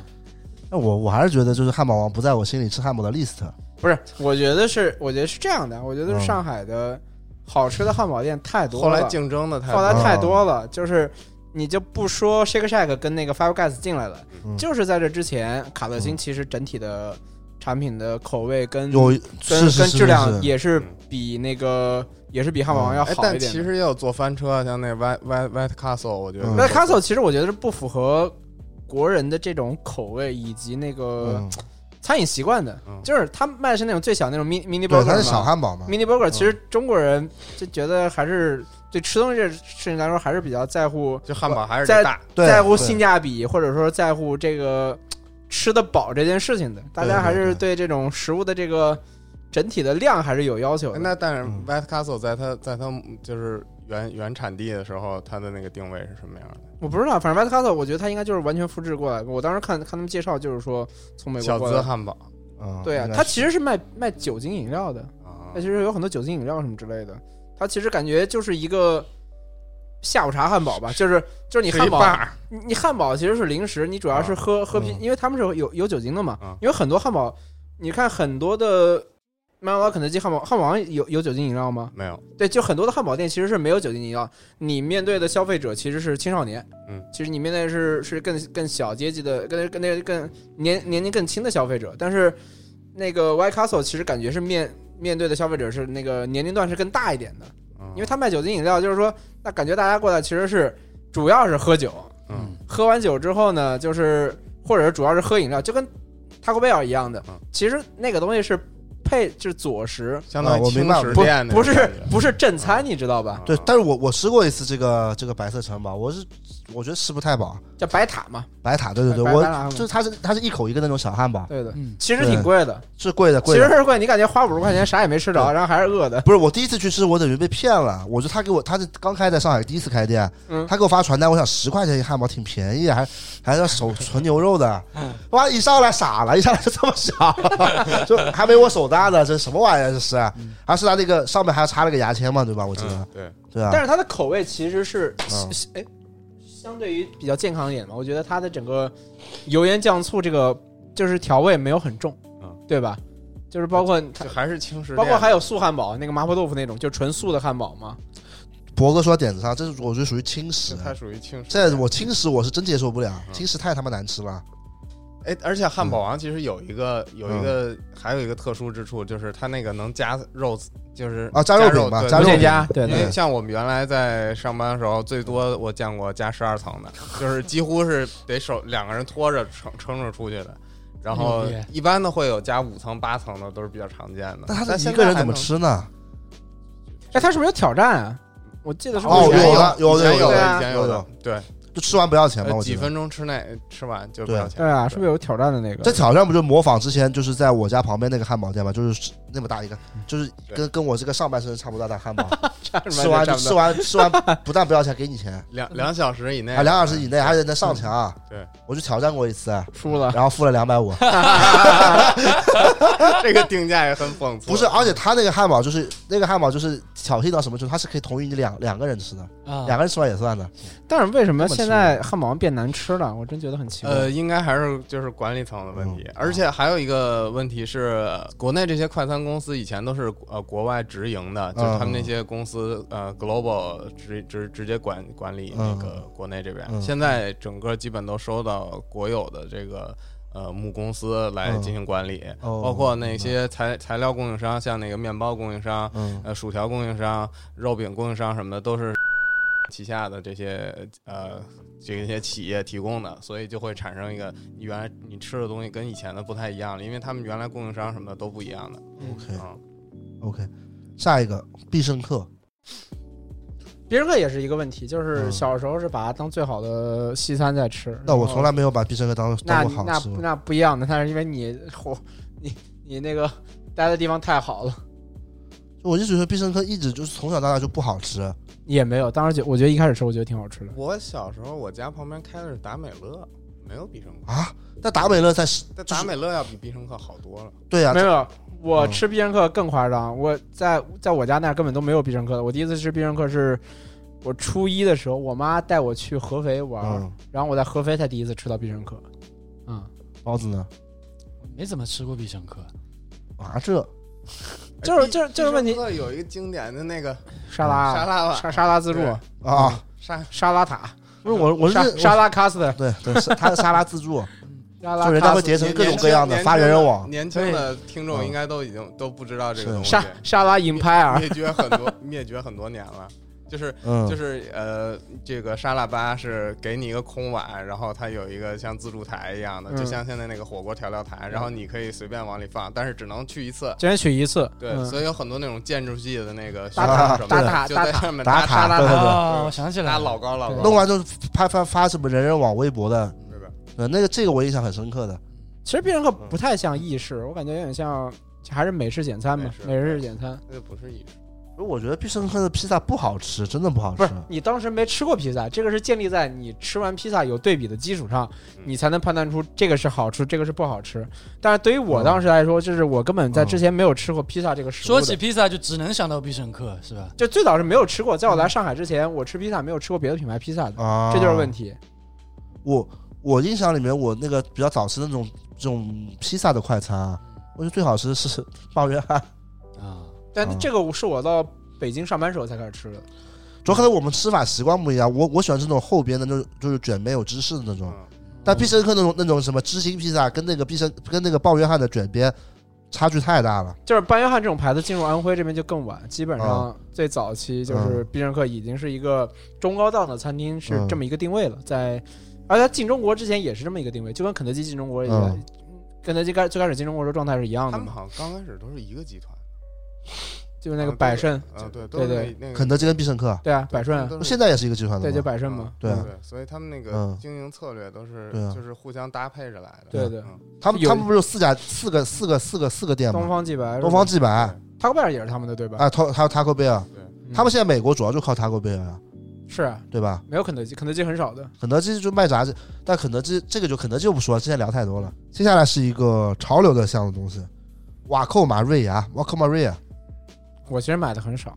S1: 那我我还是觉得就是汉堡王不在我心里吃汉堡的 list。
S3: 不是，我觉得是，我觉得是这样的，我觉得
S1: 嗯
S3: 是上海的好吃的汉堡店太多了，
S4: 后来竞争的太多
S3: 后
S4: 了
S3: 来太多了，就是你就不说 Shake Shack 跟那个 Five Guys 进来了，
S1: 嗯
S3: 就是在这之前，卡乐
S4: 嗯
S3: 星其实整体的产品的口味跟
S1: 有
S3: 跟
S1: 是是
S3: 跟
S1: 是
S3: 质量
S1: 是
S3: 也是
S4: 嗯
S3: 比那个也是比汉堡王要
S4: 哎，
S3: 好
S4: 但
S3: 一点
S4: 其
S3: 的。
S4: 实也有坐翻车，啊像那 White White White Castle，我觉得
S1: 嗯
S3: 那 Castle 其实我觉得是不符合国人的这种口味以及那个
S1: 嗯
S3: 餐饮习惯的，
S4: 嗯
S3: 就是他卖的是那种最小那种 mini mini
S1: 对，它
S3: burger
S1: 是小
S3: 嘛。
S1: 汉堡嘛，
S3: mini burger 其实中国人就觉得还是对吃东西这事情来说还是比较在乎
S4: 就汉堡还是
S3: 在
S4: 得大。
S1: 对
S3: 在乎
S1: 对
S3: 性价比，或者说在乎这个吃得饱这件事情的。大
S1: 对
S3: 家
S1: 对
S3: 还是对这种食物的这个整体的量还是有要求的。
S4: 那但是
S1: 嗯
S4: White Castle 在它在它就是原原产地的时候，它的那个定位是什么样的？
S3: 我不知道，反正 White Castle 我觉得它应该就是完全复制过来。我当时看看他们介绍，就是说从美国
S4: 小
S3: 过
S4: 资
S3: 来。
S4: 汉堡
S1: 嗯
S3: 对啊
S1: 应，该
S3: 它
S1: 是
S3: 其实是卖卖酒精饮料的，
S4: 啊
S3: 它其实有很多酒精饮料什么之类的。它其实感觉就是一个下午茶汉堡吧，就是就是你
S4: 是一
S3: 汉堡，
S4: 半儿
S3: 你你汉堡其实是零食，你主要是喝、喝啤
S1: 嗯，
S3: 因为他们是有有有酒精的嘛。
S4: 啊
S3: 因为很多汉堡，你看很多的麦当劳、肯德基汉堡，汉堡王有有酒精饮料吗？
S4: 没有，
S3: 对，就很多的汉堡店其实是没有酒精饮料，你面对的消费者其实是青少年。
S4: 嗯，
S3: 其实你面对的是是更更小阶级的，跟跟那更年年龄更轻的消费者，但是那个 Y Castle 其实感觉是面。面对的消费者是那个年龄段是更大一点的，因为
S4: 它
S3: 他卖酒精饮料，就是说，那感觉大家过来其实是主要是喝酒，
S4: 嗯
S3: 喝完酒之后呢，就是或者主要是喝饮料，就跟 Taco Bell 一样的
S4: 嗯。
S3: 其实那个东西是配就是佐食，
S4: 相当
S1: 啊
S4: 于
S1: 我明白了
S4: 轻食
S3: 不
S4: 店那
S3: 不
S4: 种
S3: 是
S4: 感觉
S3: 不是正餐，你知道吧？
S4: 啊
S1: 对，但是我我吃过一次这个这个白色城堡，我是我觉得吃不太饱。
S3: 叫白塔嘛，
S1: 白塔，对对对，
S3: 白
S1: 我
S3: 白塔嘛
S1: 就是它是它是一口一个那种小汉堡，
S3: 对的，
S2: 嗯，
S3: 其实挺贵的，
S1: 是贵的
S3: 其
S1: 贵
S3: 实
S1: 的。
S3: 是贵，你感觉花五十块钱啥也没吃着，
S1: 对啊
S3: 然后还是饿的，
S1: 不是我第一次去吃，我等于被骗了。我就他给我，他是刚开在上海第一次开店，
S3: 嗯
S1: 他给我发传单，我想十块钱一汉堡挺便宜，还还要手纯牛肉的，
S4: 嗯
S1: 哇！一上来傻了，一上来就这么 小，就还没我手大呢，这什么玩意儿这是？还是他那个上面还插了个牙签嘛，对吧？我记得
S4: 嗯，，对，
S1: 对啊。
S3: 但是它的口味其实是
S1: 嗯，
S3: 哎，相对于比较健康一点嘛，我觉得它的整个油盐酱醋这个就是调味没有很重，
S4: 嗯
S3: 对吧？就是包括它
S4: 这，还是轻食店，
S3: 包括还有素汉堡，那个麻婆豆腐那种，就纯素的汉堡嘛。有
S1: 博哥说到点子上，这是我觉得属于轻食
S4: 这，它属于轻食店。
S1: 嗯这我轻食我是真接受不了，
S4: 嗯
S1: 轻食太他妈难吃了。
S4: 哎，而且汉堡王其实有一个有一个还有一个特殊之处，就是它那个能加肉，就是
S1: 啊加
S4: 肉
S1: 肉饼吧
S4: 对
S1: 加
S3: 不
S1: 肉饼
S3: 见
S1: 嗯
S3: 家，对
S4: 因
S3: 对
S4: 为像我们原来在上班的时候，最多我见过加十二层的，就是几乎是得手两个人拖着撑撑着出去的。然后
S2: 牛逼
S4: 一般的会有加五层、八层的，都是比较常见的。
S1: 那他
S4: 但
S1: 这
S4: 现
S1: 一个
S4: 在
S1: 人
S4: 还
S1: 怎么
S4: 能？
S1: 吃呢？
S3: 哎，它是不是有挑战啊？我记得是不
S1: 哦
S4: 以
S3: 是
S4: 前
S1: 有的有的
S4: 以前有
S3: 有的对啊
S4: 的，以前有
S1: 有
S4: 的
S1: 的，
S4: 对，
S1: 就吃完不要钱吗？
S4: 呃
S1: 我记
S4: 几
S1: 得
S4: 分钟之内吃完就不要钱。
S3: 对啊， 是不是有挑战的那个？
S1: 这挑战不就模仿之前就是在我家旁边那个汉堡店嘛，就是那么大一个，
S4: 嗯
S1: 就是跟跟我这个上半身差不多大的 汉堡，吃完就吃完吃完 不但不要钱，给你钱
S4: 两两小时以内
S1: 啊，两小时以内还得能上墙。
S4: 嗯对，
S1: 我去挑战过一次，
S3: 输了，
S1: 然后付了两百五，
S4: 这个定价也很讽刺。
S1: 不是，而且他那个汉堡就是那个汉堡就是挑衅到什么程度，他是可以同意你两两个人吃的，两
S4: 嗯
S2: 啊，
S1: 个人吃完也算的。
S3: 但是为什么
S1: 这么
S3: 现
S1: 吃
S3: 在汉堡王变难吃了？我真觉得很奇怪。
S4: 呃，应该还是就是管理层的问
S1: 嗯
S4: 题，而且还有一个问题是，国内这些快餐公司以前都是呃国外直营
S1: 嗯
S4: 的，就是他们那些公司呃 global 直直直接管管理那个国内这边，
S1: 嗯
S4: 现在整个基本都收到国有的这个。呃，母公司来进行管理，
S1: 哦
S4: 包括那些材材料供应商，像那个面包供应商、
S1: 嗯，
S4: 呃薯条供应商、肉饼供应商什么的，都是旗下的这些呃这些企业提供的，所以就会产生一个你原来你吃的东西跟以前的不太一样了，因为他们原来供应商什么的都不一样的。
S1: OK
S4: 嗯，
S1: OK，下一个必胜客，
S3: 必胜客也是一个问题，就是
S1: 嗯
S3: 小时候是把它当最好的西餐在吃。
S1: 那
S4: 哦
S1: 我从来
S3: 然后
S1: 没有把必胜客当
S3: 那
S1: 当过好
S3: 那
S1: 吃过。
S3: 那不一样的，但是因为你火，你你那个待的地方太好了，
S1: 就我一直觉得必胜客一直就是从小到大就不好吃，
S3: 也没有。当时就我觉得一开始吃我觉得挺好吃的，
S4: 我小时候我家旁边开的是达美乐，没有必胜客，
S1: 啊，但达美乐才是
S4: 但
S1: 就是
S4: 达美乐要比必胜客好多了。
S1: 对呀、
S3: 没有。我
S1: 嗯
S3: 吃必胜客更夸张，我在在我家那儿根本都没有必胜客的。我第一次吃必胜客是我初一的时候，我妈带我去合肥玩，
S1: 嗯，
S3: 然后我在合肥才第一次吃到必胜客。嗯，
S1: 包子呢？
S2: 没怎么吃过必胜客，
S1: 啊，这
S3: 就是
S4: 哎
S3: 就是就是问题
S4: 必胜客有一个经典的那个
S3: 沙拉
S4: 沙拉吧，
S3: 沙沙拉自助，
S4: 对
S1: 啊，
S4: 沙
S3: 沙拉塔，
S1: 不是我，我是
S3: 沙沙拉 custard，
S1: 对对，是他的沙拉自助，
S3: 沙拉
S1: 就人家
S3: custard
S1: 会结成各种各样的
S4: 年轻
S1: 发人人网，嗯
S4: 年轻的听众应该都已经都不知道这个
S1: 是
S4: 东西。
S3: 沙沙拉 empire，
S4: 灭绝很多灭绝很多年了。 就是
S1: 嗯，
S4: 就是呃，这个沙拉吧是给你一个空碗，然后它有一个像自助台一样的，
S3: 嗯
S4: 就像现在那个火锅调料台，然后你可以随便往里放，但是只能去一次。
S3: 只能取一次。
S4: 对，
S3: 嗯
S4: 所以有很多那种建筑系的那个
S3: 打
S4: 学
S3: 卡
S4: 生什么
S3: 打
S4: 的
S3: 卡
S4: 就
S3: 打
S4: 在
S3: 卡
S4: 上面
S1: 打
S4: 打
S1: 卡
S4: 沙
S1: 对
S4: 拉
S1: 对对
S2: 啊，我想起来
S4: 拉
S2: 了，
S4: 老高老高，
S1: 弄完之后拍发发什么人人网、微博的，
S4: 对吧？
S1: 对，那个这个我印象很深刻的，
S3: 其实必胜客不太像意式，我感觉有点像还是美式简餐吧
S4: 嗯美，式
S3: 美式简餐。
S4: 那就不是意式，
S1: 不是我觉得必胜客的披萨不好吃，真的不好
S3: 不
S1: 吃
S3: 是，
S4: 嗯
S3: 你当时没吃过披萨，这个是建立在你吃完披萨有对比的基础上，
S4: 嗯
S3: 你才能判断出这个是好吃，这个是不好吃。但是对于
S4: 嗯
S3: 我当时来说，就是我根本在之前没有吃过披萨这个食物
S2: 说
S3: 的。
S4: 嗯
S2: 起披萨就只能想到必胜客是吧？
S3: 就最早是没有吃过，在我
S4: 嗯
S3: 来上海之前，我吃披萨没有吃过别的品牌披萨的，
S1: 啊，
S3: 这就是问题。
S1: 我我印象里面，我那个比较早吃的那种这种披萨的快餐啊，我觉得最好吃的是鲍约翰。
S2: 啊，
S3: 但这个是我到北京上班时候才开始吃的。
S1: 主要可能我们吃法习惯不一样，我我喜欢吃那种厚边的，那种就是卷没有芝士的那种。
S4: 嗯，
S1: 但必胜客那种那种什么芝心披萨，跟那个必胜跟那个鲍约翰的卷边差距太大了。
S3: 就是班约翰这种牌子进入安徽这边就更晚，基
S1: 啊
S3: 本上最早期就是必胜客已经是一个中高档的餐厅，是
S1: 啊
S3: 这么一个定位了。在，而且它进中国之前也是这么一个定位，就跟肯德基进中国一样
S1: 嗯，
S3: 肯德基开最开始进中国的时候状态是一样
S4: 他
S3: 的
S4: 们
S3: 嘛。
S4: 好像刚开始都是一个集团，
S3: 就是那个百胜，
S4: 啊，对，
S3: 对对，
S4: 那个
S1: 肯德基跟必胜客，
S3: 对啊，百顺，
S4: 都是
S1: 现在也是一个集团的
S3: 嗯对，
S1: 嘛，
S3: 就百顺嘛，
S1: 对啊
S4: 对，所以他们那个
S1: 嗯
S4: 经营策略都是
S1: 对啊
S4: 就是互相搭配着来的。
S3: 对对
S4: 嗯
S1: 他们
S3: 有
S1: 他们不是有四家四个四个四个四个店
S3: 东
S1: 吗？
S3: 方既白，
S1: 啊东方既白
S3: 塔克贝尔也是他们的对吧？
S1: 啊，他还有 Taco Bell，
S3: 嗯
S1: 他们现在美国主要就靠 Taco Bell 呀，
S3: 是啊，
S1: 对吧？
S3: 没有肯德基，肯德基很少的，
S1: 肯德基就卖炸鸡，但肯德基这个就肯德基就不说了，之前聊太多了。接下来是一个潮流的项的东西，瓦扣马瑞亚，瓦扣马瑞啊亚，
S3: 我其实买的很少，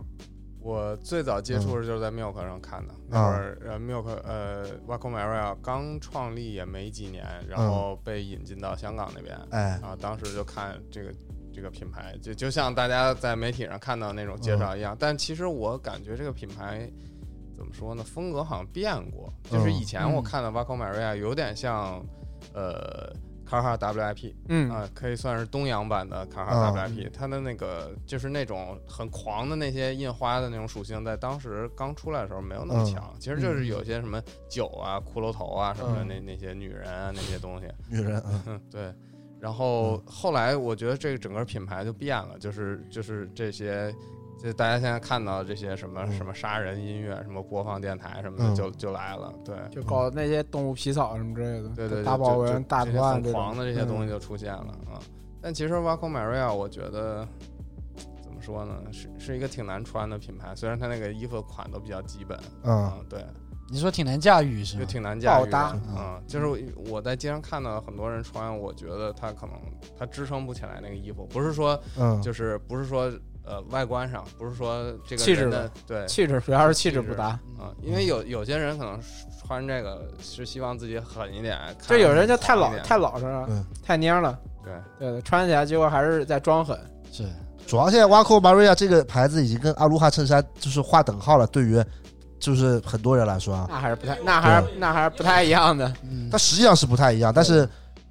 S4: 我最早接
S1: 嗯
S4: 触的就是在 Milk 上看的，那
S1: 啊
S4: 会儿呃 Milk 呃 Waco Maria 刚创立也没几年，然
S1: 嗯
S4: 后被引进到香港那边，
S1: 哎，
S4: 啊，当时就看这个这个品牌，就就像大家在媒体上看到那种介
S1: 嗯
S4: 绍一样，但其实我感觉这个品牌怎么说呢，风格好像变过，就是
S1: 嗯
S4: 以前我看的 Waco Maria 有点像呃 Carhartt WIP，
S3: 嗯，
S4: 啊，可以算是东洋版的卡
S1: 啊
S4: 哈 WIP，、它的那个就是那种很狂的那些印花的那种属性，在当时刚出来的时候没有那么
S1: 嗯
S4: 强。其实就是有些什么酒啊、骷髅头啊什么的，
S3: 嗯
S4: 那那些女人啊那些东西，
S1: 女人，嗯
S4: 嗯，对。然后后来我觉得这个整个品牌就变了，就是就是这些，就大家现在看到这些什么、
S1: 嗯
S4: 什么杀人音乐、什么播放电台什么
S1: 嗯
S4: 的就、就来了，对。
S3: 就搞那些动物皮草什么之类的，
S4: 对对，
S3: 大
S4: 就
S3: 豹
S4: 就
S3: 纹、
S4: 就
S3: 大
S4: 这
S3: 图
S4: 些
S3: 案
S4: 很
S3: 这种
S4: 狂的这些东西
S3: 嗯
S4: 就出现了啊。但其实 Waco Maria，我觉得怎么说呢，是是一个挺难穿的品牌，虽然它那个衣服款都比较基本，
S1: 嗯，
S4: 嗯，对，
S2: 你说挺难驾驭是
S4: 就
S2: 吗？
S4: 挺难驾
S3: 不好
S4: 驭
S3: 搭
S4: 的，嗯，就是我我在街上看到很多人穿，我觉得它可能它支撑不起来那个衣服，不是说
S1: 嗯，
S4: 就是不是说呃外观上，不是说这个
S3: 气质
S4: 人
S3: 吧
S4: 的对
S3: 气嗯质主要是气质不搭。
S4: 啊，因为有有些人可能穿这个是希望自己狠一点，看
S3: 就有人就太
S4: 狂一
S3: 老
S4: 点
S3: 太老实了
S1: 嗯，
S3: 太蔫了，
S4: 对。
S3: 对对，穿起来结果还是在装狠。
S1: 啊
S2: 是
S1: 主要现在瓦扣马瑞亚这个牌子已经跟阿鲁哈衬衫就是划等号了，对于就是很多人来说啊，
S3: 那还是不太，那还是那还是不太一样的。
S2: 嗯
S1: 它，实际上是不太一样，但是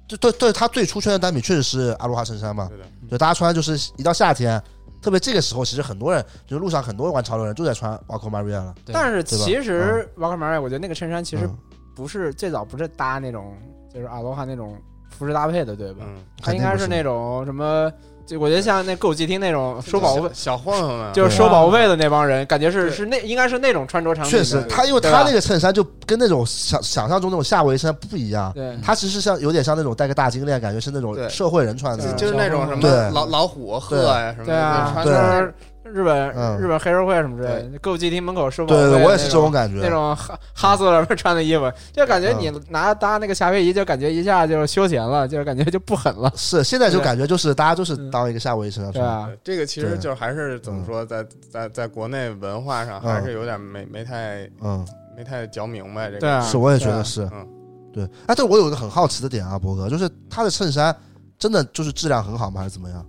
S1: 就对对，它最出圈的单品确实是阿鲁哈衬衫嘛，
S4: 对的
S3: 嗯
S1: 对，大家穿就是一到夏天，特别这个时候，其实很多人就是路上很多玩潮流人都在穿瓦扣马瑞亚了，
S2: 对
S3: 但是
S1: 对吧
S3: 其实 w a l k m a r 我觉得那个衬衫其实
S1: 嗯
S3: 不是最早不是搭那种就是阿罗哈那种服饰搭配的，对吧？
S4: 嗯，
S3: 它应该
S1: 肯定不
S3: 是
S1: 是
S3: 那种什么，就我觉得像那歌舞伎町那种收保护费，
S4: 小小混混啊们，
S3: 就是
S2: 对
S3: 收保护费的那帮人，感觉是
S4: 对
S3: 是那应该是那种穿着场景的。
S1: 啊确实，
S4: 对
S1: 它因为
S3: 对
S1: 它
S3: 吧
S1: 那个衬衫就跟那种想想象中那种夏威夷衬衫不一样，
S3: 对，
S1: 它其实像有点像那种戴个大金链，感觉是那种
S4: 对
S1: 社会人穿的
S4: 就
S1: 那种，
S3: 对
S4: 就是那种什么
S1: 对
S4: 老老虎、鹤呀什
S3: 嗯
S4: 么的，
S3: 对啊，
S4: 穿
S3: 就
S4: 的
S3: 是日本、
S1: 嗯
S3: 日本黑社会什么之类的，歌舞伎町门口收保护
S1: 对
S3: 费，
S1: 对，我嗯也是这种感觉
S3: 那，种哈哈斯了穿的衣服，就感觉你拿搭那个夏威夷，就感觉一下就休闲了，就是感觉就不狠了，
S1: 是现在就感觉就是大家就是
S3: 嗯
S1: 当一个夏威夷衬啊衫
S3: 对
S1: 穿，
S3: 吧？
S4: 这个其实
S1: 对
S4: 就是还是怎么说，在在在国内文化上
S1: 嗯
S4: 还是有点没没太
S1: 嗯，
S4: 没太嚼明白这
S3: 对
S4: 个。
S3: 啊，
S1: 是我也觉得
S3: 对啊
S1: 是
S4: 嗯，
S1: 对，哎，但我有一个很好奇的点啊，博哥，就是他的衬衫真的就是质量很好吗，还是怎么样？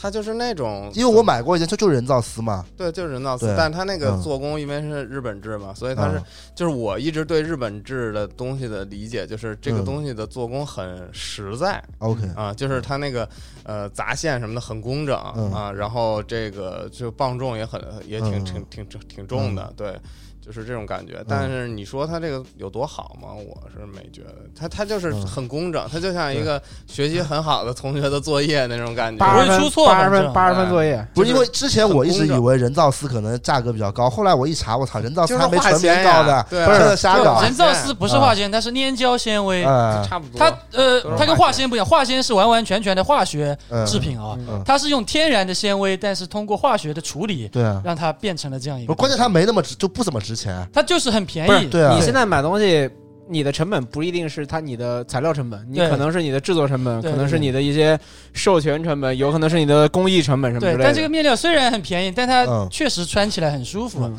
S4: 它就是那种，
S1: 因为我买过一件，它就是人造丝嘛，
S4: 对，就是人造丝
S1: 对，
S4: 但它那个
S1: 嗯
S4: 做工因为是日本制嘛，所以它是
S1: 嗯
S4: 就是我一直对日本制的东西的理解，就是这个
S1: 嗯
S4: 东西的做工很实在，
S1: OK，
S4: 啊，就是它那个呃杂线什么的很工整
S1: 嗯
S4: 啊，然后这个就磅重也很也挺
S1: 嗯
S4: 挺挺挺挺重的，对，就是这种感觉。
S1: 嗯
S4: 但是你说它这个有多好吗？我是没觉得，它它就是
S1: 嗯
S4: 很工整，它就像一个学习很好的同学的作业那种感觉。
S3: 八十
S2: 不会
S3: 分
S2: 出错
S3: 八
S2: 反
S3: 十分
S2: 正
S3: 八十分作业，
S1: 不是因为之前我一直
S4: 很工
S1: 以
S4: 整
S1: 为人造丝可能价格比较高，后来我一查，我操，人造丝
S4: 就是
S1: 还没
S4: 化
S1: 纯棉
S4: 纤
S1: 高
S4: 呀
S1: 的，
S4: 对啊
S1: 真的瞎搞
S2: 就，人造丝不是化纤，它是粘胶纤维。
S1: 哎，
S4: 差不多，
S2: 它呃
S4: 都是，
S2: 它跟
S4: 化
S2: 化纤不一样，化纤是完完全全的化学
S1: 嗯
S2: 制品啊，
S1: 嗯
S2: 它是用天然的纤维，但是通过化学的处理，
S1: 对啊，
S2: 让它变成了这样一
S1: 不
S2: 个。
S1: 是关键它没那么值，就不怎么值钱，
S2: 它就是很便
S3: 不
S2: 宜
S3: 是，
S1: 对啊
S3: 你现在买东西。你的成本不一定是它你的材料成本，你
S2: 对
S3: 可能是你的制作成本，
S2: 对
S3: 可能是
S2: 对
S3: 你的一些授权成本，有可能是你的工艺成本什么之
S2: 对，
S3: 类的。
S2: 但这个面料虽然很便宜，但它
S1: 嗯
S2: 确实穿起来很舒服。
S3: 嗯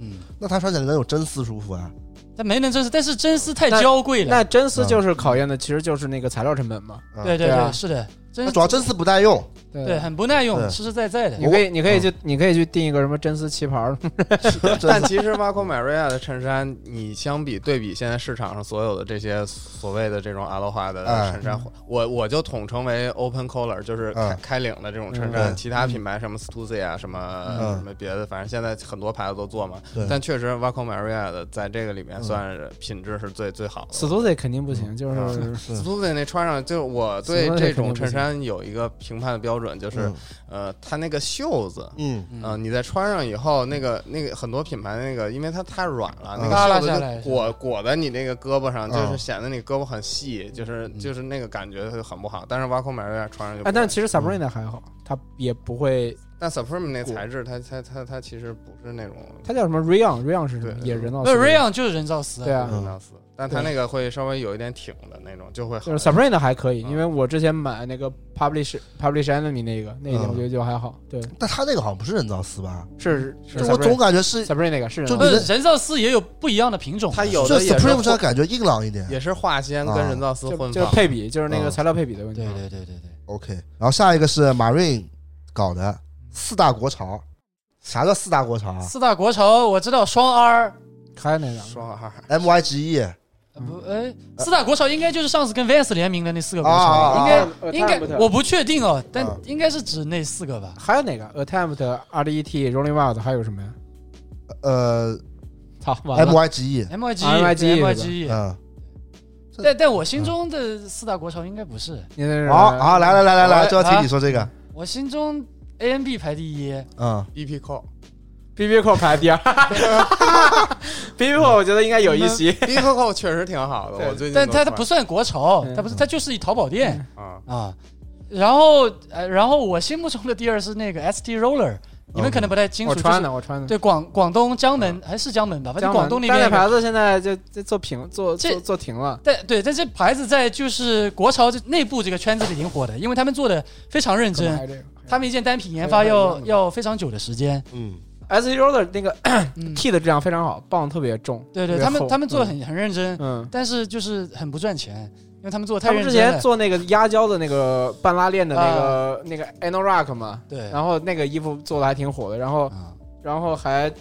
S2: 嗯，
S1: 那它穿起来能有真丝舒服啊？
S2: 它没能真丝，但是真丝太
S3: 那
S2: 娇贵了。
S3: 那真
S1: 嗯
S3: 丝就是考验的，其实就是那个材料成本嘛。
S1: 那
S2: 对对
S3: 对啊
S2: 对，是的，真
S1: 那主要真丝不耐用，
S2: 对很不耐用，
S1: 对
S2: 实实在在的
S3: 啊你。可以，你
S1: 嗯
S3: 可以去，你可以去定一个什么真丝旗袍，
S1: 哦
S4: 但其实 Marco Maria 的衬衫，你相比对比现在市场上所有的这些所谓的这种阿罗哈的
S1: 哎
S4: 衬衫，我我就统称为 open collar，就是开、
S1: 嗯
S4: 开领的这种
S1: 嗯
S4: 衬
S1: 对
S4: 衫。其他品牌什么 Stussy 啊，什么、
S1: 嗯
S4: 什么别的，反正现在很多牌子都做嘛。
S1: 对
S4: 但确实 Marco Maria 的在这个里面
S1: 嗯
S4: 算是品质是最最好的。
S3: 死 t u 肯定不行，就是
S1: 啊
S4: 嗯 Stussy 那穿上，就我对
S3: Stussy
S4: 这种衬然有一个评判的标准，就是呃，它那个袖子，
S1: 嗯
S4: 嗯、
S2: 啊
S4: 你在穿上以后，那个那个很多品牌的那个，因为它太软了，那
S2: 嗯耷拉
S4: 个袖
S2: 下
S4: 子
S2: 来
S4: 就裹裹在你那个胳膊上，
S1: 嗯
S4: 就是显得你胳膊很细，
S2: 嗯
S4: 就是就是那个感觉很不好。但是挖空买瑞穿上就不
S3: 哎，
S4: 会，
S3: 但其
S1: 嗯
S3: 实 Sabrina 还好，它也不会，
S4: 但 Supreme 那材质，它它它它其实不是那种
S2: 嗯
S3: 它叫什么 Rayon，Rayon 是什么？
S4: 对
S3: 也人造
S2: 不
S3: 丝
S2: 是 Rayon 就是人造丝，
S3: 对啊，
S1: 嗯
S4: 钢丝，但它那个会稍微有一点挺的那种，就会好
S3: 就是。Sabrina 还可以，
S4: 嗯
S3: 因为我之前买那个 Publish Publish Enemy 那个那一点，
S1: 嗯
S3: 我觉得就还好。对，
S1: 但他那个好像不是人造丝吧？
S3: 是是
S1: 就我总
S3: Sabrina
S1: 感觉是，
S3: Sabrina 那个是
S1: 就
S2: 不是
S1: 你
S2: 人造丝也有不一样的品种啊的。
S4: 它有
S1: 就
S4: 的也是
S1: Supreme 上
S4: 化
S1: 感觉硬朗一点。
S4: 也是化纤跟人造丝
S2: 啊
S3: 就
S4: 混
S3: 就是
S4: 纺，
S3: 配比，就是那个
S1: 嗯
S3: 材料配比的问题
S2: 对。对对对对，
S1: OK，然后下一个是 Marine 搞的四大国潮，啥叫四大国潮啊
S2: 四大国潮我知道双 R，啊
S3: 还有那两个，
S4: 双 耳
S1: ？MYGE
S2: 呃
S1: 嗯
S2: 不哎，四大国潮应该就是上次跟 Vans 联名的那四个国
S1: 啊啊
S2: 潮，
S1: 啊
S2: 应
S1: 啊
S2: 该应该我不确定哦，但
S1: 嗯
S2: 应该是指那四个吧。
S3: 还有哪个 Attempt R D E T Rolling Wild 还有什么呀？
S1: 呃
S3: 操，完
S1: 哎
S3: 了，
S1: MYGE，
S2: 啊 M Y G
S3: MYG
S2: M Y G，
S1: E，嗯，
S2: 但但我心中的四大国潮应该不是，
S3: 你那是
S1: 好好，来来来来来，就要听你
S2: 啊
S1: 说这个，
S2: 我心中 A N B 排第一，
S1: 嗯，
S4: EP Call，EP
S3: B B 扣排第二 ，B B 扣我觉得应该有一席。
S4: Call 确实挺好的，
S3: 对
S4: 我最近
S2: 但
S4: 都
S2: 它它
S4: 穿
S2: 不算国潮，
S3: 嗯
S2: 它不是它就是一淘宝店。
S4: 啊，
S2: 啊，然后呃，然后我心目中的第二是那个 ST Roller，你们
S1: OK
S2: 可能不太清楚，
S3: 哦我穿
S2: 就是
S3: 的，我穿的。
S2: 对广广东江门还是江门吧，反正
S3: 江
S2: 广东那
S3: 但
S2: 边
S3: 那
S2: 有个。
S3: 牌子现在就就做平做
S2: 这
S3: 做做停了。
S2: 但对，但这牌子在就是国潮这内部这个圈子里挺火的，因为他们做的非常认
S3: 怎么
S2: 真，
S3: 还这个哎
S2: 他们一件单品研发要
S3: 还有还有这样的
S2: 要非常久的时间。
S1: 嗯
S3: S Hero 的那个
S2: 嗯，
S3: T 的质量非常好，棒特别重。
S2: 对对，
S3: 特别
S2: 他们
S3: 厚
S2: 他们做的很很认真，
S3: 嗯。
S2: 但是就是很不赚钱，因为他们做的
S3: 他
S2: 太
S3: 们
S2: 认
S3: 之
S2: 真
S3: 前
S2: 了。
S3: 做那个压胶的那个半拉链的那个那个 Anorak 嘛，
S2: 对，
S3: 然后那个衣服做的还挺火的，然后
S2: 啊
S3: 然后还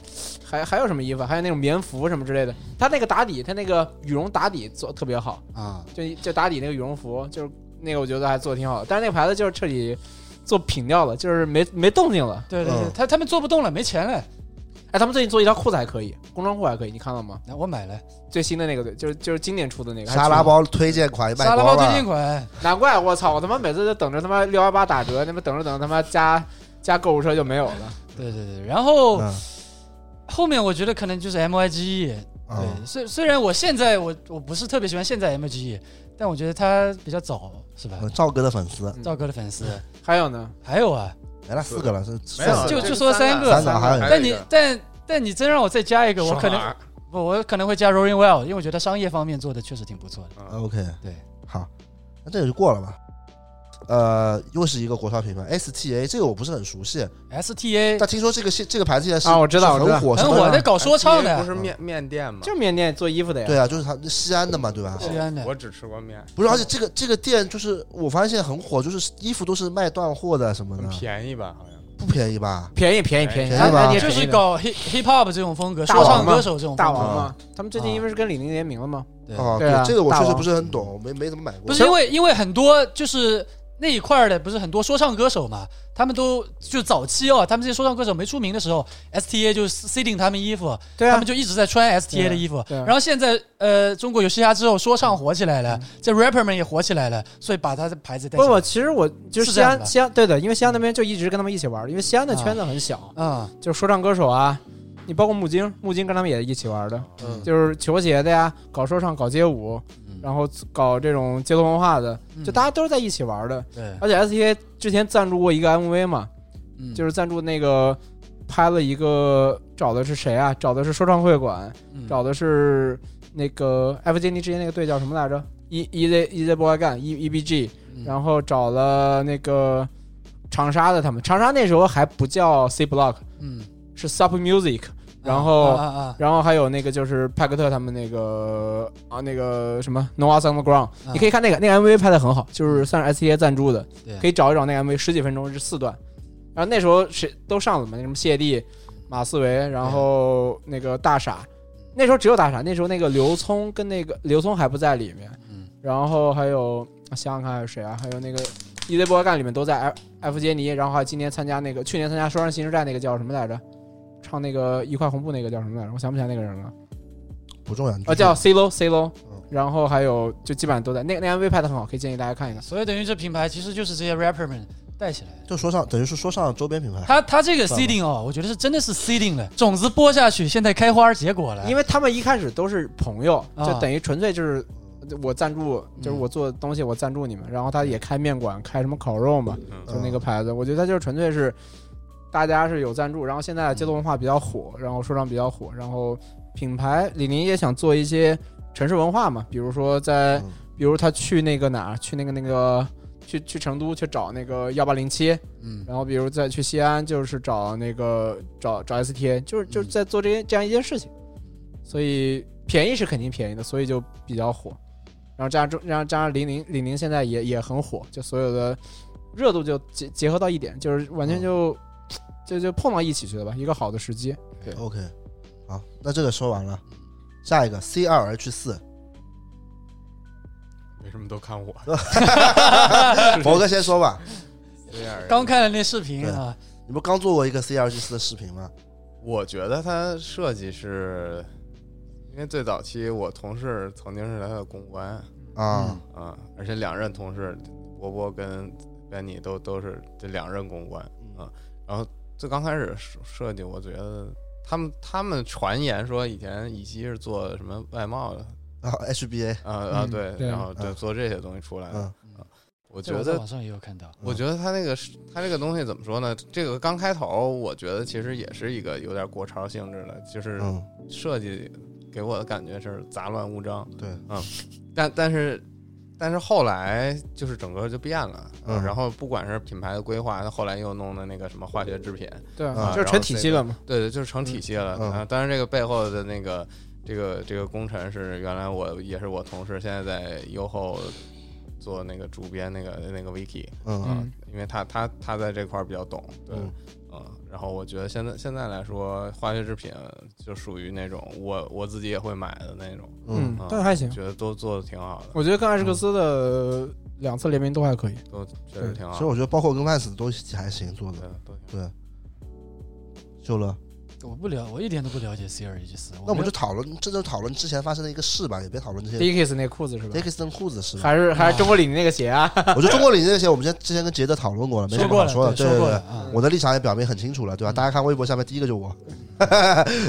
S3: 还还有什么衣服？还有那种棉服什么之类的。它那个打底，它那个羽绒打底做得特别好，
S2: 啊，
S3: 就就打底那个羽绒服，就是那个我觉得还做的挺好的。但是那个牌子就是彻底做平掉了，就是没没动静了。
S2: 对对对
S1: 嗯，
S2: 他他们做不动了，没钱了，
S3: 哎，他们最近做一条裤子还可以，工装裤还可以，你看了吗？
S2: 那我买了
S3: 最新的那个，对，就是就是今年出的那个。
S1: 沙拉包推荐款也卖
S2: 沙拉
S1: 光
S2: 包推荐
S1: 了，
S2: 款，
S3: 难怪我操，我他妈每次就等着他妈六幺八打折，他妈等着等着他妈加加购物车就没有了。
S2: 对对对，然后。
S1: 嗯
S2: 后面我觉得可能就是 M Y G E，
S1: 嗯
S2: 对，虽虽然我现在我我不是特别喜欢现在 M G E，但我觉得他比较早，是吧？
S1: 嗯，赵哥的粉丝
S2: 赵哥的粉丝
S3: 还有呢，
S2: 还有啊，
S1: 没了四个了，是
S4: 没有
S1: 算
S2: 就
S4: 这
S2: 就说
S4: 三
S2: 三个
S1: 三个还有一个
S2: 但你但但你真让我再加一个，我
S4: 双
S2: 可能
S4: 耳
S2: 不，我可能会加 Rolling Well，因为我觉得商业方面做的确实挺不错的。
S4: 嗯
S1: 呃 OK，
S2: 对，
S1: 好，那这个就过了吧。呃，又是一个国潮品牌 STA，这个我不是很熟悉，
S2: S T A
S1: 但听说这个现这个牌子现在是
S3: 啊我知道
S1: 是
S3: 我知
S1: 很
S3: 道
S1: 火，是
S2: 很
S1: 吧
S2: 火，在搞啊说唱
S4: 不
S2: 哎的，
S4: 是面面店吗？
S3: 就是缅甸做衣服的呀。
S1: 对啊，就是它西安的嘛，对吧？
S2: 西安的
S4: 我只吃过面，
S1: 不是，而且这个这个店就是我发现现在很火，就是衣服都是卖断货的什么
S4: 很
S1: 的，
S4: 便宜吧？好像
S1: 不便宜吧？
S3: 便宜便宜便
S4: 便宜
S3: 宜，
S1: 便宜吧
S3: 安迪也
S2: 哎啊就是
S3: 便宜的
S2: 搞 hip hip hop 这种风格，
S3: 大王
S2: 说唱
S3: 嘛
S2: 歌手这种
S3: 大
S2: 风格。
S3: 王嘛。他们最近因为是跟李宁联名了嘛，
S2: 对
S1: 哦，
S3: 对啊
S1: 这个我确
S3: 大
S1: 实
S3: 王
S1: 不是很懂，没没怎么买过。
S2: 不是因为因为很多就是那一块儿的，不是很多说唱歌手嘛，他们都就早期哦，他们这些说唱歌手没出名的时候，STA 就 C 定他们衣服，
S3: 对
S2: 他
S3: 啊
S2: 们，就一直在穿
S3: 对
S2: STA
S3: 啊
S2: 的衣服。
S3: 对啊
S2: 然后现在呃，中国有嘻哈之后，说唱火起来了，这 rapper 们也火起来了，所以把他的牌子带
S3: 嗯不
S2: 起
S3: 不，
S2: 来。
S3: 其实我就
S2: 是
S3: 是西
S2: 这样
S3: 安
S2: 的
S3: 西安对的，因为西安那边就一直跟他们一起玩，因为西安的圈子很小，
S2: 啊，
S3: 就是说唱歌手啊，你包括木金，木金跟他们也一起玩的，
S1: 嗯
S3: 就是球鞋的呀，搞说唱，搞街舞，
S2: 嗯
S3: 然后搞这种街头文化的，就大家都是在一起玩的。
S2: 嗯对，
S3: 而且 STA 之前赞助过一个 MV 嘛，
S2: 哎嗯
S3: 就是赞助那个拍了一个找的是谁啊？找的是说唱会馆，
S2: 嗯
S3: 找的是那个艾弗杰尼之前那个队叫什么来着？E E Z E Z Boy Gang E E B G，
S2: 嗯
S3: 然后找了那个长沙的他们，长沙那时候还不叫 C Block，
S2: 嗯，
S3: 是 Sub Music，然后
S2: 啊啊啊
S3: 然后还有那个就是派克特他们那个啊那个什么 No One on the Ground，、
S2: 啊
S3: 你可以看那个那个 MV 拍的很好，就是算是 STA 赞助的
S2: 嗯对，
S3: 可以找一找那个 MV，十几分钟是四段。然后那时候谁都上了嘛，那什么谢帝、马思唯，然后那个大傻，那时候只有大傻，那时候那个刘聪跟那个刘聪还不在里面，
S2: 嗯
S3: 然后还有想想看还有谁啊，还有那个 EZ Boy 干里面都在 F F 杰尼，然后还有今年参加那个去年参加《说唱新时代》那个叫什么来着？唱那个一块红布那个叫什么来着？我想不起来那个人了。
S1: 不重要，你继
S3: 啊，
S1: 续
S3: 叫 C Lo C Lo，
S1: 嗯
S3: 然后还有就基本上都在那那 MV 拍的很好，可以建议大家看一看。
S2: 所以等于这品牌其实就是这些 rapper 们带起来的。
S1: 就说上等于是说上周边品 牌，
S2: 他他这个
S1: 算吧
S2: seeding 哦，我觉得是真的是 seeding 了，种子播下去，现在开花结果了。
S3: 因
S2: 为
S3: 为他们一开始都是朋友，
S2: 嗯啊
S3: 就等于纯粹就是
S1: 嗯
S3: 我赞助，就是
S2: 嗯
S3: 我做的东西我赞助你们，然后他也开面馆，开什么烤肉
S4: 嗯
S3: 嘛，就那个牌子，我觉得他就是纯粹是大家是有赞助，然后现在街头文化比较火，然后说唱比较火，然后品牌李宁也想做一些城市文化嘛，比如说在，
S1: 嗯
S3: 比如他去那个哪儿，去那个那个去去成都去找那个幺八零七，
S2: 嗯
S3: 然后比如再去西安，就是找那个找找 STA，就是就是在做这些这样一件事情，所以便宜是肯定便宜的，所以就比较火。然后加上中，然后加上李宁，李宁现在也也很火，就所有的热度就结结合到一点，就是完全就、就就碰到一起去了吧，一个好的时机。
S1: OK，好，那这个说完了，下一个 C 二 H 四，
S4: 为什么都看我？
S1: 博哥先说吧，
S2: 刚看了那视频啊，
S1: 你不刚做过一个 C 二 H 四的视频吗？
S4: 我觉得它设计是，因为最早期我同事曾经是他的公关
S2: 嗯
S1: 啊，
S4: 啊，而且两任同事波波跟 Benny 都都是这两任公关啊。然后最刚开始设设计，我觉得他们他们传言说以前乙烯是做什么外贸的
S1: 然后 HBA，
S4: 啊啊
S3: 嗯
S4: 对，
S3: 对
S4: 然后对
S1: 嗯
S4: 做这些东西出来的
S1: 嗯。
S4: 我
S2: 这
S4: 觉
S2: 我在
S4: 得
S2: 网上也有看到。
S4: 我觉得他那个是他这个东西怎么说呢？这个刚开头，我觉得其实也是一个有点国潮性质的，就是
S1: 嗯，
S4: 设计给我的感觉是杂乱无章。嗯
S1: 对，
S4: 但但是但是后来就是整个就变了，
S1: 嗯
S4: 然后不管是品牌的规划，后来又弄的那个什么化学制品，
S3: 对，
S1: 啊
S3: 嗯就是
S4: 然后
S3: 成体系了嘛。
S4: 对对，就是成体系了。
S1: 嗯嗯
S4: 啊当然这个背后的那个这个这个功臣是原来我也是我同事，现在在优后做那个主编那个那个 Wiki。
S1: 嗯
S4: 嗯
S3: 嗯，
S4: 因为他他他在这块儿比较懂，对，
S1: 嗯
S4: 嗯然后我觉得现在现在来说，化学制品就属于那种我我自己也会买的那种，
S1: 嗯，
S4: 嗯
S3: 但是还行，
S4: 觉得都做的挺好的，
S3: 我觉得跟艾什克斯的两次联名都还可以。
S4: 都确实挺
S2: 嗯
S1: 其
S4: 好
S1: 实
S4: 的，
S1: 我觉得包括跟 Vans 都还行做的，
S4: 对，都挺
S1: 秀乐，
S2: 我不了，我一点都不了解 C 二 H 四。
S1: 那我们
S2: 没
S1: 就讨论，这就讨论之前发生的一个事吧，也别讨论这些
S3: Dickies 那裤子是吧
S1: d？i c k i s t o n 裤子的事 吧。
S3: 还是还是中国李宁那个鞋啊？
S1: 我觉得中国领这些，我们之前之前跟杰德讨论过了，没
S2: 有
S1: 什
S2: 说
S1: 么
S2: 过
S1: 好
S2: 了，
S1: 说的。对
S2: 说
S1: 对
S2: 过了
S1: 对，
S2: 嗯啊。
S1: 我的立场也表明很清楚了，对吧？大家看微博下面第一个就我。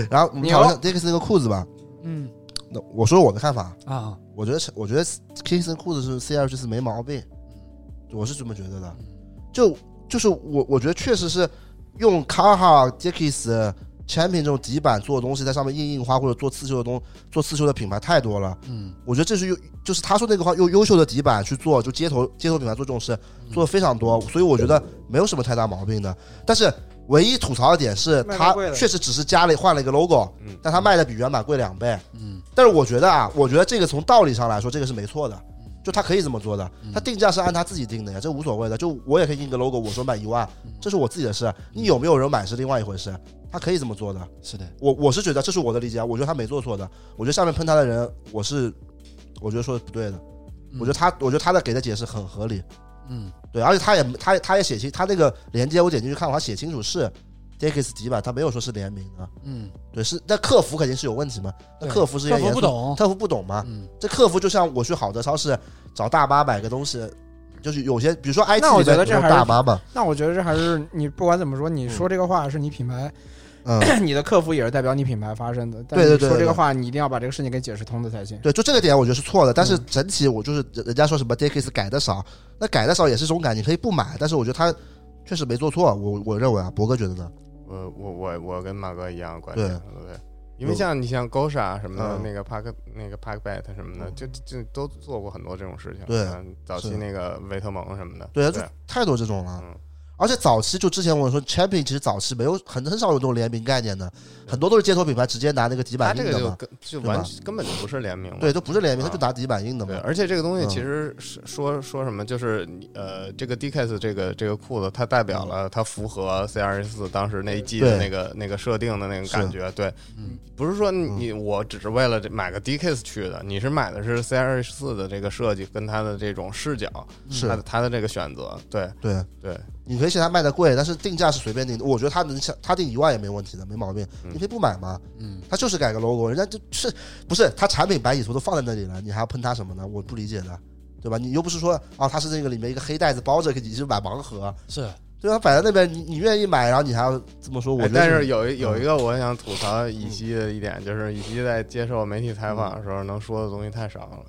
S1: 然后我们讨论一下 d i c k i s 那个裤子吧。
S2: 嗯
S1: 那我说我的看法，
S2: 啊，
S1: 我觉得，我觉得 Kingston 裤子是 C L G 是没毛病，我是这么觉得的。就就是我，我觉得确实是用 Carhartt、Dickies、Champion 这种底板做的东西，在上面印印花或者做刺绣的东做刺绣的品牌太多了。
S2: 嗯，
S1: 我觉得这是优，就是他说那个话，用优秀的底板去做，就街头街头品牌做这种事，做的非常多，所以我觉得没有什么太大毛病的。但是唯一吐槽的点是，
S3: 卖得
S1: 他
S3: 贵了
S1: 确实只是加了换了一个 logo，
S4: 嗯
S1: 但他卖的比原版贵两倍。
S2: 嗯，
S1: 但是我觉得啊，我觉得这个从道理上来说，这个是没错的，
S2: 嗯
S1: 就他可以这么做的，他定价是按他自己定的呀，这无所谓的。就我也可以印个 logo，我说卖一万，
S2: 嗯
S1: 这是我自己的事，你有没有人买是另外一回事，他可以这么做的。
S2: 是的，
S1: 我我是觉得这是我的理解，啊，我觉得他没做错的。我觉得下面喷他的人，我是我觉得说的不对的。我觉得他，我觉得他的给的解释很合理，
S2: 嗯
S1: 对，而且他也他他也写清，他那个链接我点进去看，他写清楚是 Dickies 迪吧，他没有说是联名的，
S2: 嗯，
S1: 对，是但客服肯定是有问题嘛，那
S2: 对
S1: 客服是一
S2: 客
S1: 个
S2: 服
S1: 严
S2: 不
S1: 肃，
S2: 懂，
S1: 客服不懂嘛，
S2: 嗯
S1: 这客服就像我去好的超市找大妈买个东西，就是有些比如说 IT
S3: 那我
S1: 里面
S3: 觉得
S1: 有
S3: 这还是
S1: 大妈嘛，
S3: 那我觉得这还是你不管怎么说，你说这个话是你品牌，
S1: 嗯，
S3: 你的客服也是代表你品牌发声的。但
S1: 对对
S3: 你
S1: 对
S3: 说这
S1: 对
S3: 个话，你一定要把这个事情给解释通的才行。
S1: 对，就这个点我觉得是错的，但是整体我就是人人家说什么 Dickies 改的少，那改的少也是一种改，你可以不买，但是我觉得他确实没做错，我我认为啊，博哥觉得呢？
S4: 我我我我跟马哥一样观点，
S1: 对
S4: 对，因为像你像 Gosha 什么的，
S1: 嗯
S4: 那个 Park 那个 Park Bet 什么的，就就都做过很多这种事情，
S1: 对
S4: 嗯，早期
S1: 是
S4: 那个维特蒙什么的，
S1: 对啊，就
S4: 对，
S1: 太多这种了
S4: 嗯，
S1: 而且早期就之前我说 Champion 其实早期没有很很少有这种联名概念的，很多都是街头品牌直接拿那个底
S4: 他
S1: 板
S4: 这
S1: 印
S4: 个
S1: 的
S4: 就
S1: 嘛，
S4: 根就
S1: 对吧
S4: 完根本就不是联名嘛，
S1: 对，都不是联名，
S4: 啊
S1: 他就拿底板印的
S4: 对，
S1: 嘛，
S4: 而且这个东西
S1: 嗯
S4: 其实是说说什么，就是你呃，这个 DKS 这个这个裤子，它代表了它符合 C R 四当时那一季的
S1: 嗯对
S4: 那个那个设定的那个感觉。对，
S2: 嗯
S4: 不是说你我只是为了这买个 DKS 去的，你是买的是 C R 四的这个设计跟它的这种视角，
S1: 嗯是
S4: 它的它的这个选择。对
S1: 对。
S4: 对，
S1: 你可以嫌它卖的贵，但是定价是随便定的。我觉得它能想它定一万也没问题的，没毛病。
S4: 嗯
S1: 你可以不买嘛，
S3: 嗯，
S1: 它就是改个 logo，人家就是不是它产品白底图都放在那里了，你还要喷它什么呢？我不理解的，对吧？你又不是说啊，它是这个里面一个黑袋子包着，给你是买盲盒，
S2: 是
S1: 对吧？摆在那边，你你愿意买，然后你还要这么说，我
S4: 哎
S1: 觉得嗯
S4: 但是有一有一个我想吐槽乙烯的一点，就是乙烯在接受媒体采
S1: 嗯
S4: 访的时候能说的东西太少了。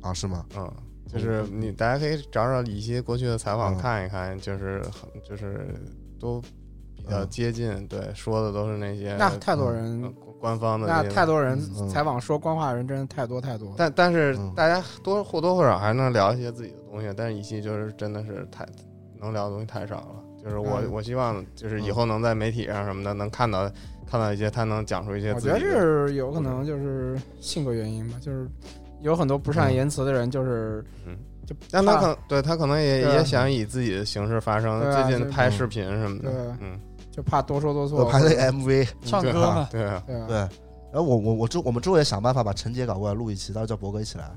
S1: 啊，是吗？
S4: 嗯，就是你大家可以找找乙烯过去的采访
S1: 嗯
S4: 看一看，就是很就是都比较
S1: 嗯
S4: 接近，对，说的都是那些
S3: 那太多人，
S4: 呃官方的
S3: 那
S4: 些
S3: 太多人
S1: 嗯
S3: 采访说官话的人真是太多太多了。
S4: 但但是
S1: 嗯
S4: 大家多或多或少还能聊一些自己的东西，但是乙烯就是真的是太能聊的东西太少了。就是我、
S3: 嗯
S4: 我希望就是以后能在媒体上什么的能看到看到一些他能讲出一些
S3: 我
S4: 自己
S3: 觉
S4: 的。
S3: 得这是
S1: 嗯
S3: 有可能就是性格原因吧，就是有很多
S1: 嗯
S3: 不善言辞的人，就是
S4: 嗯
S3: 就
S4: 但他
S3: 怕
S4: 可能对他可能也
S3: 对啊
S4: 也想以自己的形式发声，
S3: 对啊
S4: 最近
S3: 就
S4: 拍视频什么的
S3: 对，
S4: 嗯，
S3: 就怕多说多
S1: 我
S3: 错。
S1: 拍那
S3: 或
S1: 个
S3: 者
S1: MV，
S2: 唱歌
S4: 对啊
S2: 嘛，
S4: 对啊，
S3: 对
S1: 对
S3: 啊，。
S1: 然后我我我之我们之后也想办法把陈姐搞过来录一期，到时候叫博哥一起来，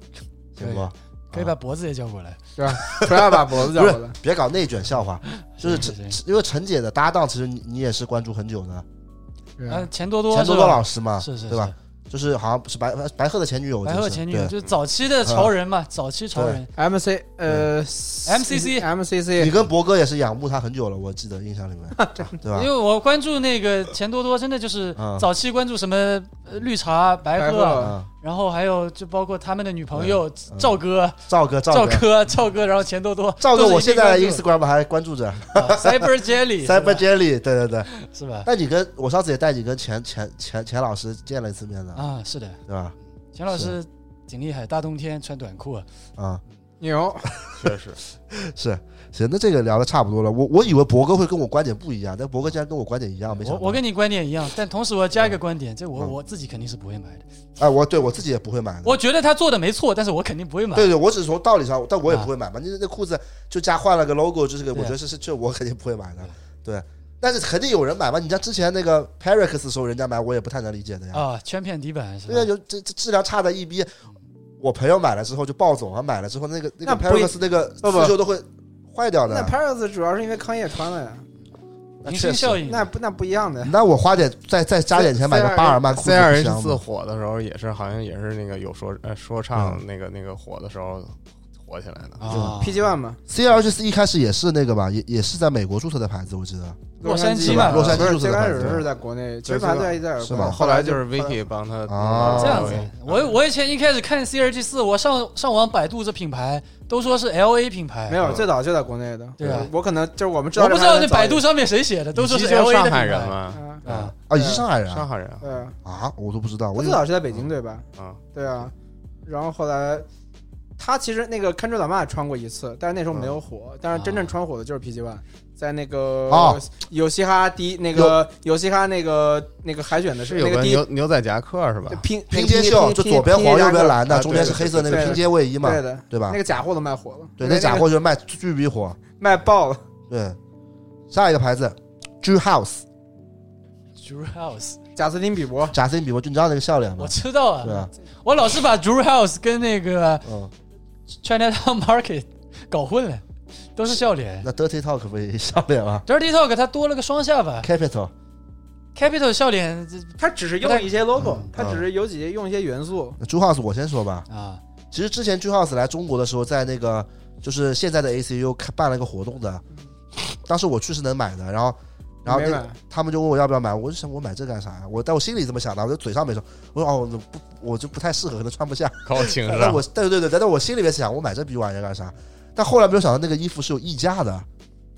S1: 行不？
S2: 可以把脖子也叫过来。
S3: 不要把脖子绞
S1: 不是
S3: 了。
S1: 别搞内卷笑话，就是
S2: 行
S1: 陈
S2: 行，
S1: 因为陈姐的搭档，其实你你也是关注很久的，
S3: 对啊
S2: 嗯，钱多多
S1: 钱多
S2: 是
S1: 多
S2: 吧
S1: 老师嘛，
S2: 是是
S1: 对吧？？就是好像是白呃白鹤的前女友，我记
S2: 白
S1: 得
S2: 鹤
S1: 是
S2: 前女友
S1: 对嗯
S2: 就是早期的潮人嘛，早期潮人
S3: MC 呃
S2: MCC
S3: MCC
S1: 你跟博哥也是仰慕他很久了，我记得印象 里面，对
S2: 因
S1: 吧？
S2: 为我关注那个钱多多，真的就是
S1: 嗯
S2: 早期关注什么呃绿茶、白
S3: 白
S2: 鹤，
S3: 鹤
S1: 嗯，
S2: 然后还有就包括他们的女朋友赵哥、
S1: 赵哥，嗯赵
S2: 赵
S1: 哥，
S2: 哥、赵哥，然后钱多多、
S1: 赵哥，
S2: 都是
S1: 我现在
S2: 一定
S1: Instagram 还关注 着
S2: 关注的啊 Cyber
S1: Cyber
S2: Jelly 是吧
S1: Jelly，对对对。
S2: 是吧？
S1: 那你跟我上次也带你跟钱钱钱钱老师见了一次面的，
S2: 啊，是的，
S1: 对吧？
S2: 钱老师挺厉害，大冬天穿短裤啊，
S1: 啊，
S3: 牛，
S4: 确实，
S1: 是行，那这个聊的差不多了。我我以为博哥会跟我观点不一样，但博哥竟然跟我观点一啊样，没想
S2: 我
S1: 到。
S2: 我跟你观点一样，但同时我要加一个观点，这我
S1: 嗯
S2: 我自己肯定是不会买的。
S1: 哎，我对我自己也不会买的。
S2: 我觉得他做的没错，但是我肯定不会买。
S1: 对对，我只是从道理上，但我也
S2: 啊
S1: 不会买嘛。你那裤子就加换了个 logo，就是个，
S2: 对
S1: 我
S2: 啊
S1: 觉得是是这我肯定不会买的。对，但是肯定有人买嘛。你像之前那个 Parex 的时候，人家买我也不太能理解的呀。
S2: 啊，圈片底板是
S1: 对啊，
S2: 吧？
S1: 有这这质量差的一逼，我朋友买了之后就暴走啊，买了之后那个那
S3: 那
S1: 个
S3: 不一
S1: Parex 那个
S3: 不不
S1: 刺绣都会坏掉的
S3: 那。Paris 主要是因为康业穿的呀，
S1: 那
S2: 明
S1: 确
S2: 星
S1: 实
S2: 效应，
S3: 那不那不一样的。
S1: 那我花点再再加点钱买个巴尔曼裤子
S4: C 二
S1: 不
S4: H
S1: 香
S4: 四
S1: 吗？
S4: 火的时候也是好像也是那个有说呃说唱那个那个火的时候火起来的，
S2: 啊
S3: PG One 嘛，
S1: C H 四一开始也是那个吧，也也是在美国注册的牌子，我记得。啊
S2: 洛杉矶
S3: 矶
S2: 嘛
S1: 洛杉矶
S3: 不是
S1: 注册
S3: 最
S1: 的
S3: 开
S1: 牌
S3: 始
S1: 子
S3: 是在国内，其实
S4: 对
S3: 排
S4: 是吧
S3: 队在
S1: 是吧
S3: 吧？
S4: 后
S3: 哦来
S4: 来就是 Vicky 帮他弄的
S1: 啊
S2: 这样子
S4: 对，
S2: 我我以前一开始看 CRG 四，我上上网百度这品牌，都说是 LA 品牌，
S3: 没有，最早就在国内的。
S2: 对啊
S3: 我可能就是我们知道，
S2: 我不知道那百度。上面谁写的，都说
S4: 乙
S2: 是
S4: 烯就
S2: LA 的品
S4: 上海
S2: 牌
S4: 人嘛，
S3: 嗯
S2: 啊，
S1: 啊，你是上海人
S4: 上
S1: 啊？
S4: 海人
S3: 对啊，
S1: 啊，我都不知道。
S3: 他
S1: 我以
S3: 最
S1: 为
S3: 早是在北京对吧？
S4: 啊，
S3: 对啊，然后后来他其实那个看追老妈穿过一次，但是那时候
S1: 嗯
S3: 没有火。但是真正穿火的就是 PG One，在那个
S1: 哦
S3: 有嘻哈第一那个有嘻哈那个那个海选的时
S4: 是
S3: 候，
S4: 有
S3: 那个
S4: 个
S3: 第一
S4: 牛牛仔夹克是吧？
S3: 拼
S1: 拼接秀，就左边黄右边蓝的，
S4: 啊
S1: 中间是黑色那个
S3: 对
S1: 拼接卫衣嘛，
S3: 对的，
S1: 对吧
S3: 那？个假货都卖火了，
S1: 对，那假货就是卖巨逼火。
S3: 卖爆了。
S1: 对，下一个牌子 Drew House，
S2: Drew House，
S3: 贾斯汀比伯，
S1: 贾斯汀比伯，就你知道那个笑脸吗
S2: 我？知道
S1: 对
S2: 啊，
S1: 啊，
S2: 我老是把 Drew House 跟那个
S1: 嗯，
S2: Chinatown Market 搞混了，都是笑脸。
S1: 那 Dirty Talk 不也笑脸吗
S2: Dirty Talk 它多了个双下巴
S1: ？Capital，
S2: ，Capital 笑脸这
S3: 他只是
S2: 不太
S3: 用一些 logo，
S2: 嗯
S3: 他只是有几些用一些元素。
S1: 那 Drew House 我先说吧。
S2: 啊
S1: 其实之前 Drew House 来中国的时候，在那个就是现在的 ACU 开办了一个活动的，当时我去是能买的，然后。然后那
S3: 嗯没
S1: 个
S3: 买
S1: 他们就问我要不要买，我就想我买这干啥呀？我但我心里这么想的，我就嘴上没说，我说哦，我不，我就不太适合，可能穿不下。
S4: 高情
S1: 但
S4: 商
S1: 哎我对对对，但是我心里面想，我买这逼玩意儿干啥？但后来没有想到那个衣服是有溢价的，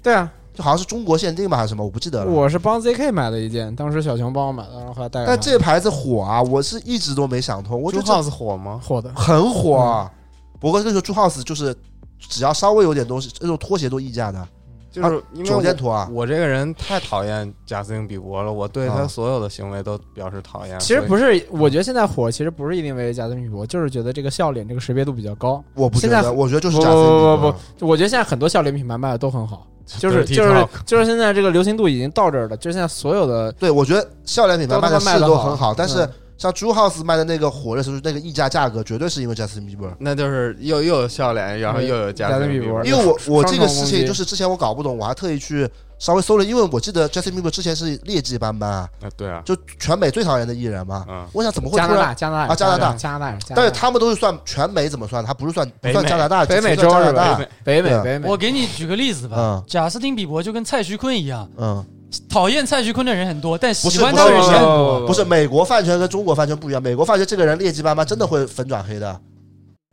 S3: 对啊，
S1: 就好像是中国限定吧还是什么，我不记得了。
S3: 我是帮 ZK 买的一件，当时小熊帮我买的，然后后来带给
S1: 但
S3: 他
S1: 这牌子火啊，我是一直都没想通，我觉
S4: 朱
S1: 得这
S4: House 火吗？
S3: 火的，
S1: 很火、啊。
S3: 嗯
S1: 不过那时候朱 house 就是只要稍微有点东西，这种拖鞋都溢价的，
S4: 就是因为
S1: 九
S4: 我
S1: 件拖啊，
S4: 我这个人太讨厌贾斯汀比伯了，我对
S1: 啊
S4: 他所有的行为都表示讨厌。
S3: 其实不
S4: 是，
S3: 是，我觉得现在火其实不是因为贾斯汀比伯，就是觉得这个笑脸这个识别度比较高。
S1: 我不觉
S3: 现
S1: 得，
S3: 在
S1: 我觉得就是
S3: 不
S1: 贾斯汀
S3: 不
S1: 比
S3: 不
S1: 伯
S3: 不我觉得现在很多笑脸品牌卖的都很好，就是就
S4: Dirty
S3: 是
S4: Talk
S3: 就是现在这个流行度已经到这儿了，就是现在所有的
S1: 对，我觉得笑脸品牌
S3: 都
S1: 卖
S3: 他
S1: 的
S3: 妈
S1: 是
S3: 卖得
S1: 都
S3: 好
S1: 很好，但是
S3: 嗯
S1: 像 Drew House 卖的那个火热时候那个溢价价格，绝对是因为 Justin Bieber。
S4: 那就是又又有笑脸，然后又有加
S3: 加
S4: 勒
S3: 勒
S4: 比
S3: 比博
S1: 因为我我
S4: 双
S1: 这个
S4: 重
S1: 事
S4: 攻
S1: 情
S4: 击
S1: 就是之前我搞不懂，我还特意去稍微搜了，因为我记得 Justin Bieber 之前是劣迹斑斑啊，
S4: 啊，对啊，
S1: 就全美最讨厌的艺人嘛。
S4: 嗯，
S1: 我想怎么会
S3: 加
S1: 突
S3: 拿
S1: 然？
S3: 大，加拿大
S1: 啊加拿大
S3: 加拿大，
S1: 但是他们都是算全美怎么算？他不是算不
S4: 北
S1: 算
S4: 美
S1: 加拿大，
S3: 北
S1: 只
S3: 美
S1: 算加
S3: 洲
S1: 拿
S3: 是吧
S1: 大。
S3: 北美
S1: 对
S3: 北美，
S2: 我给你举个例子吧
S1: 嗯，
S2: 贾斯汀比伯就跟蔡徐坤一样，
S1: 嗯，
S2: 讨厌蔡徐坤的人很多，但
S1: 不
S2: 喜
S1: 是
S2: 欢
S1: 不
S2: 他
S1: 是
S2: 的人也很
S3: 不
S2: 多。
S4: 哦
S3: 不
S1: 不是美国饭圈跟中国饭圈不一样，美国饭圈这个人劣迹斑斑，真的会粉转黑的。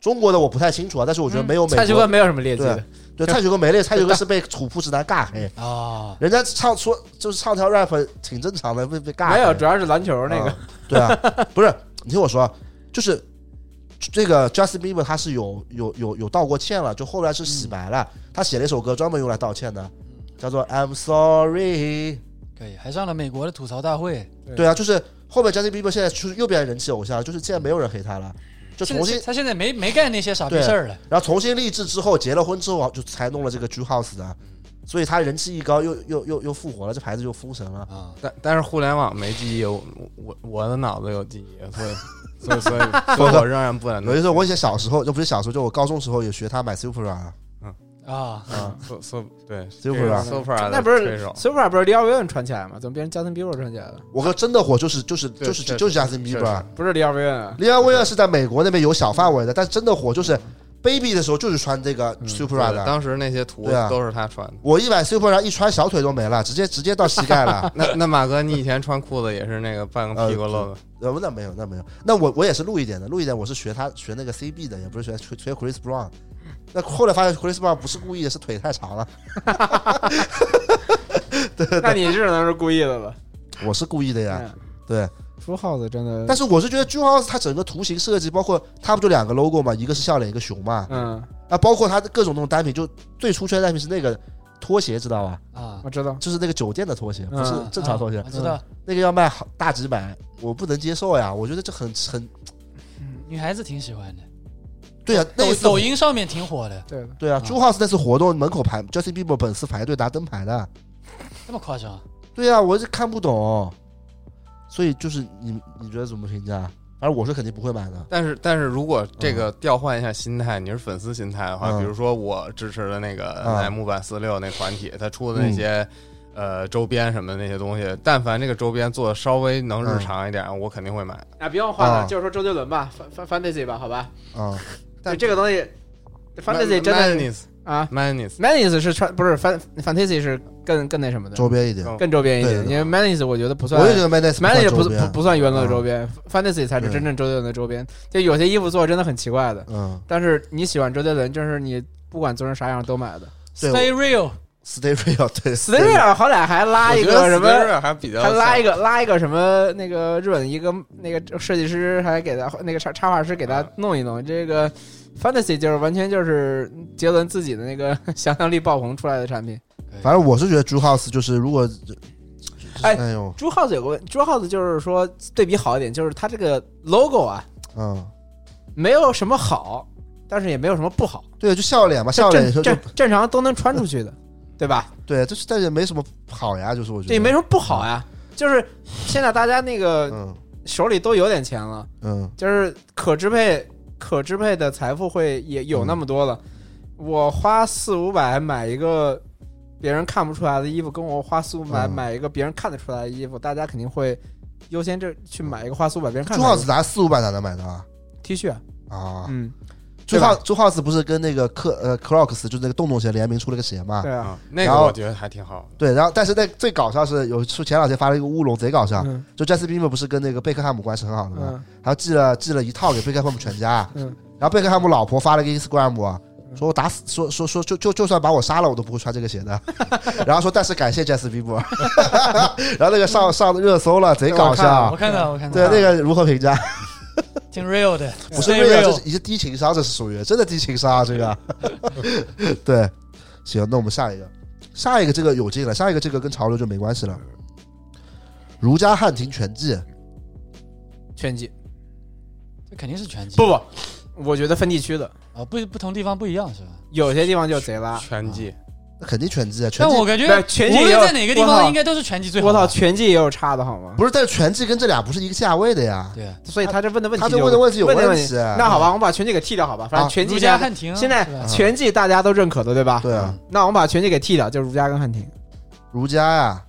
S1: 中国的我不太清楚啊，但是我觉得没有美国。
S3: 嗯蔡徐坤没有什么劣迹的，
S1: 对蔡徐坤没劣，蔡徐坤是被土铺直男尬黑，
S2: 啊，
S1: 人家唱说就是唱条 rap 挺正常的，被被尬黑。
S3: 没有，主要是篮球那个
S1: 啊，对啊， 不是，你听我说，就是这个 Justin Bieber 他是有有有有道过歉了，就后来是
S4: 嗯
S1: 洗白了，他写了一首歌专门用来道歉的，叫做 I'm Sorry。
S2: 可以，还上了美国的吐槽大会。
S1: 对啊，就是后面 Justin Bieber 现在就是又变成人气偶像了，就是现在没有人黑他了，就
S2: 现
S1: 重新
S2: 在，他现在没没干那些傻逼
S1: 对
S2: 事儿了。
S1: 然后重新励志之后结了婚之后就才弄了这个 Drew House 的，所以他人气一高又又又又复活了，这牌子又封神了。
S2: 啊，
S4: 但但是互联网没记忆，我我我的脑子有记忆，所以所以所以所以我仍然不能
S1: 有一次我以前小时候，就不是小时候，就我高中时候也学他买 Supra 啊
S2: 啊，
S1: 啊，
S4: So so 对
S1: Supra
S4: Super
S3: 那不是
S4: 对手，
S3: Super 不是 Lil Wayne 穿起来吗？怎么变成 Justin Bieber 穿起来了？
S1: 我跟真的火就是就是
S4: 对
S1: 就是
S4: 确实
S1: 就是 Justin
S4: 确实
S1: Bieber。
S3: 不是 Lil Wayne 啊，
S1: 另外，威尔是在美国那边有小范围的，但真的火就是 Baby 的时候就是穿这个 Supra
S4: 对
S1: 的。
S4: 当时那些图
S1: 对啊
S4: 都是他穿的。。
S1: 我一买 Supra 一穿小腿都没了，直接直接到膝盖了
S4: 那那马哥，你以前穿裤子也是那个半个屁股露的，
S1: 呃，那没有那没有，那我我也是录一点的，录一点我是学他学那个 CB 的，也不是学学学 Chris Brown。那后来发现 Chris Brown 不是故意的，是腿太长了。
S3: 那你这能是故意的吧？
S1: 我是故意的呀，
S3: 嗯
S1: 对。
S3: Full House 真的，
S1: 但是我是觉得 j u House 它整个图形设计，包括它不就两个 logo 嘛，一个是笑脸，一个熊嘛。
S3: 嗯，
S1: 啊，包括它的各种那种单品，就最出圈的单品是那个拖鞋，知道吧？
S2: 啊，
S3: 我知道，
S1: 就是那个酒店的拖鞋，不是
S3: 嗯
S1: 正常拖鞋。
S2: 啊我知道，
S1: 那个要卖好大几百，我不能接受呀！我觉得这很很
S2: 女孩子挺喜欢的，
S1: 对啊，那
S2: 抖
S1: 一次
S2: 抖音上面挺火的，
S3: 对的，
S1: 对啊
S2: 啊
S1: ，Drew House 那次活动门口排 Justin Bieber 粉丝排队拿灯牌的，
S2: 这么夸张？
S1: 对啊，我是看不懂，所以就是你你觉得怎么评价？反正我是肯定不会买的。
S4: 但是但是如果这个调换一下心态，你是粉丝心态的话，
S1: 嗯
S4: 比如说我支持的那个
S1: 嗯
S4: 乃木坂四六那团体，他出的那些。呃，周边什么的那些东西，但凡这个周边做的稍微能
S1: 嗯
S4: 日常一点，我肯定会买。
S3: 啊，不用换了，
S1: 啊
S3: 就是说周杰伦吧，Fan-，Fan Fantasy 吧，好吧，
S1: 啊、
S3: 就这个东西，Fantasy 真的
S4: madness
S3: 啊
S4: madness，
S3: ，Madness 是穿不是 Fan Fantasy 是更更那什么的，
S1: 周边一点，
S4: 更
S3: 更周边一
S1: 对
S3: 点，
S1: 对
S3: 因为 Madness 我觉得不算
S1: 我也觉得 Madness
S3: ，Madness 嗯不
S1: 周
S3: 不
S1: 边，
S3: 不算原乐
S1: 嗯
S3: 周边，Fantasy 才是
S1: 对
S3: 真正周杰伦的周边，就有些衣服做的真的很奇怪的，
S1: 嗯
S3: 但是你喜欢周杰伦，就是你不管做成啥样都买的。
S1: 对
S2: Stay real，
S1: ，Stay real，对
S3: s t a y r 好歹还拉一个什么
S4: 我觉得 Slayer 还比较
S3: 还拉一
S4: 个
S3: 个拉一个什么那个日本一个那个设计师还给他那个插插画师给他弄一弄，这个 fantasy 就是完全就是杰伦自己的那个 想象力爆棚出来的产品。
S1: 反正我是觉得 Drew House 就是如果，
S3: 哎
S1: 哎呦，
S3: 朱浩子有个问，朱浩子就是说对比好一点，就是他这个 logo 啊
S1: 嗯，
S3: 没有什么好，但是也没有什么不好，
S1: 对，就笑脸嘛，笑脸
S3: 正
S1: 也是就
S3: 正正常都能穿出去的，对吧？
S1: 对，就是但也没什么好呀，就是我觉得
S3: 这也没什么不好呀。就是现在大家那个
S1: 嗯
S3: 手里都有点钱了，
S1: 嗯
S3: 就是可支配可支配的财富会也有那么多了。
S1: 嗯
S3: 我花四五百买一个别人看不出来的衣服，跟我花四五百
S1: 嗯
S3: 买一个别人看得出来的衣服，大家肯定会优先这去买一个花四五百别人看
S1: 朱
S3: 得出来
S1: 浩
S3: 的
S1: 子拿四五百哪能买的啊？
S3: T 恤啊。
S1: 啊，
S3: 嗯，
S1: 朱
S3: 对吧
S1: 浩朱浩子不是跟那个克呃 Crocs 就是那个洞洞鞋联名出了个鞋嘛？
S3: 对啊，
S4: 啊，那
S1: 然
S4: 个
S1: 后
S4: 我觉得还挺好的。
S1: 对，然后但是那最搞笑是有出前两天发了一个乌龙，贼搞笑。
S3: 嗯
S1: 就 Justin Bieber 不是跟那个贝克汉姆关系很好的嘛，
S3: 嗯
S1: 然后寄了寄了一套给贝克汉姆全 家，
S3: 嗯
S1: 然后贝克汉姆老婆发了个 Instagram，说我啊打死说说说就就就算把我杀了，我都不会穿这个鞋 的。然后说但是感谢 Justin Bieber，然后那个上上热搜了，贼搞笑
S2: 我。看到我看到，
S1: 啊对那个如何评价？
S2: 挺 real 的，
S1: 不是
S2: Stay
S1: 为了，这
S2: real
S1: 是一个低情商，这是属于真的低情商啊！这个，对，行，那我们下一个，下一个这个有劲了，下一个这个跟潮流就没关系了。儒家汉庭拳击，
S3: 拳击
S2: 这肯定是拳击，哦
S3: 不不，我觉得分地区的，
S2: 啊，不不同地方不一样是吧？
S3: 有些地方就贼拉，
S4: 拳击
S1: 那肯定拳击啊，拳
S2: 但
S1: 击
S2: 我感觉
S3: 对拳击
S2: 无
S3: 也有
S2: 论在哪个地
S3: 我
S2: 方，
S3: 操
S2: 应该都是拳击最好
S3: 我
S2: 的。
S3: 操，拳击也有差的好吗？
S1: 不是，但是拳击跟这俩不是一个价位的呀。
S2: 对，
S3: 所以他这问的问题
S1: 他
S3: 就，
S1: 这问的问题有
S3: 问的
S1: 问
S3: 问
S1: 题
S3: 题。那好吧，我们把拳击给剔掉，好吧？反
S1: 嗯
S3: 正
S1: 啊
S3: 拳击
S2: 儒
S3: 现
S2: 家
S3: 在
S2: 汉庭
S3: 现在
S2: 是吧
S3: 拳击大家都认可的，对吧？
S1: 对啊，
S3: 那我们把拳击给剔掉，就是儒家跟汉庭。
S1: 儒家呀，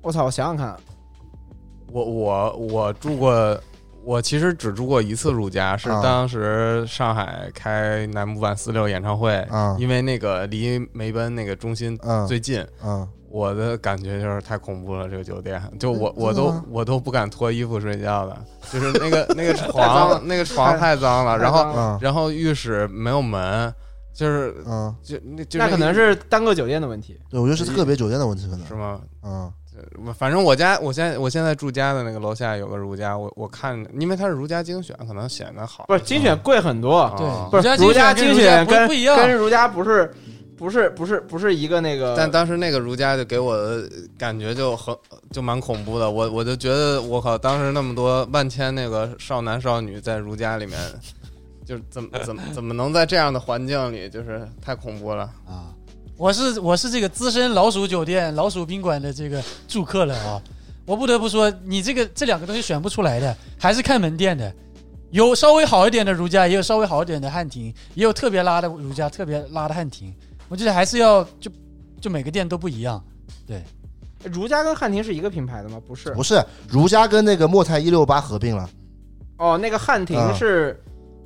S3: 我操，我想想看，啊
S4: 我我我住过，我其实只住过一次儒家，是
S1: 啊
S4: 当时上海开南木坂四六演唱会，
S1: 啊
S4: 因为那个离梅奔那个中心
S1: 嗯
S4: 哎最近，
S1: 嗯，
S4: 我的感觉就是太恐怖了，这个酒店，就我
S1: 嗯
S4: 我
S1: 真的
S4: 都
S1: 吗
S4: 我都不敢脱衣服睡觉了，就是那个那个
S3: 脏了
S4: 床那个床太脏啊了，然
S3: 太
S4: 后
S3: 脏
S1: 嗯
S3: 了
S4: 然后浴室没有门，就是
S1: 嗯，
S4: 就那就
S3: 那可能
S4: 是
S3: 是单个酒店的问题。
S1: 对，我觉得是个别酒店的问题，可能
S4: 是，吗？
S1: 嗯
S4: 反正我家我现在我现在住家的那个楼下有个儒家，我我看，因为它是儒家精选，可能显得好。
S3: 不是精选贵很多，
S4: 啊
S3: 不
S2: 嗯对
S3: 是
S2: 儒
S3: 儒
S2: 家
S3: 家
S2: 精神跟儒家
S3: 精选
S2: 不是
S3: 跟
S2: 不一样
S3: 跟儒家不是不是不是不是一个那个。
S4: 但当时那个儒家就给我的感觉就很就蛮恐怖的，我我就觉得我靠，当时那么多万千那个少男少女在儒家里面，就是怎么怎么怎么能在这样的环境里，就是太恐怖了。
S2: 啊，我是我是这个资深老鼠酒店、老鼠宾馆的这个住客了啊。我不得不说，你这个这两个东西选不出来的，还是看门店的。有稍微好一点的儒家，也有稍微好一点的汉庭，也有特别拉的儒家，特别拉的汉庭。我觉得还是要就就每个店都不一样。
S3: 儒家跟汉庭是一个品牌的吗？不是
S1: 不。是儒家跟那个莫泰一六八合并了，
S3: 哦，那个汉庭
S1: 嗯
S3: 是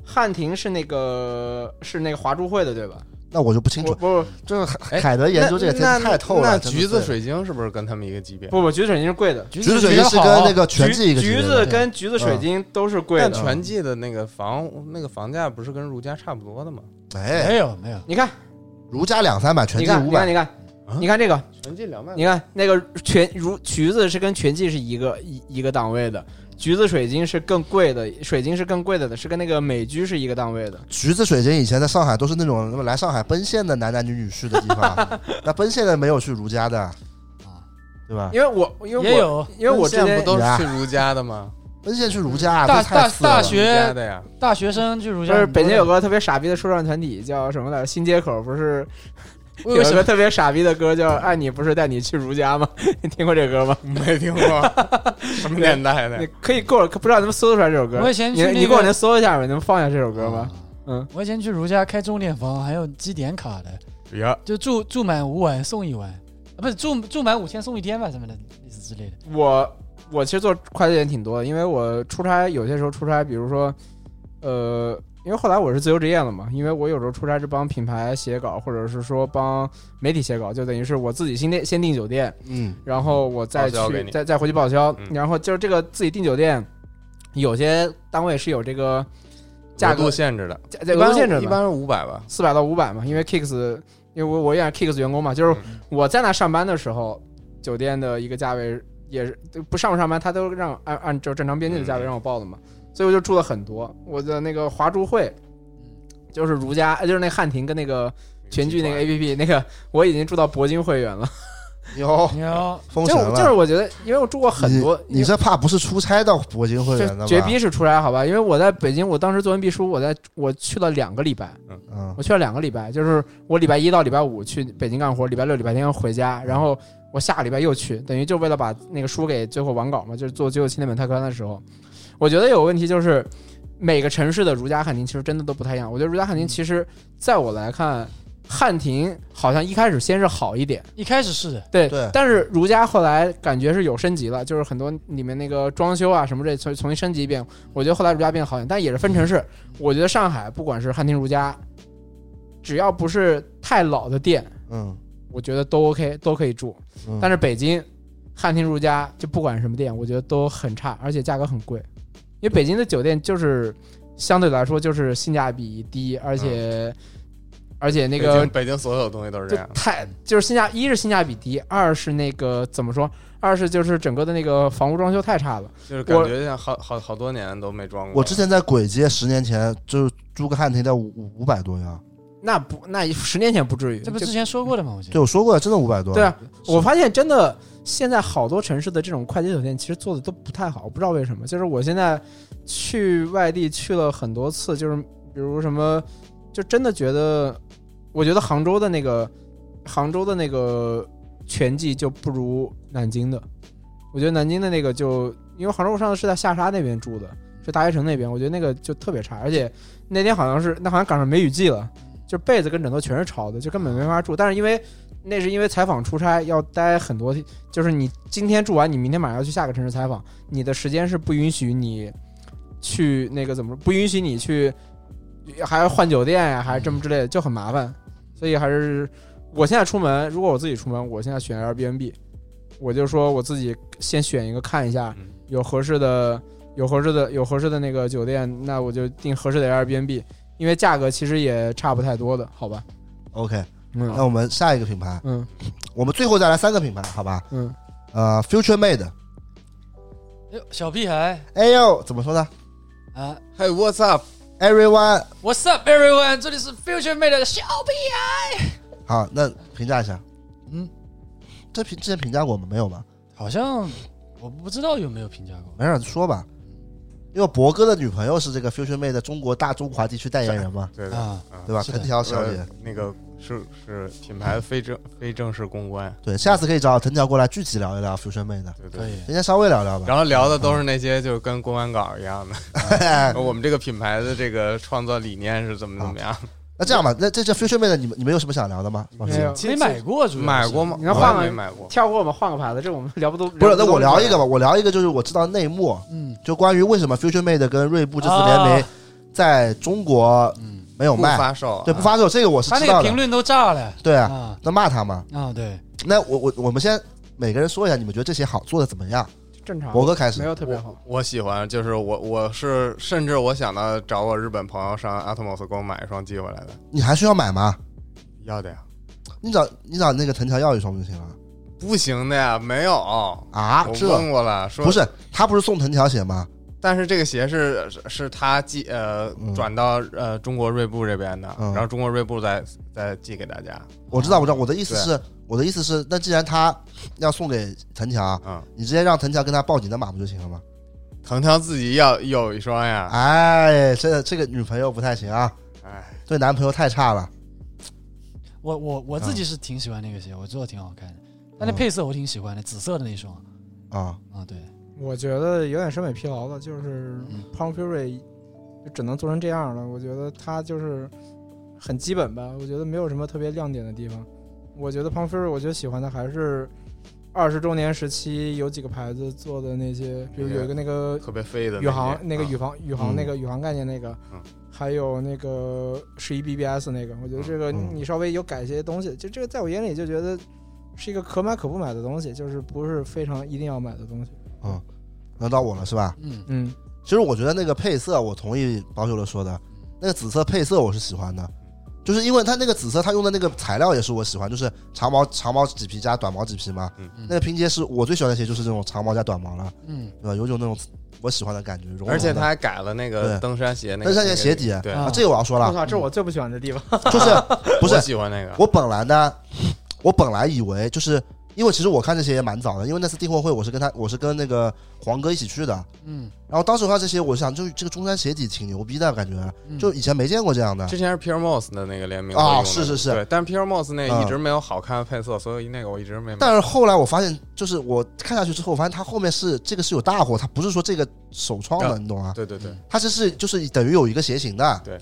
S3: 汉庭是那个是那个华住会的对吧？
S1: 那我就不清
S3: 我
S1: 楚。
S3: 不
S1: 这
S4: 哎
S1: 凯德研究这个
S4: 那
S1: 真太透
S4: 那
S1: 了。真的
S4: 橘子
S1: 是，
S4: 水晶是不是跟他们一个级别？
S3: 不不，橘子水晶是贵的，
S2: 橘
S1: 橘子
S2: 子
S1: 水
S2: 比
S1: 晶
S2: 较
S1: 是
S2: 好
S1: 跟那个拳击一个级
S3: 橘
S1: 别
S3: 子
S1: 的
S3: 跟橘子水晶都是贵
S4: 但
S3: 的。
S4: 全季的那个房那个房价不是跟儒家差不多的吗？
S1: 哎，
S2: 啊没有没有，
S3: 你看，
S1: 儒家两三百，拳
S3: 你
S1: 击
S3: 看，
S1: 五
S3: 你看，
S1: 百，啊
S3: 你看，你看这个，
S4: 全季两百
S3: 你看那个全如橘子是跟全季是一个一一个档位的，橘子水晶是更贵的，水晶是更贵的的，是跟那个美居是一个档位的。
S1: 橘子水晶以前在上海都是那种什么来上海奔现的男男女女去的地 方，那奔现的没有去儒家的，啊对吧？
S3: 因为我因为
S2: 也
S3: 我
S2: 有
S3: 因为我之
S4: 现在
S3: 前
S4: 不都是去儒家的吗？
S1: 奔现去儒家，
S2: 大
S1: 这太次了
S2: 大大
S4: 儒
S2: 学
S4: 家的呀，
S2: 大学生去儒
S3: 不
S2: 家，
S3: 是北京有个特别傻逼的说唱团体叫什么来着？新街口不 是
S2: 我
S3: 有
S2: 有
S3: 一
S2: 想
S3: 个特别傻逼的歌叫《爱你不是带你去儒家》吗？ 你听过这歌吗？
S4: 没听过， 什么年代的
S3: 你
S4: 呀？
S3: 可以给我不知道能不能搜得出来这首歌。
S2: 我以前去
S3: 你
S2: 那个
S3: 你给我能搜一下吗？你能放下这首歌吗？？嗯，
S2: 啊我以前去儒家开钟点房，还有积点卡的，
S4: 呀，
S2: 就住住满五晚送一晚，啊，不是住住满五天送一天吧，什么的类似之类的。
S3: 我我其实做快递员挺多的，因为我出差有些时候出差，比如说，呃，因为后来我是自由职业了嘛，因为我有时候出差是帮品牌写稿，或者是说帮媒体写稿，就等于是我自己先订先订酒店，
S1: 嗯，
S3: 然后我再
S4: 报销给
S3: 去
S4: 你
S3: 再再回去报销，
S4: 嗯
S3: 然后就是这个自己订酒店，有些单位是有这个价
S4: 价
S3: 格
S4: 格限制的，
S3: 价价格限制
S4: 一
S3: 的，
S4: 般是五百吧。
S3: 四百到五百嘛，因为 Kicks，因为我我也是 Kicks 员工嘛，就是我在那上班的时候，酒店的一个价位也是不上不上班，他都让按按照正常边际的价位
S4: 嗯
S3: 让我报的嘛，所以我就住了很多。我的那个华住会，就是如家，呃就是那汉庭跟那个全聚那个 APP 那个，我已经住到铂金会员了。
S1: 有
S2: 你要
S1: 封
S3: 就
S1: 神了。
S3: 就是我觉得，因为我住过很多，
S1: 你，你这怕不是出差到铂金会
S3: 就
S1: 员的吧？
S3: 绝逼是出来好吧？因为我在北京，我当时做完毕书，我在我去了两个礼拜。
S1: 嗯
S3: 我去了两个礼拜，就是我礼拜一到礼拜五去北京干活，礼拜六、礼拜天回家，然后我下个礼拜又去，等于就为了把那个书给最后完稿嘛，就是做最后七点本泰刊的时候，我觉得有个问题就是每个城市的儒家汉庭其实真的都不太一样。我觉得儒家汉庭其实在我来看，汉庭好像一开始先是好一点，
S2: 一开始是的，
S3: 对，
S1: 对
S3: 但是儒家后来感觉是有升级了，就是很多里面那个装修啊什么这重重新升级一遍。我觉得后来儒家变好一点，但也是分城市。我觉得上海不管是汉庭儒家，只要不是太老的店，
S1: 嗯
S3: 我觉得都 OK，都可以住。
S1: 嗯，
S3: 但
S1: 是
S3: 是北京汉庭儒家就不管什么店，我觉得都很差，而且价格很贵。因为北京的酒店就是相对来说就是性价比低，而且、而且那
S4: 那
S3: 个
S4: 北京所有东西都是
S3: 就
S4: 这样。
S3: 太就是性价，一是性价比低，二是那个怎么说？二是就是整个的那个房屋装修太差了。
S4: 就是感觉像好好好多年都没装过。
S1: 我之前在簋街十年前就是租个汉庭在五五百多呀，
S3: 那不，那十年前不至于。
S2: 这不
S3: 就是
S2: 之前说过的吗？我记
S1: 对
S2: 得。
S1: 我说过真的五百多。
S3: 对啊，我发现真的现在好多城市的这种快捷酒店其实做的都不太好，我不知道为什么。就是我现在去外地去了很多次，就是比如什么，就真的觉得，我觉得杭州的那个杭州的那个拳击就不如南京的，我觉得南京的那个就，因为杭州我上次是在下沙那边住的，是大学城那边，我觉得那个就特别差，而且那天好像是那好像赶上梅雨季了，就被子跟枕头全是潮的，就根本没法住。但是因为那是因为采访出差要待很多，就是你今天住完，你明天马上要去下个城市采访，你的时间是不允许你去那个怎么不允许你去，还要换酒店呀、还是这么之类的，就很麻烦。所以还是我现在出门，如果我自己出门，我现在选 Airbnb，我就说我自己先选一个看一下
S4: 嗯，
S3: 有合适的、有合适的、有合适的那个酒店，那我就订合适的 Airbnb，因为价格其实也差不太多的，好吧？
S1: OK，那
S3: 嗯
S1: 我们下一个品牌，
S3: 嗯
S1: 我们最后再来三个品牌，好吧？
S3: 嗯，
S1: 呃，Future Made，
S2: 哎呦小屁孩
S1: 哎呦，怎么说呢
S2: 啊
S4: 嘿，What's up？
S1: ？Everyone，
S2: ，What's up everyone？这里是 Future Made 的小屁孩。
S1: 好，那评价一下，
S2: 嗯，
S1: 这评之前评价过吗？没有吧？
S2: 好像我不知道有没有评价过。
S1: 没事，说吧。因为博哥的女朋友是这个 Future Made 的中国大中华地区代言人嘛，
S4: 对的
S2: 啊，
S1: 对吧？
S2: 是的
S1: 藤条小姐
S4: 呃，那个是是品牌非正非正式公关，
S1: 对，下次可以找藤条过来具体聊一聊 Future Made，
S4: 对
S2: 可
S4: 对。
S2: 以。
S1: 人家稍微聊聊吧。
S4: 然后聊的都是那些就跟公关稿一样的，
S1: 哎
S4: 我们这个品牌的这个创作理念是怎么怎么样？
S1: 那这样吧，那这这 Future Made 你们你们有什么想聊的吗？
S3: 没有，
S2: 没买过，主要是
S4: 买过吗？
S3: 你要换
S4: 我
S3: 个
S4: 也没买过。
S3: 跳过吧，换个牌子，这我们聊不都
S1: 不是，那我聊一个
S3: 吧。
S1: 吧，我聊一个就是我知道内幕，
S2: 嗯，
S1: 就关于为什么 Future Made 跟锐步这次联名
S2: 啊
S1: 在中国
S2: 嗯，
S1: 没有
S4: 不
S1: 卖，
S4: 发售啊，
S1: 对，不发售，这个我是
S2: 他那
S1: 知道
S2: 个评
S1: 的。
S2: 论都炸了
S1: 对啊，
S2: 啊
S1: 那骂他嘛。
S2: 啊！对，
S1: 那我我我们先每个人说一下，你们觉得这些好做的怎么样？
S3: 正常，
S1: 博哥开始
S3: 没有特别好。
S4: 我喜欢，就是我我是甚至我想到找我日本朋友上 Atmos 给我买一双寄回来的，
S1: 你还需要买吗？
S4: 要的呀，
S1: 你找你找那个藤条要一双不就行了？
S4: 不行的呀，没有。
S1: 啊，
S4: 我
S1: 这
S4: 问过了，说
S1: 不，是他不是送藤条鞋吗？
S4: 但是这个鞋是是是他寄呃、
S1: 嗯
S4: 转到呃中国锐步这边的，
S1: 嗯
S4: 然后中国锐步再再寄给大家。
S1: 我知道，我知道，我的意思是，我的意思是，那既然他要送给藤条，
S4: 嗯，
S1: 你直接让藤条跟他报警的码不就行了吗？
S4: 藤条自己要有一双呀，
S1: 哎，这个这个女朋友不太行啊，
S4: 哎，
S1: 对男朋友太差了。
S2: 我我我自己是挺喜欢那个鞋，我知道挺好看的，但那
S1: 哦
S2: 配色我挺喜欢的，紫色的那一双
S1: 啊、
S2: 啊，对，
S3: 我觉得有点审美疲劳了，就是
S2: 嗯
S3: Pound Fury 就只能做成这样了。我觉得他就是很基本吧，我觉得没有什么特别亮点的地方。我觉得 Pound Fury，我觉得喜欢的还是二十周年时期有几个牌子做的那些，比如有一个那个
S4: 特别飞的
S3: 宇航那个宇
S1: 啊
S4: 宇
S3: 航宇航那个宇航概念那个
S4: 嗯，
S3: 还有那个十一 BBS 那个，我觉得这个
S1: 嗯嗯
S3: 你稍微有改一些东西，就这个在我眼里就觉得是一个可买可不买的东西，就是不是非常一定要买的东西。
S1: 轮到我了是吧？
S2: 嗯，
S3: 嗯
S1: 其实我觉得那个配色，我同意保守的说的，那个紫色配色我是喜欢的，就是因为它那个紫色，它用的那个材料也是我喜欢，就是长毛长毛麂皮加短毛麂皮嘛。
S4: 嗯
S2: 嗯
S1: 那个拼接是我最喜欢的鞋，就是这种长毛加短毛了，
S2: 嗯
S1: 对吧？有种那种我喜欢的感觉，绒绒的
S4: 而且他还改了那
S1: 对
S4: 个登山鞋，那个
S1: 登山鞋鞋底
S4: 那个对，
S1: 啊，
S2: 啊
S1: 这个我要说
S3: 我
S1: 了，
S3: 操，这是我最不喜欢的地方。
S1: 就是不
S4: 我
S1: 是
S4: 喜欢那
S3: 啊
S4: 个，
S1: 我本来呢， 我本来以为就是因为其实我看这些也蛮早的，因为那次订货会我是跟他我是跟那个黄哥一起去的，
S2: 嗯
S1: 然后当时我看这些，我想就是这个中山鞋底挺牛逼的感觉，
S2: 嗯，
S1: 就以前没见过这样的。
S4: 之前是 Pure Moss 的那个联名
S1: 啊
S4: 我用的
S1: 是是是
S4: 对，但 Pure Moss 那
S1: 嗯
S4: 一直没有好看的配色，所以那个我一直没买。
S1: 但是后来我发现，就是我看下去之后，我发现它后面是这个是有大货，它不是说这个首创的，
S4: 啊
S1: 你懂吗？
S4: 对对对，
S1: 它这是就是等于有一个鞋型的，就是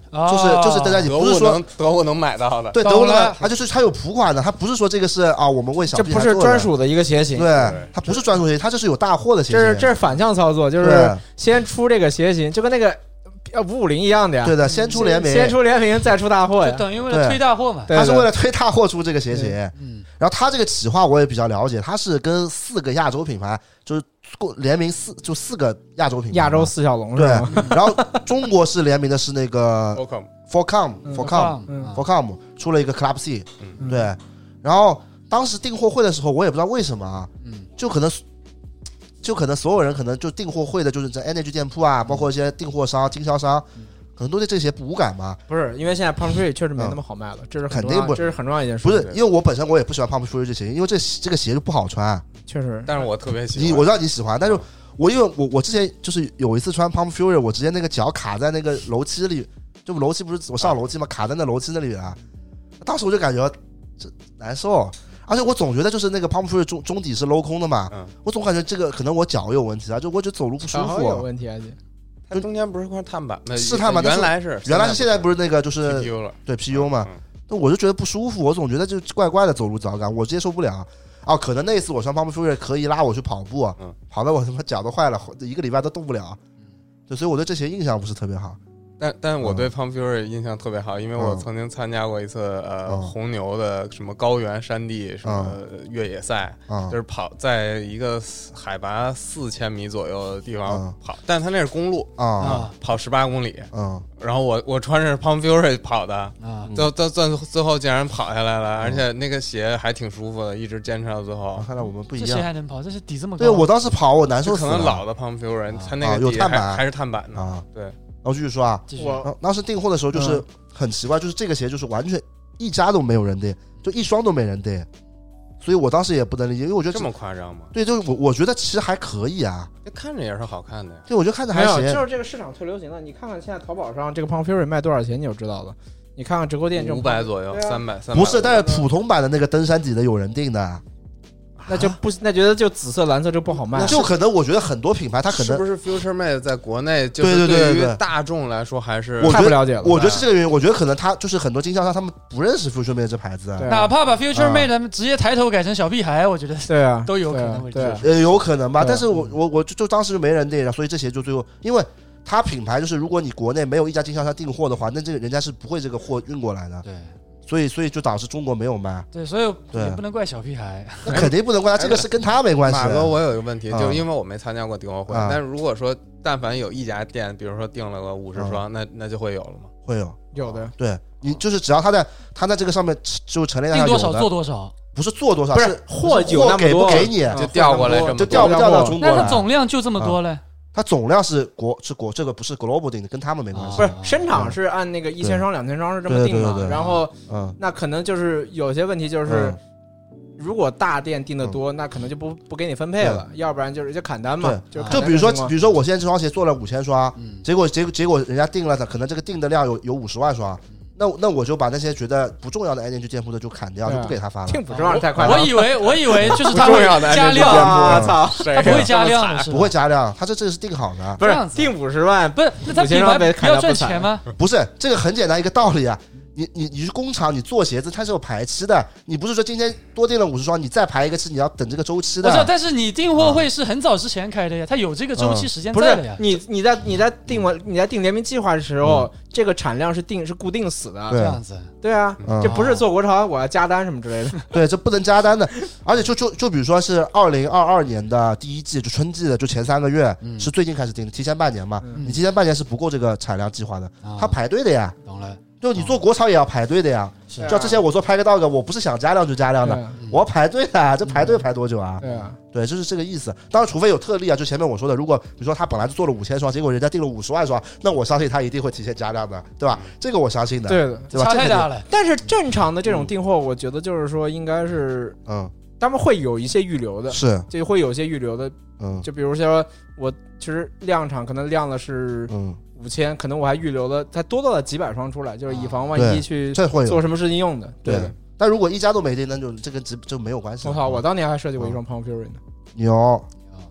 S2: 啊
S1: 就是大家也
S4: 德
S1: 嗯不是
S4: 物
S3: 哦
S1: 说
S4: 能德物能买到的，
S1: 对
S2: 懂
S1: 德国
S2: 了
S1: 的，它就是它有普款的，它不是说这个是啊我们为小
S3: 这
S1: 弟
S3: 不
S1: 才
S3: 是
S1: 做的
S3: 专，属的一个鞋型，
S1: 对
S4: 对，
S1: 它不是专属鞋型，它这是有大货的鞋型，
S3: 这是这是反向操作，就是
S1: 对
S3: 先出这个鞋型，就跟那个呃五五零一样的呀，
S1: 对的，先出联名，
S3: 先出联名再出大货
S2: 就
S3: 呀。
S2: 等于为了推大货嘛。
S3: 对
S1: 他是为了推大货出这个鞋型，
S2: 嗯
S1: 然后他这个企划我也比较了解，他是跟四个亚洲品牌就是过联名四就四个亚洲品牌嘛，
S3: 亚洲四小龙是
S1: 对
S3: 吧？，
S1: 然后中国是联名的是那 个
S4: Welcome，
S1: Forcom
S3: 嗯
S1: Forcom
S3: 嗯
S1: Forcom 出了一个 Club C，
S4: 嗯
S1: 对，然后当时订货会的时候我也不知道为什么啊，
S2: 嗯
S1: 就可能。就可能所有人可能就订货会的，就是在 Energy 店铺啊，包括一些订货商、经销商，可能都对这些无感嘛。
S3: 不是，因为现在 Palm Tree 确实没那么好卖了，这是很重要
S1: 嗯肯定不
S3: 这是很重要一件事。
S1: 不是
S4: 对，
S1: 因为我本身我也不喜欢 Pump Shoe 这鞋，因为这这个鞋就不好穿。啊
S3: 确实，
S4: 但是我特别喜
S1: 你
S4: 欢。
S1: 我知道你喜欢，但
S3: 嗯
S1: 是我因为我我之前就是有一次穿 Pump Fury，我直接那个脚卡在那个啊楼梯里，就楼梯不是我上楼梯嘛，卡在那楼梯那里了。当时我就感觉这难受。啊而且我总觉得就是那个 pump shoe 中中底是镂空的嘛，
S4: 嗯，
S1: 我总感觉这个可能我脚有问题啊，就我觉得走路不舒
S3: 小号有
S1: 服。
S3: 问题啊，姐
S4: 它中间不是块碳板，那
S1: 是碳板但
S4: 原
S1: 是
S4: 来是
S1: 原来是现在不
S4: 是
S1: 是那个就是
S4: CPU 了
S1: 对 PU 嘛，
S4: 嗯
S1: 但我就觉得不舒服，我总觉得就怪怪的走路脚感，我接受不了。哦，可能那次我上 pump shoe 可以拉我去跑步，
S4: 嗯
S1: 跑到我他妈脚都坏了，一个礼拜都动不了。
S2: 嗯
S1: 对，所以我对这些印象不是特别好。
S4: 但但我
S1: 嗯
S4: 对 Pump Fury 印象特别好，因为我
S1: 嗯
S4: 曾经参加过一次呃
S1: 嗯
S4: 红牛的什么高原山地什么越野赛，
S1: 啊、
S4: 就是跑在一个海拔四千米左右的地方
S1: 嗯
S4: 跑，但它那是公路，
S1: 啊
S2: 啊
S4: 跑十八公里，
S1: 嗯
S4: 然后我我穿着 Pump Fury 跑的，
S2: 啊
S4: 到到最最后竟然跑下来
S1: 嗯
S4: 了，而且那个鞋还挺舒服的，一直坚持到最后
S1: 啊，。看来我们不一
S2: 这谁
S1: 样。
S2: 还能跑？这是底这么高。
S1: 对我当时跑，我难
S4: 就
S1: 受
S4: 可
S1: 死
S4: 能
S1: 了
S4: 老的 Pump Fury，
S2: 啊
S4: 它那
S1: 啊
S4: 个
S1: 有
S4: 底
S1: 碳
S4: 还
S1: 板
S4: 还是碳板呢。
S1: 啊。
S4: 对，
S1: 然后继续说啊，
S2: 继续
S3: 我
S1: 然后当时订货的时候就是
S3: 嗯
S1: 很奇怪，就是这个鞋就是完全一家都没有人订，就一双都没人订，所以我当时也不能理解，因为我觉得
S4: 这么夸张吗？
S1: 对，就是我我觉得其实还可以啊，
S4: 那看着也是好看的呀。
S1: 对，我就看着还
S3: 有，
S1: 行
S3: 就。是这个市场退流行了。你看看现在淘宝上这个 Pump Fury 卖多少钱，你就知道了。你看看折扣店这种
S4: 五百左右，
S3: 对啊
S4: 三百三。
S1: 不是，但是普通版的那个登山底的有人订的，啊
S3: 那就不那觉得就紫色蓝色就不好卖，
S1: 就可能我觉得很多品牌它可
S4: 是不
S1: 能，
S4: 是 Future Mate 在国内就
S1: 对
S4: 是
S1: 对对对
S4: 于
S1: 对
S4: 大众来说还是
S1: 我
S3: 太
S1: 觉
S3: 不
S1: 得
S3: 了解了。
S1: 我觉得是这个原因，我觉得可能它就是很多经销商他们不认识 Future Made 这牌子，
S3: 对
S2: 哪怕把 Future
S1: 啊
S2: Mate 咱们直接抬头改成小屁孩，我觉得
S3: 对啊，
S2: 都有可
S3: 对啊
S2: 能会
S3: 对啊
S2: 接
S1: 呃，有可能吧，
S3: 对
S1: 但是我我我就就当时就没人订，所以这鞋就最后，因为它品牌就是，如果你国内没有一家经销商订货的话，那这个人家是不会这个货运过来的，
S2: 对
S1: 所以所以就导致中国没有卖，
S2: 对，所以也
S1: 对
S2: 不能怪小屁孩。
S1: 那肯定不能怪他，这个是跟他没关系
S4: 马哥，我有一个问题，
S1: 啊
S4: 就是因为我没参加过订货会，
S1: 啊
S4: 但是如果说但凡有一家店，比如说订了个五十
S1: 嗯
S4: 双，那那就会有了吗？
S1: 会有，
S3: 有
S2: 哦
S3: 的
S1: 对你就是只要他在他在这个上面就陈列
S2: 定
S1: 上
S2: 多
S1: 有
S2: 少做
S1: 的，
S2: 多少，
S1: 不是做多少，
S3: 不是
S1: 是
S3: 货
S1: 是
S3: 有那么
S1: 给不
S3: 多
S1: 给你，
S4: 就调过来这么
S1: 哎就
S4: 多
S1: 调不调到中国
S2: 那
S1: 来
S2: 它？总啊量就这么多嘞。
S1: 它总量是国是国这个不是 global 定的，跟他们没关系
S3: 不，是
S2: 啊
S3: 生产是按那个一千
S1: 对
S3: 双两千双是这么定
S1: 对对对
S3: 的，
S1: 对
S3: 然后
S1: 嗯，
S3: 那可能就是有些问题就是
S1: 嗯。
S3: 如果大店订的多，那可能就不不给你分配了，要不然就是就砍单嘛，
S1: 对
S3: 就是
S2: 啊
S1: 就
S3: 砍单
S1: 比如说
S3: 这种情况
S1: 比如说我现在这双鞋做了五千双，
S2: 嗯，
S1: 结果结果结果人家定了的，可能这个定的量有有五十万双，那那我就把那些觉得不重要的按键去店铺的就砍掉，
S3: 对啊
S1: 就不给他发了。
S3: 订不是万太快了
S2: 我，以为我以为就是他
S4: 不
S2: 会
S4: 重要的
S2: 加
S4: 按 键就
S2: 量，
S3: 我啊操！
S4: 谁
S2: 他不会加量的是吧
S1: 不会加量，他这这是定好的，
S3: 不
S2: 这样
S3: 是
S2: 子
S3: 定五十万，
S2: 不是？那他
S3: 有些
S2: 品
S3: 人
S2: 牌
S3: 被
S2: 不
S3: 砍到
S2: 要赚
S3: 不惨
S2: 钱吗？
S1: 不是这个很简单一个道理啊。你你你是工厂，你做鞋子它是有排期的，你不是说今天多订了五十双，你再排一个期，你要等这个周期
S2: 我知道，
S1: 的。
S2: 但是你订货会是很早之前开的呀，它有这个啊周期时间
S3: 不
S2: 在的
S3: 是
S2: 呀。
S3: 你你在你在定完你在定联名计划的时候，这个产量是定是固定死的，
S1: 嗯对
S2: 这样子，
S3: 对啊，
S1: 嗯
S3: 这不是做国潮，我要加单什么之类的，
S1: 对，这不能加单的。而且就就就比如说是二零二二年的第一季，就春季的，就前三个月、
S2: 嗯
S1: 是最近开始定的，提前半年嘛。
S3: 嗯
S1: 你提前半年是不够这个产量计划的，
S2: 啊
S1: 它排队的呀。
S2: 懂了，
S1: 就你做国潮也要排队的呀。
S2: 是
S3: 啊
S2: 嗯
S3: 对
S1: 就
S3: 啊
S1: 之前我说拍个 dog，我不是想加量就加量的，
S3: 对啊
S1: 我要排队的啊，这排队排多久啊？
S3: 对啊，
S1: 对，就是这个意思。当然，除非有特例啊，就前面我说的，如果比如说他本来就做了五千双，结果人家订了五十万双，那我相信他一定会提前加量的，对吧？这个我相信的，
S3: 对的。
S1: 对吧？
S2: 差
S1: 这
S2: 太
S1: 肯
S2: 大
S1: 定，
S2: 了。
S3: 但是正常的这种订货，我觉得就是说应该是
S1: 嗯，
S3: 他们会有一些预留的，
S1: 是，
S3: 就会有一些预留的，
S1: 嗯
S3: 就比如说我其实量产可能量了是
S1: 嗯，
S3: 五千，可能我还预留了，它多到了几百双出来，就是以防万一
S1: 对
S3: 去
S1: 这会有
S3: 做。什么事情用的。
S1: 对
S3: 的，
S1: 但如果一家都没订，那就这跟就就没有关系
S3: 我
S1: 了。
S3: 操，我当年还设计过一
S1: 嗯
S3: 双 Pump Fury 呢，
S1: 牛，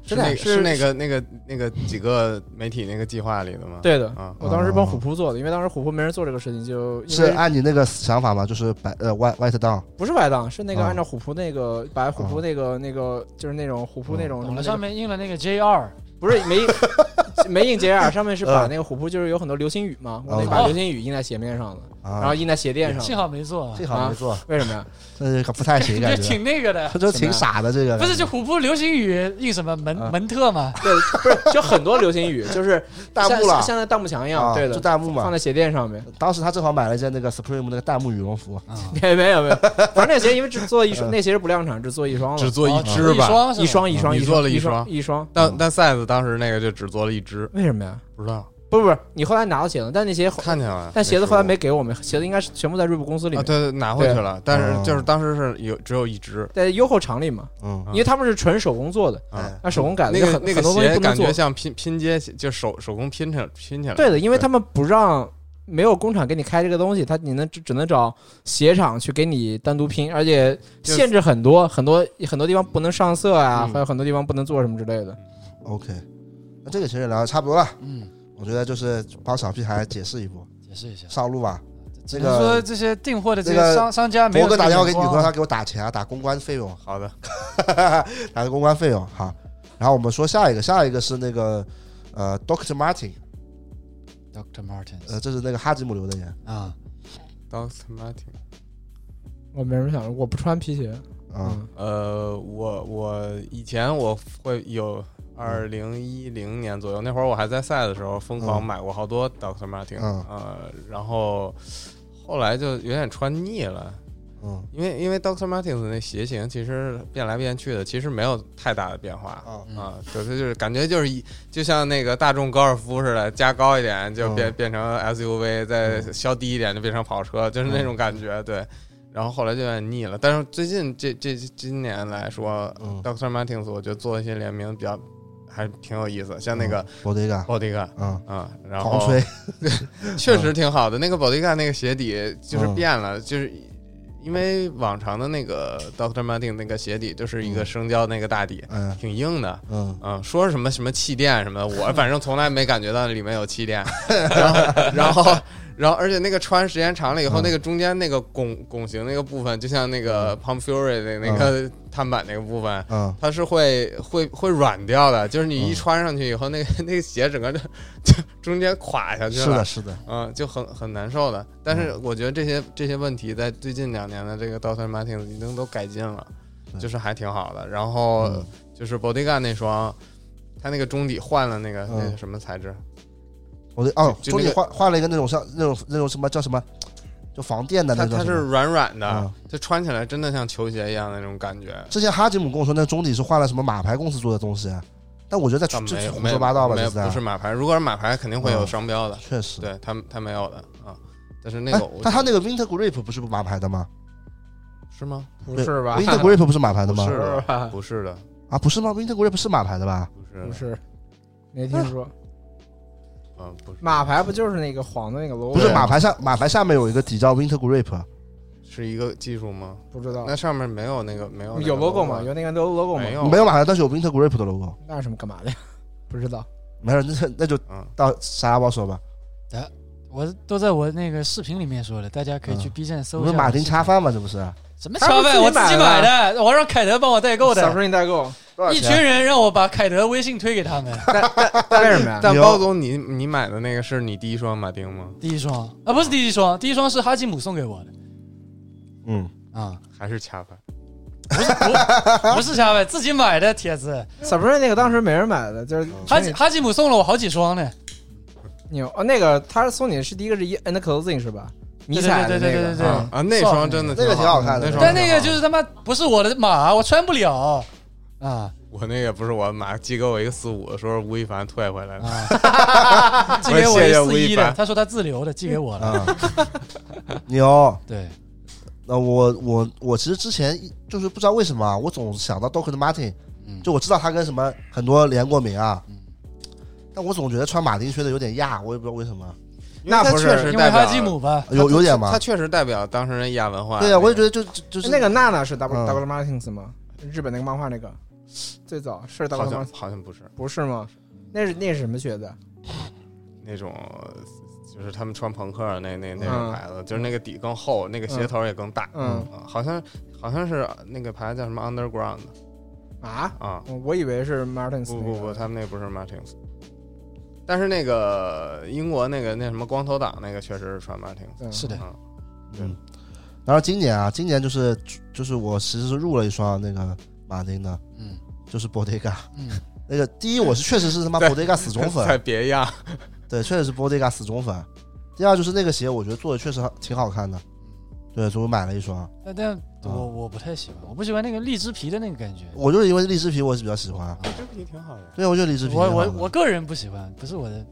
S4: 是
S3: 真
S4: 那
S3: 的
S4: 个是那个那个那个几个媒体那个计划里的吗？
S3: 对
S1: 嗯
S3: 的。
S4: 啊，
S3: 我当时帮虎扑做的，因为当时虎扑没人做这个事情，就是因为
S4: 哎
S1: 按你那个想法吗？就是白呃 white white down，
S3: 不是白当，是那个
S1: 啊
S3: 按照虎扑那个把虎
S1: 嗯
S3: 扑那个那个就是那种虎扑那种什
S2: 懂了，
S3: 么那
S2: 上
S3: 个
S2: 面印了那个 JR，
S3: 不是没 没印 JR，上面是把
S1: 嗯
S3: 那个虎扑就是有很多流星雨嘛，我
S1: 哦
S3: 得把流星雨印在鞋面上的，然后
S1: 啊，
S3: 印在鞋垫
S2: 幸
S3: 上。
S2: 好没做啊，
S1: 幸好没做，
S3: 为什么呀？
S1: 这个不太行，
S2: 这
S1: 感 觉
S2: 挺那个的。
S1: 这挺傻的这个。
S2: 不是，就虎扑流星雨印什么门
S1: 啊
S2: 门特嘛？
S3: 对，不是就很多流星雨， 就是
S1: 弹幕了
S3: 像像那弹幕墙一样，
S1: 啊，
S3: 对
S1: 就
S3: 的，
S1: 弹幕
S3: 放
S1: 嘛。
S3: 在鞋垫上面。
S1: 当时他正好买了一件那个 Supreme 那个弹幕羽绒服，
S3: 没没有没有，反正那鞋因为只做一双，
S1: 嗯
S3: 那鞋是不量产，只做一双
S4: 只
S3: 了，
S4: 做一
S2: 哦
S4: 只
S2: 一
S4: 吧，
S2: 双是吧
S3: 一双一
S1: 嗯
S3: 双
S4: 你
S3: 一
S4: 做
S3: 双
S4: 了一
S3: 一
S4: 双
S3: 一双。
S4: 但但 size 当时那个就只做了一只，
S3: 为什么呀？
S4: 嗯不知道
S3: 不是不是，你后来拿到鞋了，但那鞋后
S4: 看见了，
S3: 但鞋子后来没
S4: 啊，
S3: 给我们，鞋子应该是全部在瑞布公司里面，
S4: 对对，拿回去了，但是
S1: 哦
S4: 就是当时是有只有一只，
S3: 在优后厂里嘛，
S1: 嗯
S4: 啊
S3: 因为他们是纯手工做的，
S4: 啊
S1: 哎
S3: 那手工改的
S4: 那
S3: 就
S4: 个
S3: 很
S4: 那个
S3: 很多东西
S4: 鞋
S3: 不能
S4: 感
S3: 做
S4: 觉。像拼拼接，就手手工拼成拼起来。
S3: 对的，因为他们不让没有工厂给你开这个东西，它你能只只能找鞋厂去给你单独拼，而且
S4: 就是
S3: 限制很多，很多很多地方不能上色啊，
S4: 嗯
S3: 还有很多地方不能做什么之类的。
S1: OK，那这个其实也聊的差不多了，
S2: 嗯，
S1: 我觉得就是帮小屁孩解释一波，
S2: 解释一下，
S1: 上路吧。
S2: 只
S1: 这
S2: 能说
S1: 个
S2: 这些订货的这些
S1: 那个
S2: 商商家没有
S1: 博哥打电话给
S2: 这
S1: 女
S2: 个眼
S1: 朋友，
S2: 光
S1: 他给我打钱啊，打公关费用，
S4: 好的，
S1: 打公关费用好。然后我们说下一个，下一个是那个呃，Doctor Martin，
S2: Dr. Martens
S1: 呃，这是那个哈吉姆留的言
S2: 啊，
S4: Doctor Martin，
S3: 我没什么想，我不穿皮鞋。嗯
S1: 啊，
S4: 呃，我我以前我会
S1: 嗯
S4: 有二零一零年左右，那会儿我还在赛的时候，疯狂
S1: 嗯
S4: 买过好多 Doctor Martin，、
S1: 嗯
S4: 呃，然后后来就有点穿腻了。
S1: 嗯
S4: 因为因为 Doctor Martens 那鞋型其实变来变去的，其实没有太大的变化
S1: 啊啊
S2: 嗯
S4: 啊，对，它就是感觉就是一就像那个大众高尔夫似的，加高一点就变、
S1: 嗯
S4: 变成 SUV，再
S1: 嗯
S4: 削低一点就变成跑车，就是那种感觉，对。然后后来就有点腻了，但是最近这这这今年来说、
S1: 嗯
S4: d r Martens 我觉得做一些联名比较还挺有意思，像嗯那
S1: 嗯
S4: 个
S1: ，Bodega，
S4: Bottega
S1: 嗯，
S4: 啊、然后
S1: 狂吹，
S4: 确实挺好的。那个 Bottega 那个鞋底就是
S1: 嗯
S4: 变了，就是因为往常的那个 Doctor Martin 那个鞋底就是一个生胶那个大底，
S1: 嗯
S4: 挺硬的。
S1: 嗯，
S4: 嗯，说什么什么气垫什么的，我反正从来没感觉到里面有气垫。然后，然后，然后，而且那个穿时间长了以后，
S1: 嗯
S4: 那个中间那个拱拱形那个部分，就像那个 Pump Fury 的那个碳板那个部分，
S1: 嗯，
S4: 它是会会会软掉的。就是你一
S1: 嗯
S4: 穿上去以后，那个那个鞋整个就就中间垮下去了。
S1: 是的，是的，
S4: 嗯，就很很难受的。但
S1: 嗯
S4: 是我觉得这些这些问题在最近两年的这个 Doctor Martens 已经都改进了，
S1: 对
S4: 就是还挺好的。然后
S1: 嗯
S4: 就是 Bottega 那双，它那个中底换了那个、
S1: 嗯
S4: 那个什么材质，
S1: 我的哦，
S4: 就
S1: 中
S4: 那
S1: 间
S4: 个
S1: 换换了一个那种像那种那种什么叫什么，就防电的
S4: 它
S1: 那种
S4: 它
S1: 什
S4: 是
S1: 么。
S4: 软软的，
S1: 嗯
S4: 就穿起来真的像球鞋一样的那种感觉。
S1: 之前哈吉姆跟我说，那中底是换了什么马牌公司做的东西，但我觉得
S4: 倒
S1: 在这
S4: 没有，
S1: 胡
S4: 没有
S1: 说八道吧，
S4: 没
S1: 这
S4: 有，
S1: 是在
S4: 不是马牌。如果是马牌，肯定会有
S1: 嗯
S4: 商标的。
S1: 确实。
S4: 对，它它没有的啊。但是那
S1: 哎
S4: 个我，
S1: 但他那个 Winter Grip 不是不马牌的吗
S4: 是吗？
S3: 不是吧？
S1: ？Winter Grip 不是马牌的吗
S4: 不？是
S3: 是
S4: 的，
S3: 吧？
S4: 不是的，
S1: 啊，不是吗？Winter Grip 是马牌的吧？
S4: 不是的，
S3: 不是，没听说。
S4: 嗯，不是
S3: 马牌不就是那个黄的那个 logo？
S1: 不是
S4: 对哦
S1: 马牌下马牌下面有一个底叫 Winter Grip，
S4: 是一个技术吗？
S3: 不知道
S4: 那上面没有那个没有那个
S3: 哦有 logo 吗？
S4: 吗？
S3: 有那个 logo 吗
S4: 没？有
S1: 没有马牌，但是有 Winter Grip 的 logo。
S3: 那是什么干嘛的呀？ 不知道。
S1: 没事，那那就
S4: 嗯，
S1: 到沙包说吧。
S2: 我都在我那个视频里面说了，大家可以去 B 站搜
S1: 不
S2: 一下。
S1: 是嗯马丁恰饭吗？这不是
S2: 什么
S3: 他
S2: 恰
S3: 不是
S2: 饭？
S3: 自己
S2: 我自己
S3: 买
S2: 买的，我让凯德帮我代购的。
S3: Supreme 代 购，
S2: 一
S1: 啊
S2: 群人让我把凯德微信推给他们。
S3: 为什么呀？
S4: 但
S1: 有
S4: 包总，你你买的那个是你第一双马丁吗？
S2: 第一双啊，不是第一双，第一双是哈吉姆送给我的
S1: 嗯，
S2: 啊，
S4: 还是恰饭？
S2: 不是不不是瞎买，自己买的帖子。
S3: Supreme 那个当时没人买的，就是
S2: 哈吉哈吉姆送了我好几双呢，
S3: 牛哦，那个他送你是第一个是 and clothing 是吧？迷彩的
S2: 对对
S3: 那
S2: 对
S3: 个
S2: 对对
S3: 啊
S2: 对
S4: 啊，那双真的
S1: 那个挺好看的
S4: 那双
S2: 但那个就是是他妈不是我的码，我穿不了啊
S4: 我那个不是我买，寄给我一个四五的时候，吴亦凡退回来的。
S2: 啊！寄 给我
S4: 我谢谢
S2: 一
S4: 吴
S2: 四
S4: 亦
S2: 一
S4: 凡
S2: 的，他说他自留的，寄给我了。
S1: 啊， 牛。
S2: 对，
S1: 那我我我其实之前一就是不知道为什么啊，我总想到 Doctor Martin，
S2: 嗯
S1: 就我知道他跟什么很多连过名啊
S2: 嗯，
S1: 但我总觉得穿马丁靴的有点亚，我也不知道为什么，
S4: 那不是因为它确实
S2: 因
S4: 代
S2: 为
S4: 表
S2: 哈吉姆吧，
S1: 有有点
S4: 它
S1: 吗？
S4: 确实代表当时人亚文化。
S1: 对啊呀，我也觉得就就就是
S3: 那个娜娜是 W
S1: 嗯
S3: W Martins 吗？日本那个漫画那个最早是
S4: 好
S3: W
S4: 像
S3: Martins
S4: 好像不是
S3: 不是吗？那是那是什么靴子？
S4: 那种，就是他们穿朋克的那那那
S3: 嗯
S4: 种牌子，就是那个底更厚，那个鞋头也更大。
S3: 嗯
S4: 啊，好像好像是那个牌子叫什么 Underground
S3: 啊，
S4: 啊，
S3: 我以为是 Martins
S4: 不
S3: 那
S4: 不
S3: 个
S4: 不，他们那不是 Martins，但是那个英国那个那什么光头党那个确实是穿 Martins。
S3: 嗯
S2: 是的，
S4: 嗯，
S1: 嗯。然后今年啊，今年就是就是我其实是入了一双那个马丁的，
S2: 嗯
S1: 就是 Bottega。
S2: 嗯，
S1: 那个第一，我是确实是他妈
S4: 对
S1: Bottega 死 忠
S4: 再
S1: 粉，
S4: 别样，
S1: 对，确实是 Bottega 死忠粉。第二就是那个鞋，我觉得做的确实挺好看的，对，所以我买了一双。
S2: 但但我我不太喜欢，我不喜欢那个荔枝皮的那个感觉。
S1: 我就是因为荔枝皮，我是比较喜欢。
S3: 哎
S4: 这皮挺好的。
S1: 对，我觉得荔枝皮
S2: 我
S1: 挺好
S2: 我
S1: 的
S2: 我个人不喜欢，不是我的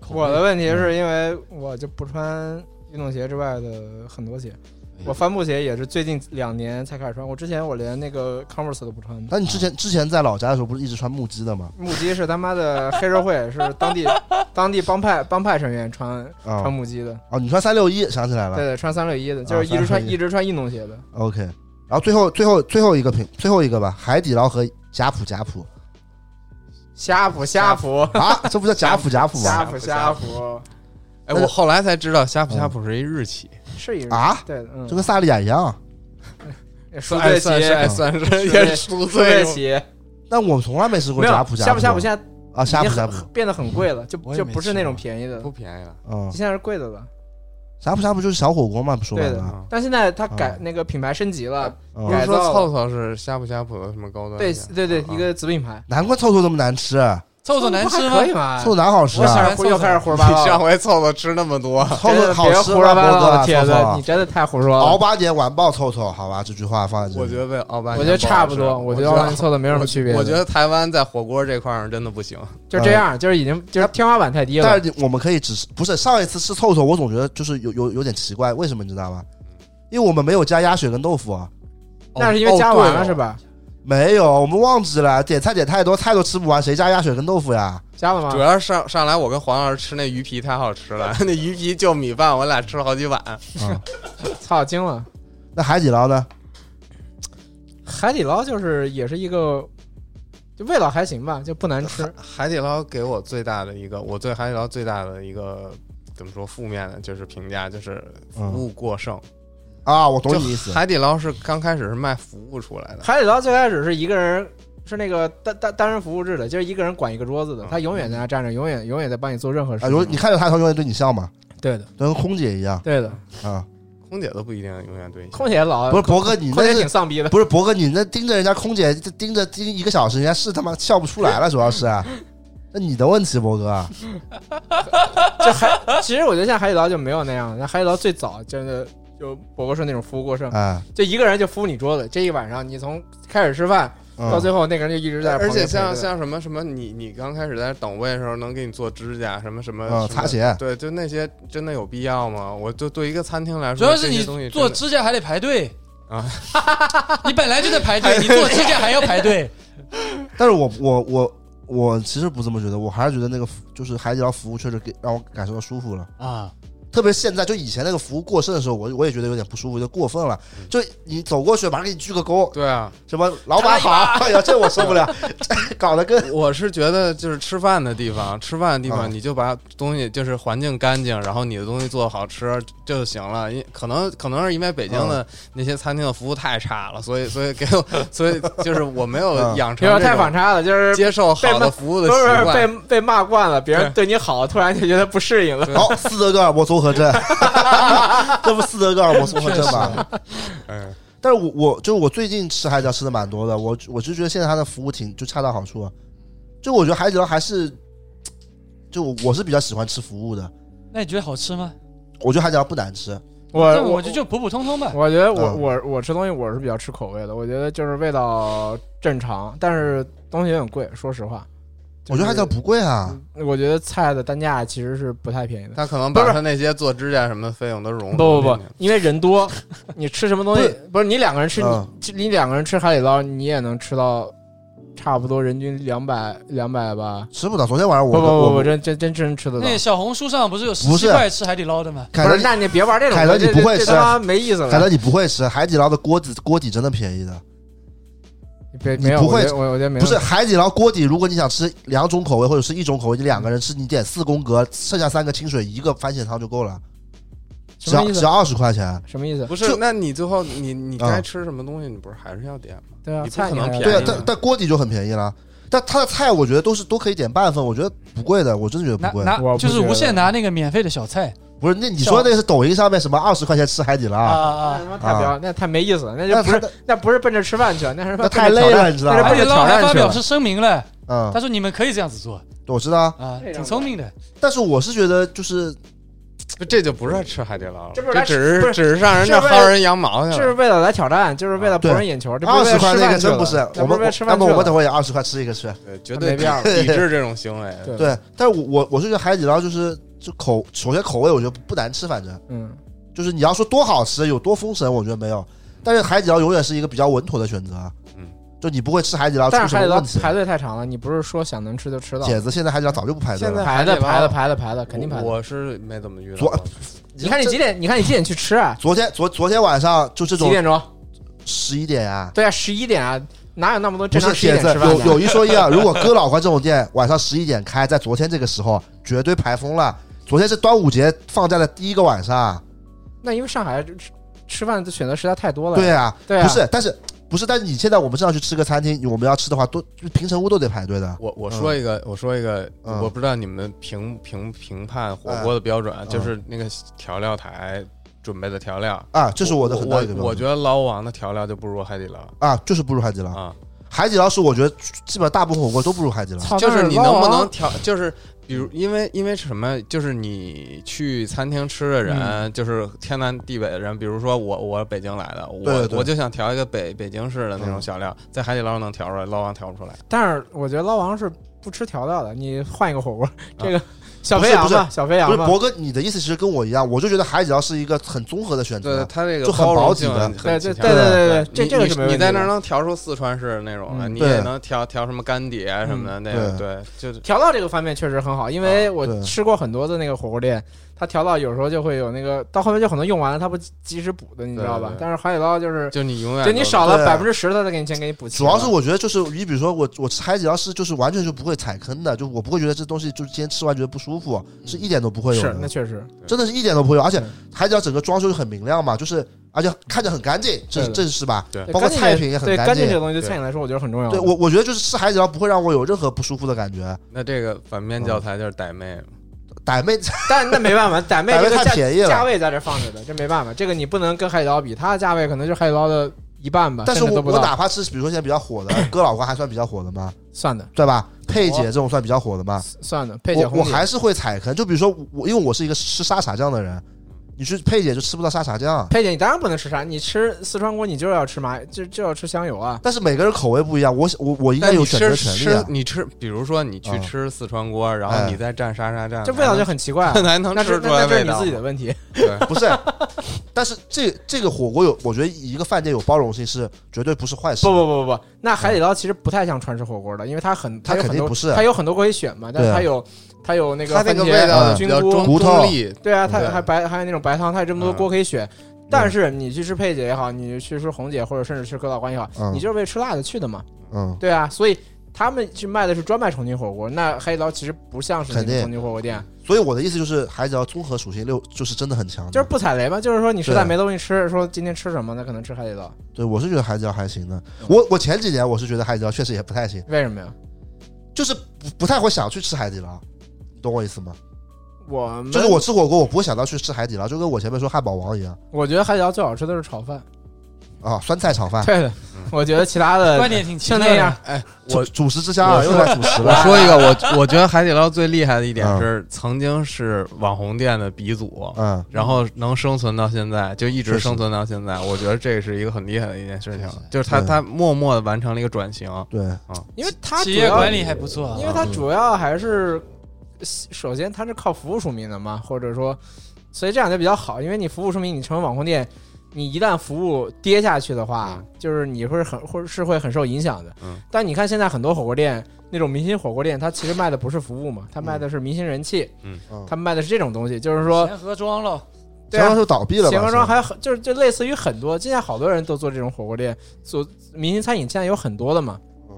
S2: 口味。
S3: 我的问题是因为我就不穿运动鞋之外的很多鞋。
S5: 哎
S3: 我帆布鞋也是最近两年才开始穿，我之前我连那个 Converse 都不穿的。
S1: 但你之前之前在老家的时候，不是一直穿木屐的吗？
S3: 木屐是他妈的黑社会，是当地当地帮派帮派成员穿
S1: 啊、
S3: 穿木屐的，
S1: 哦，你穿三六一，想起来
S3: 对
S1: 了。
S3: 对，穿三六一的，就是一直
S1: 361
S3: 穿一直穿运动鞋的。
S1: OK，然后最后最后最后一个品，最后一个吧，海底捞和呷哺呷哺
S3: 呷哺呷哺
S1: 啊，这不叫呷哺呷哺吗？
S3: 呷哺呷哺，
S4: 哎，
S1: 但是
S4: 我后来才知道，呷
S1: 嗯
S4: 哺呷哺是一日企，
S3: 是一人
S1: 啊，
S3: 对的，嗯，
S1: 就跟萨莉亚一样。
S3: 也赎
S4: 哎
S3: 罪
S4: 算是
S3: 棋，
S4: 哎算是
S3: 赎罪
S4: 也赎
S3: 赎罪
S4: 罪了。
S3: 棋，
S1: 但我从来没吃过
S3: 没有
S1: 呷哺
S3: 呷
S1: 呷
S3: 哺
S1: 哺
S3: 呷哺现在
S1: 啊，呷
S3: 已
S1: 哺
S3: 经
S1: 呷
S3: 很
S1: 哺，
S3: 变得很贵了，就
S5: 我也
S3: 就
S5: 没
S3: 不是那
S5: 吃
S3: 种
S5: 过
S3: 现在是那种便宜的，
S4: 不便宜了，
S1: 嗯，
S3: 现在是贵的了。
S1: 呷哺呷哺就是小火锅嘛，不说
S3: 对
S1: 完
S3: 的
S1: 了
S4: 啊，
S3: 但现在它
S1: 啊
S3: 改那个品牌升级了，
S4: 不是
S1: 嗯，
S3: 改
S4: 说
S3: 造了
S4: 凑凑是呷哺呷哺的什么高端
S3: 对
S4: 一点？
S3: 对对，
S4: 啊
S3: 一个子品牌，
S1: 难怪臭臭这么难吃，
S3: 哎
S2: 凑凑难
S3: 还
S2: 吃吗
S3: 可？以吗？
S1: 臭哪好吃
S3: 我
S1: 啊？
S3: 小时候又开始胡说八
S4: 你
S3: 道了，
S4: 上回凑凑吃那 么多，
S1: 臭
S3: 真
S1: 臭
S3: 的
S1: 好
S3: 别
S1: 吃
S3: 胡
S1: 吗？
S3: 说八
S1: 博
S3: 道
S1: 哥，啊
S3: 了，铁子，你
S1: 臭
S3: 真的太胡说
S1: 臭，熬
S3: 了。
S1: 八年完爆臭臭，好吧，这句话放在这
S4: 我
S1: 里。
S4: 觉得奥巴马
S3: 我觉得差不多，
S4: 我
S3: 我觉得奥运凑的没有什么区别的。
S4: 我觉得台湾在火锅这块儿真的不行，
S3: 就这样，就是已经就是天花板太低了
S1: 但。是你我们可以只是不是上一次吃臭臭，我总觉得就是有有有点奇怪，为什么你知道吗？因为我们没有加鸭血跟豆腐啊，
S3: 那是因为
S4: 哦
S3: 加完了是
S4: 吧？
S3: 吧？
S1: 没有，我们忘记了点菜点太多，菜都吃不完，谁加鸭血跟豆腐呀？
S3: 加了
S4: 主
S3: 吗？
S4: 要是上上来我跟黄老师吃那鱼皮太好吃 了，那鱼皮就米饭，我俩吃好几碗。
S1: 啊，
S3: 操，惊了！
S1: 那海底捞呢？
S3: 海底捞就是也是一个，就味道还行吧，就不难吃。
S4: 海底捞给我最大的一个，我对海底捞最大的一个怎么说负面的，就是评价就是服务过剩。
S1: 啊，我懂
S4: 就
S1: 你意思，
S4: 海底捞是刚开始是卖服务出来的，
S3: 海底捞最开始是一个人，是那个单单单人服务制的，就是一个人管一个桌子的，
S4: 嗯
S3: 他永远在那站着，永远永远在帮你做任何事
S1: 啊，如你
S3: 情。
S1: 看着他，他永远对你笑嘛，
S3: 对的，
S1: 就跟空姐一样
S3: 对的，
S1: 啊。
S4: 空姐都不一定永远对你笑。
S3: 空姐老
S1: 不是博哥，你
S3: 呃空
S1: 那
S3: 姐挺
S1: 是
S3: 丧逼的。
S1: 不是博哥？你那盯着人家空姐这盯着盯一个小时，人家是他妈笑不出来 了，主要是。啊那你的问题，博哥。啊
S3: 就海， 其实我觉得现在海底捞就没有那样了。那海底捞最早真的就博哥说那种服务过剩，
S1: 哎，
S3: 就一个人就服务你桌子，这一晚上你从开始吃饭
S1: 嗯
S3: 到最后，那个人就一直在旁
S4: 而
S3: 边陪
S4: 且
S3: 着。
S4: 像像什么什么你，你刚开始在等位的时候能给你做指甲，什么什么、
S1: 啊
S3: 呃
S4: 什么
S1: 擦鞋
S4: 对，就那些真的有必要吗？我就对一个餐厅来说，
S2: 主要是
S4: 这些
S2: 你
S4: 东西真
S2: 做
S4: 的
S2: 指甲还得排队
S4: 啊，
S2: 你本来就在排队，你做指甲还要排队，
S1: 但是我我我我其实不这么觉得，我还是觉得那个服就是海底捞服务确实给让我感受到舒服了。
S2: 啊，
S1: 特别是现在，就以前那个服务过剩的时候，我我也觉得有点不舒服，就过分了。
S3: 嗯
S1: 就你走过去，马上给你鞠个躬，
S4: 对啊，
S1: 什么老板好，哎呀，这我受不了， 这搞得跟
S4: 我是觉得就是吃饭的地方，吃饭的地
S1: 啊
S4: 方你就把东西就是环境干净，然后你的东西做得好吃就行了。因可能可能是因为北京的
S3: 啊
S4: 那些餐厅的服务太差了，所以 所以给我所以就是我没有
S1: 啊
S4: 养成
S3: 有点
S4: 这
S3: 太
S4: 种
S3: 反差了，就是
S4: 接受好的服务
S3: 不
S4: 的
S3: 是
S4: 习
S3: 不是被
S4: 惯。
S3: 被骂惯了，别人对你好，突然就觉得不适应了。
S1: 好斯德哥尔摩综合 症， 这不斯德哥尔摩综合症吗？
S3: 哎
S4: 嗯，
S1: 但是我我就是我最近吃海底捞吃的蛮多的，我我就觉得现在它的服务挺就恰到好处啊，就我觉得海底捞还是，就我我是比较喜欢吃服务的，
S2: 那你觉得好吃吗？
S1: 我觉得海底捞不难吃，
S3: 我
S2: 那我
S3: 我
S2: 就就普普通通吧。
S3: 我觉得我
S1: 嗯
S3: 我我吃东西我是比较吃口味的，我觉得就是味道正常，但是东西有点贵，说实话。
S1: 我觉得海底捞不贵啊，
S3: 我觉得菜的单价其实是不太便宜的。
S4: 他可能
S3: 不
S4: 把
S3: 是
S4: 他那些做指甲什么的费用都融
S3: 不不不
S4: 进去，
S3: 因为人多， 你吃什么东西
S1: 不
S3: 不是你两个人吃，
S1: 嗯
S3: 你你两个人吃海底捞，你也能吃到差不多人均两百两百吧。
S1: 吃不到。昨天晚上
S3: 不
S1: 我
S3: 不不
S1: 我
S3: 不，真真真真吃得到
S2: 那。小红书上不是有十
S1: 不
S2: 七
S1: 是
S2: 块吃海底捞的吗？
S1: 凯
S3: 不
S1: 德
S3: 是，那你别玩这种，
S1: 凯德你
S3: 这
S1: 不会
S3: 这
S1: 吃
S3: 这他妈没意思
S1: 凯德
S3: 了。
S1: 你不会吃海底捞的锅底，锅底真的便宜的。
S3: 别
S1: 你
S3: 没有，
S1: 不
S3: 我
S1: 会
S3: 觉得我我觉得没有
S1: 不是海底捞锅底，如果你想吃两种口味或者是一种口味，你两个人吃，你点四宫格，剩下三个清水，一个番茄汤就够了，只
S3: 什么
S1: 要
S3: 意
S1: 只
S3: 思
S1: 要？二十块钱。
S3: 什么意思？
S4: 不是
S1: 就？
S4: 那你最后你你该
S1: 嗯
S4: 吃什么东西，你不是还是要点吗？
S3: 对啊，
S4: 你不
S3: 菜
S4: 可能
S3: 还要
S4: 便
S1: 对
S4: 宜
S1: 啊
S3: 点，
S1: 但但锅底就很便宜了。但它的菜我觉得都是都可以点半份，我觉得不贵的，我真的觉得
S2: 拿
S1: 不贵。
S2: 拿
S3: 我不
S2: 就是
S3: 觉得
S2: 无限拿那个免费的小菜
S1: 不是，那你说那是抖音上面什么二十块钱吃海底捞
S2: 啊
S1: 啊？
S3: 那他
S2: 啊！
S3: 妈太不要，那太没意思了，那就
S1: 那
S3: 不是
S1: 他
S3: 那不是奔着吃饭去，那是
S1: 那太累了，你知道
S3: 那
S1: 吗
S3: 是
S2: 海？底捞还发
S3: 挑战去
S2: 表
S3: 了
S2: 示声明了，
S1: 嗯
S2: 他，说你们可以这样子做
S1: 我知道啊，
S2: 啊
S3: 这，样
S2: 挺聪明的。
S1: 但是我是觉得就是
S4: 不这就不是吃海底捞了，
S3: 这
S4: 这
S3: 不是来
S4: 只
S3: 不是
S4: 是只是上人那
S3: 是为
S4: 薅人羊毛去
S3: 是
S4: 了。
S3: 为了来挑战，就是为
S1: 啊
S3: 了博人眼球。这不
S1: 二
S3: 是
S1: 十
S3: 为了
S1: 块
S3: 吃
S1: 那
S3: 饭
S1: 个
S3: 去
S1: 真
S3: 了
S1: 不是，
S3: 那
S1: 我
S3: 不是
S1: 们
S3: 为了吃
S1: 那
S3: 饭去
S1: 么我们等
S3: 了。
S1: 会儿也二十块吃一个去。
S4: 对，绝
S3: 没
S4: 对
S3: 必要
S4: 抵制这种行为。
S3: 对
S1: 对，但是我我我是觉得海底捞就是就口首先口味我觉得不不难吃，反正
S3: 嗯，
S1: 就是你要说多好吃有多丰神，我觉得没有。但是海底捞永远是一个比较稳妥的选择，啊
S4: 嗯，
S1: 就你不会吃海底捞出
S3: 但是
S1: 什
S3: 海底
S1: 么
S3: 捞
S1: 问题。啊
S3: 排队太长了，你不是说想能吃就吃到？
S1: 姐子现在海底捞早就不排队
S3: 现在
S1: 了，
S3: 排的
S4: 海底捞
S3: 排的排的排的，肯定排
S4: 我
S3: 的。
S4: 我是没怎么遇到
S1: 昨
S4: 过。
S3: 你看你几点？你看你几点去吃啊？
S1: 昨天昨昨天晚上就这
S3: 几
S1: 种
S3: 点钟？
S1: 十一点啊，
S3: 对啊，十一点啊，哪有那么多
S1: 不
S3: 正
S1: 是
S3: 常十一
S1: 铁
S3: 点
S1: 子
S3: 吃饭
S1: 有
S3: 的？
S1: 有一说一 啊，如果哥老关这种店晚上十一点开，在昨天这个时候绝对排疯了。昨天是端午节放假的第一个晚上，啊
S3: 那因为上海吃吃饭的选择实在太多了。
S1: 对啊，
S3: 对啊，
S1: 不是，但是不是，但是你现在我们正要去吃个餐厅，我们要吃的话，都就平城屋都得排队的。
S4: 我我说一个，我说一个，
S1: 嗯
S4: 我不知道你们评评评判火锅的标准啊，
S1: 嗯
S4: 就是那个调料台准备的调料，
S1: 啊，这是我的很大
S4: 我
S1: 一个标
S4: 我觉
S1: 准
S4: 得捞王的调料就不如海底捞
S1: 啊，就是不如海底捞。
S4: 啊，
S1: 海底捞是我觉得基本上大部分火锅都不如海底捞。
S3: 操
S4: 就是你能
S3: 但
S4: 不？
S3: 是捞
S4: 能
S3: 王
S4: 调，就是比如因为因为是什么，就是你去餐厅吃的
S1: 嗯
S4: 人，就是天南地北的人，比如说我我北京来的，
S1: 对
S4: 我
S1: 对对
S4: 我就想调一个北北京式的那种
S1: 嗯
S4: 小料，在海底捞能调出来，捞王调不出来。
S3: 但是我觉得捞王是不吃调料的，你换一个火锅，这个小
S1: 啊不是
S3: 肥羊
S1: 不是
S3: 吧，小肥
S1: 不
S3: 羊
S1: 是
S3: 吧。
S1: 博哥，你的意思其实跟我一样，我就觉得海底捞是一个很综合的选
S4: 对
S1: 择。
S4: 它这个
S1: 就很
S4: 包容
S1: 保底
S4: 性
S1: 的
S4: 很
S3: 对
S4: 很
S3: 对
S4: 强
S3: 对对对对，这
S4: 你
S3: 这个
S4: 你
S3: 是没问
S4: 你
S3: 题
S4: 在那儿
S3: 的
S4: 能调出四川式那种来，
S3: 嗯
S4: 你也
S1: 对嗯
S4: 能调调什么干碟啊什么的，那个对，就是
S3: 调料这个方面确实很好，因为我
S1: 啊对
S3: 吃过很多的那个火锅店，它调料有时候就会有那个到后面就可能用完了，它不及时补的，你知道吧
S4: 对对？对
S3: 但是海底捞就是
S4: 就你永远
S3: 就你少了
S1: 对
S3: 百分之十，它再给你先给你补齐
S1: 主
S3: 了。
S1: 要是我觉得就是你比如说我我吃海底捞是就是完全就不会踩坑的，就我不会觉得这东西就是今天吃完觉得不舒服，是一点都不会有
S3: 嗯是
S1: 的，
S3: 那确实，嗯
S1: 真的是一点都不会有。而且
S3: 对
S1: 海底捞整个装修就很明亮嘛，就是而且看着很干净，这
S3: 对的
S1: 这是吧？
S4: 对
S1: 包括
S3: 干净
S1: 菜品也很
S3: 对
S1: 干
S3: 干净
S1: 净
S3: 这个东西，对菜品来说我觉得很重要。
S1: 对我我觉得就是吃海底捞不会让我有任何不舒服的感
S3: 啊
S1: 觉。
S4: 那这个反面教材就是傣
S1: 嗯
S4: 妹，
S1: 傣妹
S3: 但那没办法，傣妹
S1: 傣妹
S3: 这个
S1: 太
S3: 价
S1: 便宜了
S3: 价位在这放着的，这没办法，这个你不能跟海底捞比，它的价位可能就海底捞的一半吧，
S1: 但是
S3: 甚至
S1: 我
S3: 都不
S1: 我
S3: 到。
S1: 哪怕是比如说现在比较火的哥老关还算比较火的吗？
S3: 算的
S1: 对吧？佩姐这种算比较火的吗？
S3: 算的，佩姐
S1: 我我
S3: 红姐
S1: 还是会踩坑，就比如说我，因为我是一个吃沙茶酱的人，你去佩姐就吃不到沙茶酱。
S3: 佩姐，你当然不能吃啥，你吃四川锅你就要吃麻，就就要吃香油啊。
S1: 但是每个人口味不一样，我我我应
S4: 那
S1: 该有
S4: 你
S1: 选
S4: 吃
S1: 择权利
S4: 吃
S1: 啊。
S4: 你吃，比如说你去
S1: 嗯
S4: 吃四川锅，然后
S1: 哎
S4: 你再蘸沙沙蘸，，
S3: 这味道就很奇怪、啊
S4: 才能
S3: 那是
S4: 吃出
S3: 那
S4: 来
S3: 那这是
S4: 味
S3: 你
S4: 道
S3: 自己。的问题。
S4: 对
S1: 不是，但是这这个火锅有，我觉得一个饭店有包容性是绝对不是坏事。
S3: 不不不不不，那海底捞其实不太像川式火锅的，因为它很
S1: 它
S3: 有
S1: 肯
S3: 很
S1: 定
S3: 多
S1: 不是啊
S3: 它有很多可以选嘛，但是
S1: 对啊
S3: 它有它有那个
S4: 它那
S3: 番
S4: 个
S3: 茄啊
S4: 味道
S1: 嗯
S4: 比
S3: 菌
S4: 较中
S3: 菇，
S1: 骨头
S4: 中立，
S3: 对啊，它
S4: 对
S3: 还白还有那种白汤，它有这么多
S4: 嗯
S3: 锅可以选。
S1: 嗯
S3: 但是你去吃佩姐也好，你去吃红姐或者甚至吃哥老关也好，
S1: 嗯
S3: 你就是为吃辣的去的嘛，
S1: 嗯，
S3: 对啊，所以他们去卖的是专卖重庆火锅，那海底捞其实不像是那
S1: 肯定嗯
S3: 个重庆火锅店，
S1: 所以我的意思就是，海底捞综合属性六就是真的很强的。
S3: 就是不踩雷嘛，就是说你实在
S1: 对
S3: 没东西吃，说今天吃什么，那可能吃海底捞，
S1: 对，我是觉得海底捞还行的。我我前几年我是觉得海底捞确实也不太行，
S3: 为什么呀？
S1: 就是不不太会想去吃海底捞，你懂我意思吗？
S3: 我们
S1: 就是我吃火锅，我不会想到去吃海底捞，就跟我前面说汉堡王一样
S3: 我觉得海底捞最好吃的是炒饭。
S1: 啊，酸菜炒饭，
S3: 对的，我觉得其他的
S2: 观点挺奇
S3: 像
S2: 特
S3: 那样
S2: 的。，
S4: 哎，
S1: 主
S4: 我
S1: 主食之乡啊，
S4: 我
S1: 又
S4: 说
S1: 来主食
S4: 我
S1: 了。
S4: 说一个，我我觉得海底捞最厉害的一点
S1: 嗯
S4: 是，曾经是网红店的鼻祖，
S1: 嗯，
S4: 然后能生存到现在，就
S1: 确
S4: 一直
S1: 实
S4: 生存到现在，我觉得这是一个很厉害的一件事情
S5: 确实，
S4: 就是他
S1: 对
S4: 他默默的完成了一个转型。
S1: 对，
S3: 因为它主
S2: 哎企业
S3: 要，
S2: 管理还不错啊
S3: 因。为它主要还是呃首先它是靠服务出名的嘛，或者说，所以这样就比较好，因为你服务出名，你成为网红店，你一旦服务跌下去的话，
S4: 嗯
S3: 就是你会很或者是会很受影响的。
S4: 嗯
S3: 但你看现在很多火锅店，那种明星火锅店，它其实卖的不是服务嘛，它卖的是明星人气，
S1: 嗯
S3: 它卖的是这种东西，就是说，
S2: 钱盒装了，
S3: 对
S1: 前
S3: 啊
S1: 方，就倒闭了吧？
S3: 咸鹅庄
S1: 是吧
S3: 还有很就是就类似于很多，现在好多人都做这种火锅店，做明星餐饮，现在有很多的嘛。
S1: 嗯，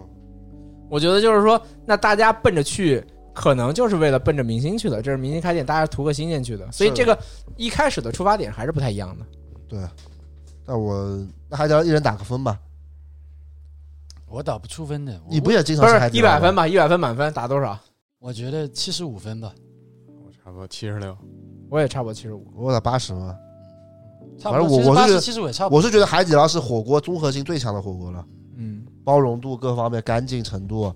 S3: 我觉得就是说，那大家奔着去，可能就是为了奔着明星去的，这是明星开店，大家图个新鲜去的，所以
S1: 是
S3: 这个一开始的出发点还是不太一样的。
S1: 那我那海底捞一人打个分吧，
S2: 我打不出分的。我
S1: 你不也经
S3: 不
S1: 常吃
S3: 是
S1: 海底
S3: 一
S1: 捞吗
S3: 百分吧？一百分满分打多少？
S2: 我觉得七十五分吧，
S4: 我差不多七十六，
S3: 我也差不多七十五。
S1: 我打八十嘛。
S2: 差
S1: 反正
S2: 不多。
S1: 我我
S2: 八
S1: 是觉
S2: 十
S1: 得
S2: 七十五也差不多。
S1: 我是觉得海底捞是火锅综合性最强的火锅了，
S3: 嗯，
S1: 包容度各方面、干净程度。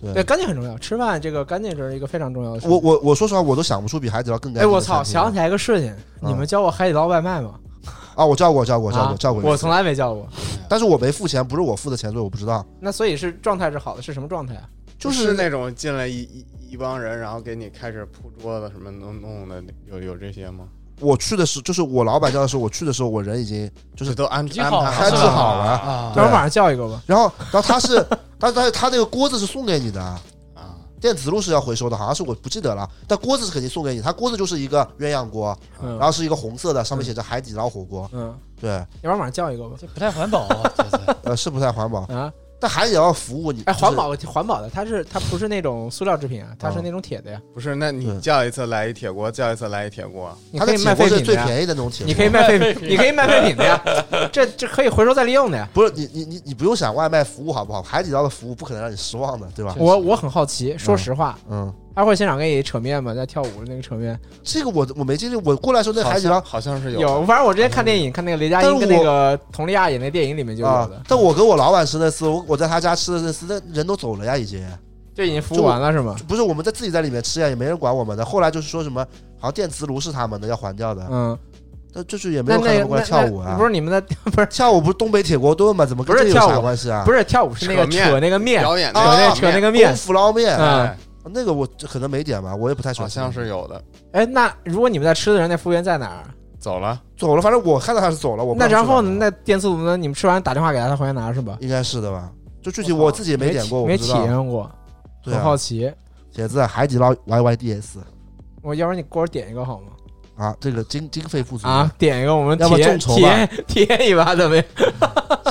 S1: 对
S3: 对，干净很重要，吃饭这个干净是一个非常重要的事。
S1: 我我我说实话，我都想不出比海底捞更干
S3: 哎，
S1: 净的
S3: 我
S1: 餐厅了。
S3: 操！想起来一个事情，你们叫过海底捞外卖吗？
S1: 啊！嗯我叫过，叫过，叫
S3: 啊
S1: 过，叫过一次。
S3: 我从来没叫过。
S1: 但是我没付钱，不是我付的钱，所以我不知道。
S3: 那所以是状态是好的，是什么状态啊？
S1: 就是是
S4: 那种进来一一一帮人，然后给你开始铺桌子什么弄弄的，有有这些吗？
S1: 我去的时，就是我老板叫的时候，我去的时候，我人已经就
S4: 这
S1: 是，
S4: 都安
S2: 已经
S4: 安
S2: 好
S4: 排
S2: 了
S1: 安置好了
S2: 啊
S3: 等会儿晚上叫一个吧。
S1: 然后然后他是 他他他那个锅子是送给你的，
S4: 啊，
S1: 电磁炉是要回收的，好像是我不记得了，但锅子是肯定送给你，他锅子就是一个鸳鸯锅，
S3: 嗯
S1: 然后是一个红色的，上面写着海底捞火锅，
S3: 嗯，
S1: 对，
S3: 要不然晚上叫一个吧。
S2: 这不太环保啊！这是
S1: 呃，是不太环保，
S3: 啊，
S1: 但海底捞服务你，
S3: 哎，
S1: 就是
S3: 环保环保的，它是它不是那种塑料制品啊，它是那种铁的呀。
S4: 不是，那你
S1: 对
S4: 叫一次来一铁锅，叫一次来一铁锅，
S3: 你
S1: 它
S3: 可
S1: 的
S3: 以
S1: 铁
S3: 卖
S1: 锅
S3: 废
S1: 是
S3: 品的
S1: 最
S3: 呀，
S1: 便宜的那种铁锅，
S3: 你可以卖废品，你可以卖废品 的呀。这这可以回收再利用的呀。
S1: 不是你你你你不用想外卖服务好不好，海底捞的服务不可能让你失望的，对吧？
S3: 我我很好奇，说实话，
S1: 嗯，
S3: 阿慧现场跟你扯面吗？在跳舞那个扯面
S1: 这个我我没经历，我过来的时候那海底捞
S4: 好像是有
S3: 有，反正我之
S1: 嗯
S3: 前看电影，看那个雷佳音跟那个佟丽娅演那电影里面就有
S1: 啊
S3: 的，，
S1: 但我跟我老板吃那次，我我在他家吃的那次，那人都走了呀，已经。
S3: 就已经服务完了是吗？
S1: 不是我们在自己在里面吃呀，也没人管我们的。后来就是说什么，好像电磁炉是他们的，要还掉的。
S3: 嗯，
S1: 那就是也没
S3: 那
S1: 有看
S3: 那
S1: 他
S3: 那
S1: 们过来跳舞啊
S3: 那。不是你 们的，不是
S1: 跳舞不是东北铁锅炖吗？怎么跟
S3: 不是
S1: 这有啥
S3: 跳舞
S1: 关系啊？
S3: 不是跳舞是那个
S4: 扯面
S3: 扯那个面，
S4: 表演
S1: 啊
S4: 那
S3: 扯那
S4: 个
S3: 扯那个面
S1: 功。夫捞面，
S3: 嗯
S4: 哎
S1: 那个我可能没点吧，我也不太喜
S4: 好
S1: 欢。
S4: 像是有的，
S3: 哎，那如果你们在吃的人，那服务员在哪儿？
S4: 走了。
S1: 走了，反正我看到他是走了，我不
S3: 那
S1: 知道
S3: 然后呢？
S1: 去哪儿
S3: 那电磁炉呢？你们吃完打电话给他，他回来拿是吧？
S1: 应该是的吧？就具体
S3: 我
S1: 我
S3: 操
S1: 自己也没点过，我
S3: 没
S1: 不
S3: 体
S1: 知
S3: 没体
S1: 道。
S3: 验过，
S1: 对
S3: 很
S1: 啊
S3: 好，奇。
S1: 写字海底捞 YYDS
S3: 我要不然你给我点一个好吗？
S1: 啊，这个经经费不足
S3: 啊，，点一个，我们
S1: 要
S3: 体
S1: 不众
S3: 验
S1: 筹
S3: 体
S1: 吧
S3: 验体验一把怎么样？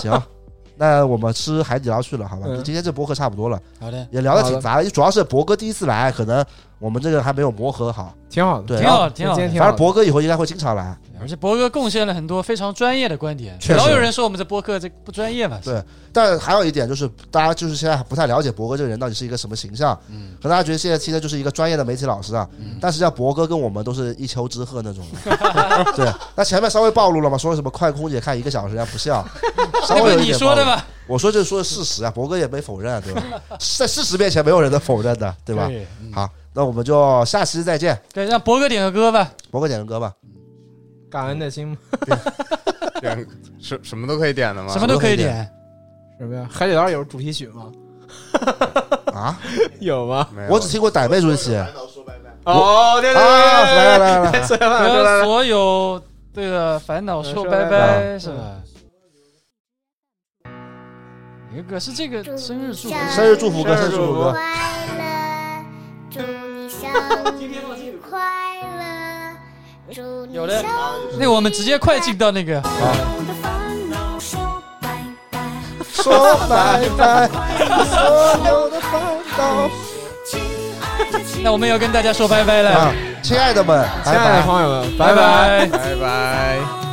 S1: 行。 那我们吃海底捞去了，好吧？
S3: 嗯
S1: 就今天这博客差不多了，
S2: 好的，
S1: 也聊得
S3: 好
S1: 挺
S3: 的
S1: 杂的，主要是博哥第一次来，可能我们这个还没有磨合好。
S3: 挺好的，
S1: 对
S2: 挺
S1: 然后
S2: 好的，挺好
S3: 今天
S2: 的。
S3: 挺
S1: 反
S3: 好
S1: 正
S3: 的。
S1: 博哥以后应该会经常来。
S2: 而且博哥贡献了很多非常专业的观点，
S1: 确实
S2: 老有人说我们这播客这不专业嘛。
S1: 对但还有一点就是，大家就是现在还不太了解博哥这个人到底是一个什么形象，
S2: 嗯，
S1: 可能大家觉得现在听的就是一个专业的媒体老师啊，
S2: 嗯
S1: 但实际上博哥跟我们都是一丘之貉那 种的。对，那前面稍微暴露了嘛，说什么快空姐看一个小时人家不 笑，稍
S2: 这不
S1: 微
S2: 是
S1: 有一
S2: 你
S1: 点
S2: 说的
S1: 暴露？
S2: 吗？
S1: 我说这说的事实啊，博哥也没否认啊，对 吧？在事实面前没有人能否认的，对吧？？
S2: 嗯
S1: 好，那我们就下期再见，
S2: 对，让博哥点个歌吧。
S1: 博哥点个歌吧，
S3: 感恩的心
S4: 点 什什么都可以点的吗？
S2: 什么都可
S1: 什么都可
S2: 以
S1: 以啊点
S2: 点。
S3: 什么呀？海底捞有主题曲吗？
S1: 啊，
S3: 有吗？
S4: 没有
S1: 我只听过傣妹主题曲啊，
S3: 哦，对对
S1: 来来来来来，
S3: 对对，说完了，说完
S2: 和
S3: 了。
S2: 所有这个烦恼说
S3: 说
S2: 拜
S3: 拜
S2: 拜，
S3: 拜
S2: 是吧？有一个是这个生日祝福，
S1: 生日祝福歌，
S3: 生
S1: 生日
S3: 日祝
S1: 祝
S3: 福
S1: 福
S3: 歌
S1: 歌。
S5: 快乐，祝你生日快乐，祝你
S2: 有的
S5: 生日
S2: 那个我们直接快进到那个
S5: 我的烦恼说拜拜，
S1: 说拜拜，
S3: 哎
S1: 所有的烦恼
S5: 亲爱的亲
S2: 那我们要跟大家说拜拜了，
S1: 啊啊，亲爱的们，
S3: 亲
S1: 拜
S3: 爱
S1: 拜
S3: 的。朋友们，
S2: 拜
S3: 拜拜。
S4: 拜拜。
S5: 爱的。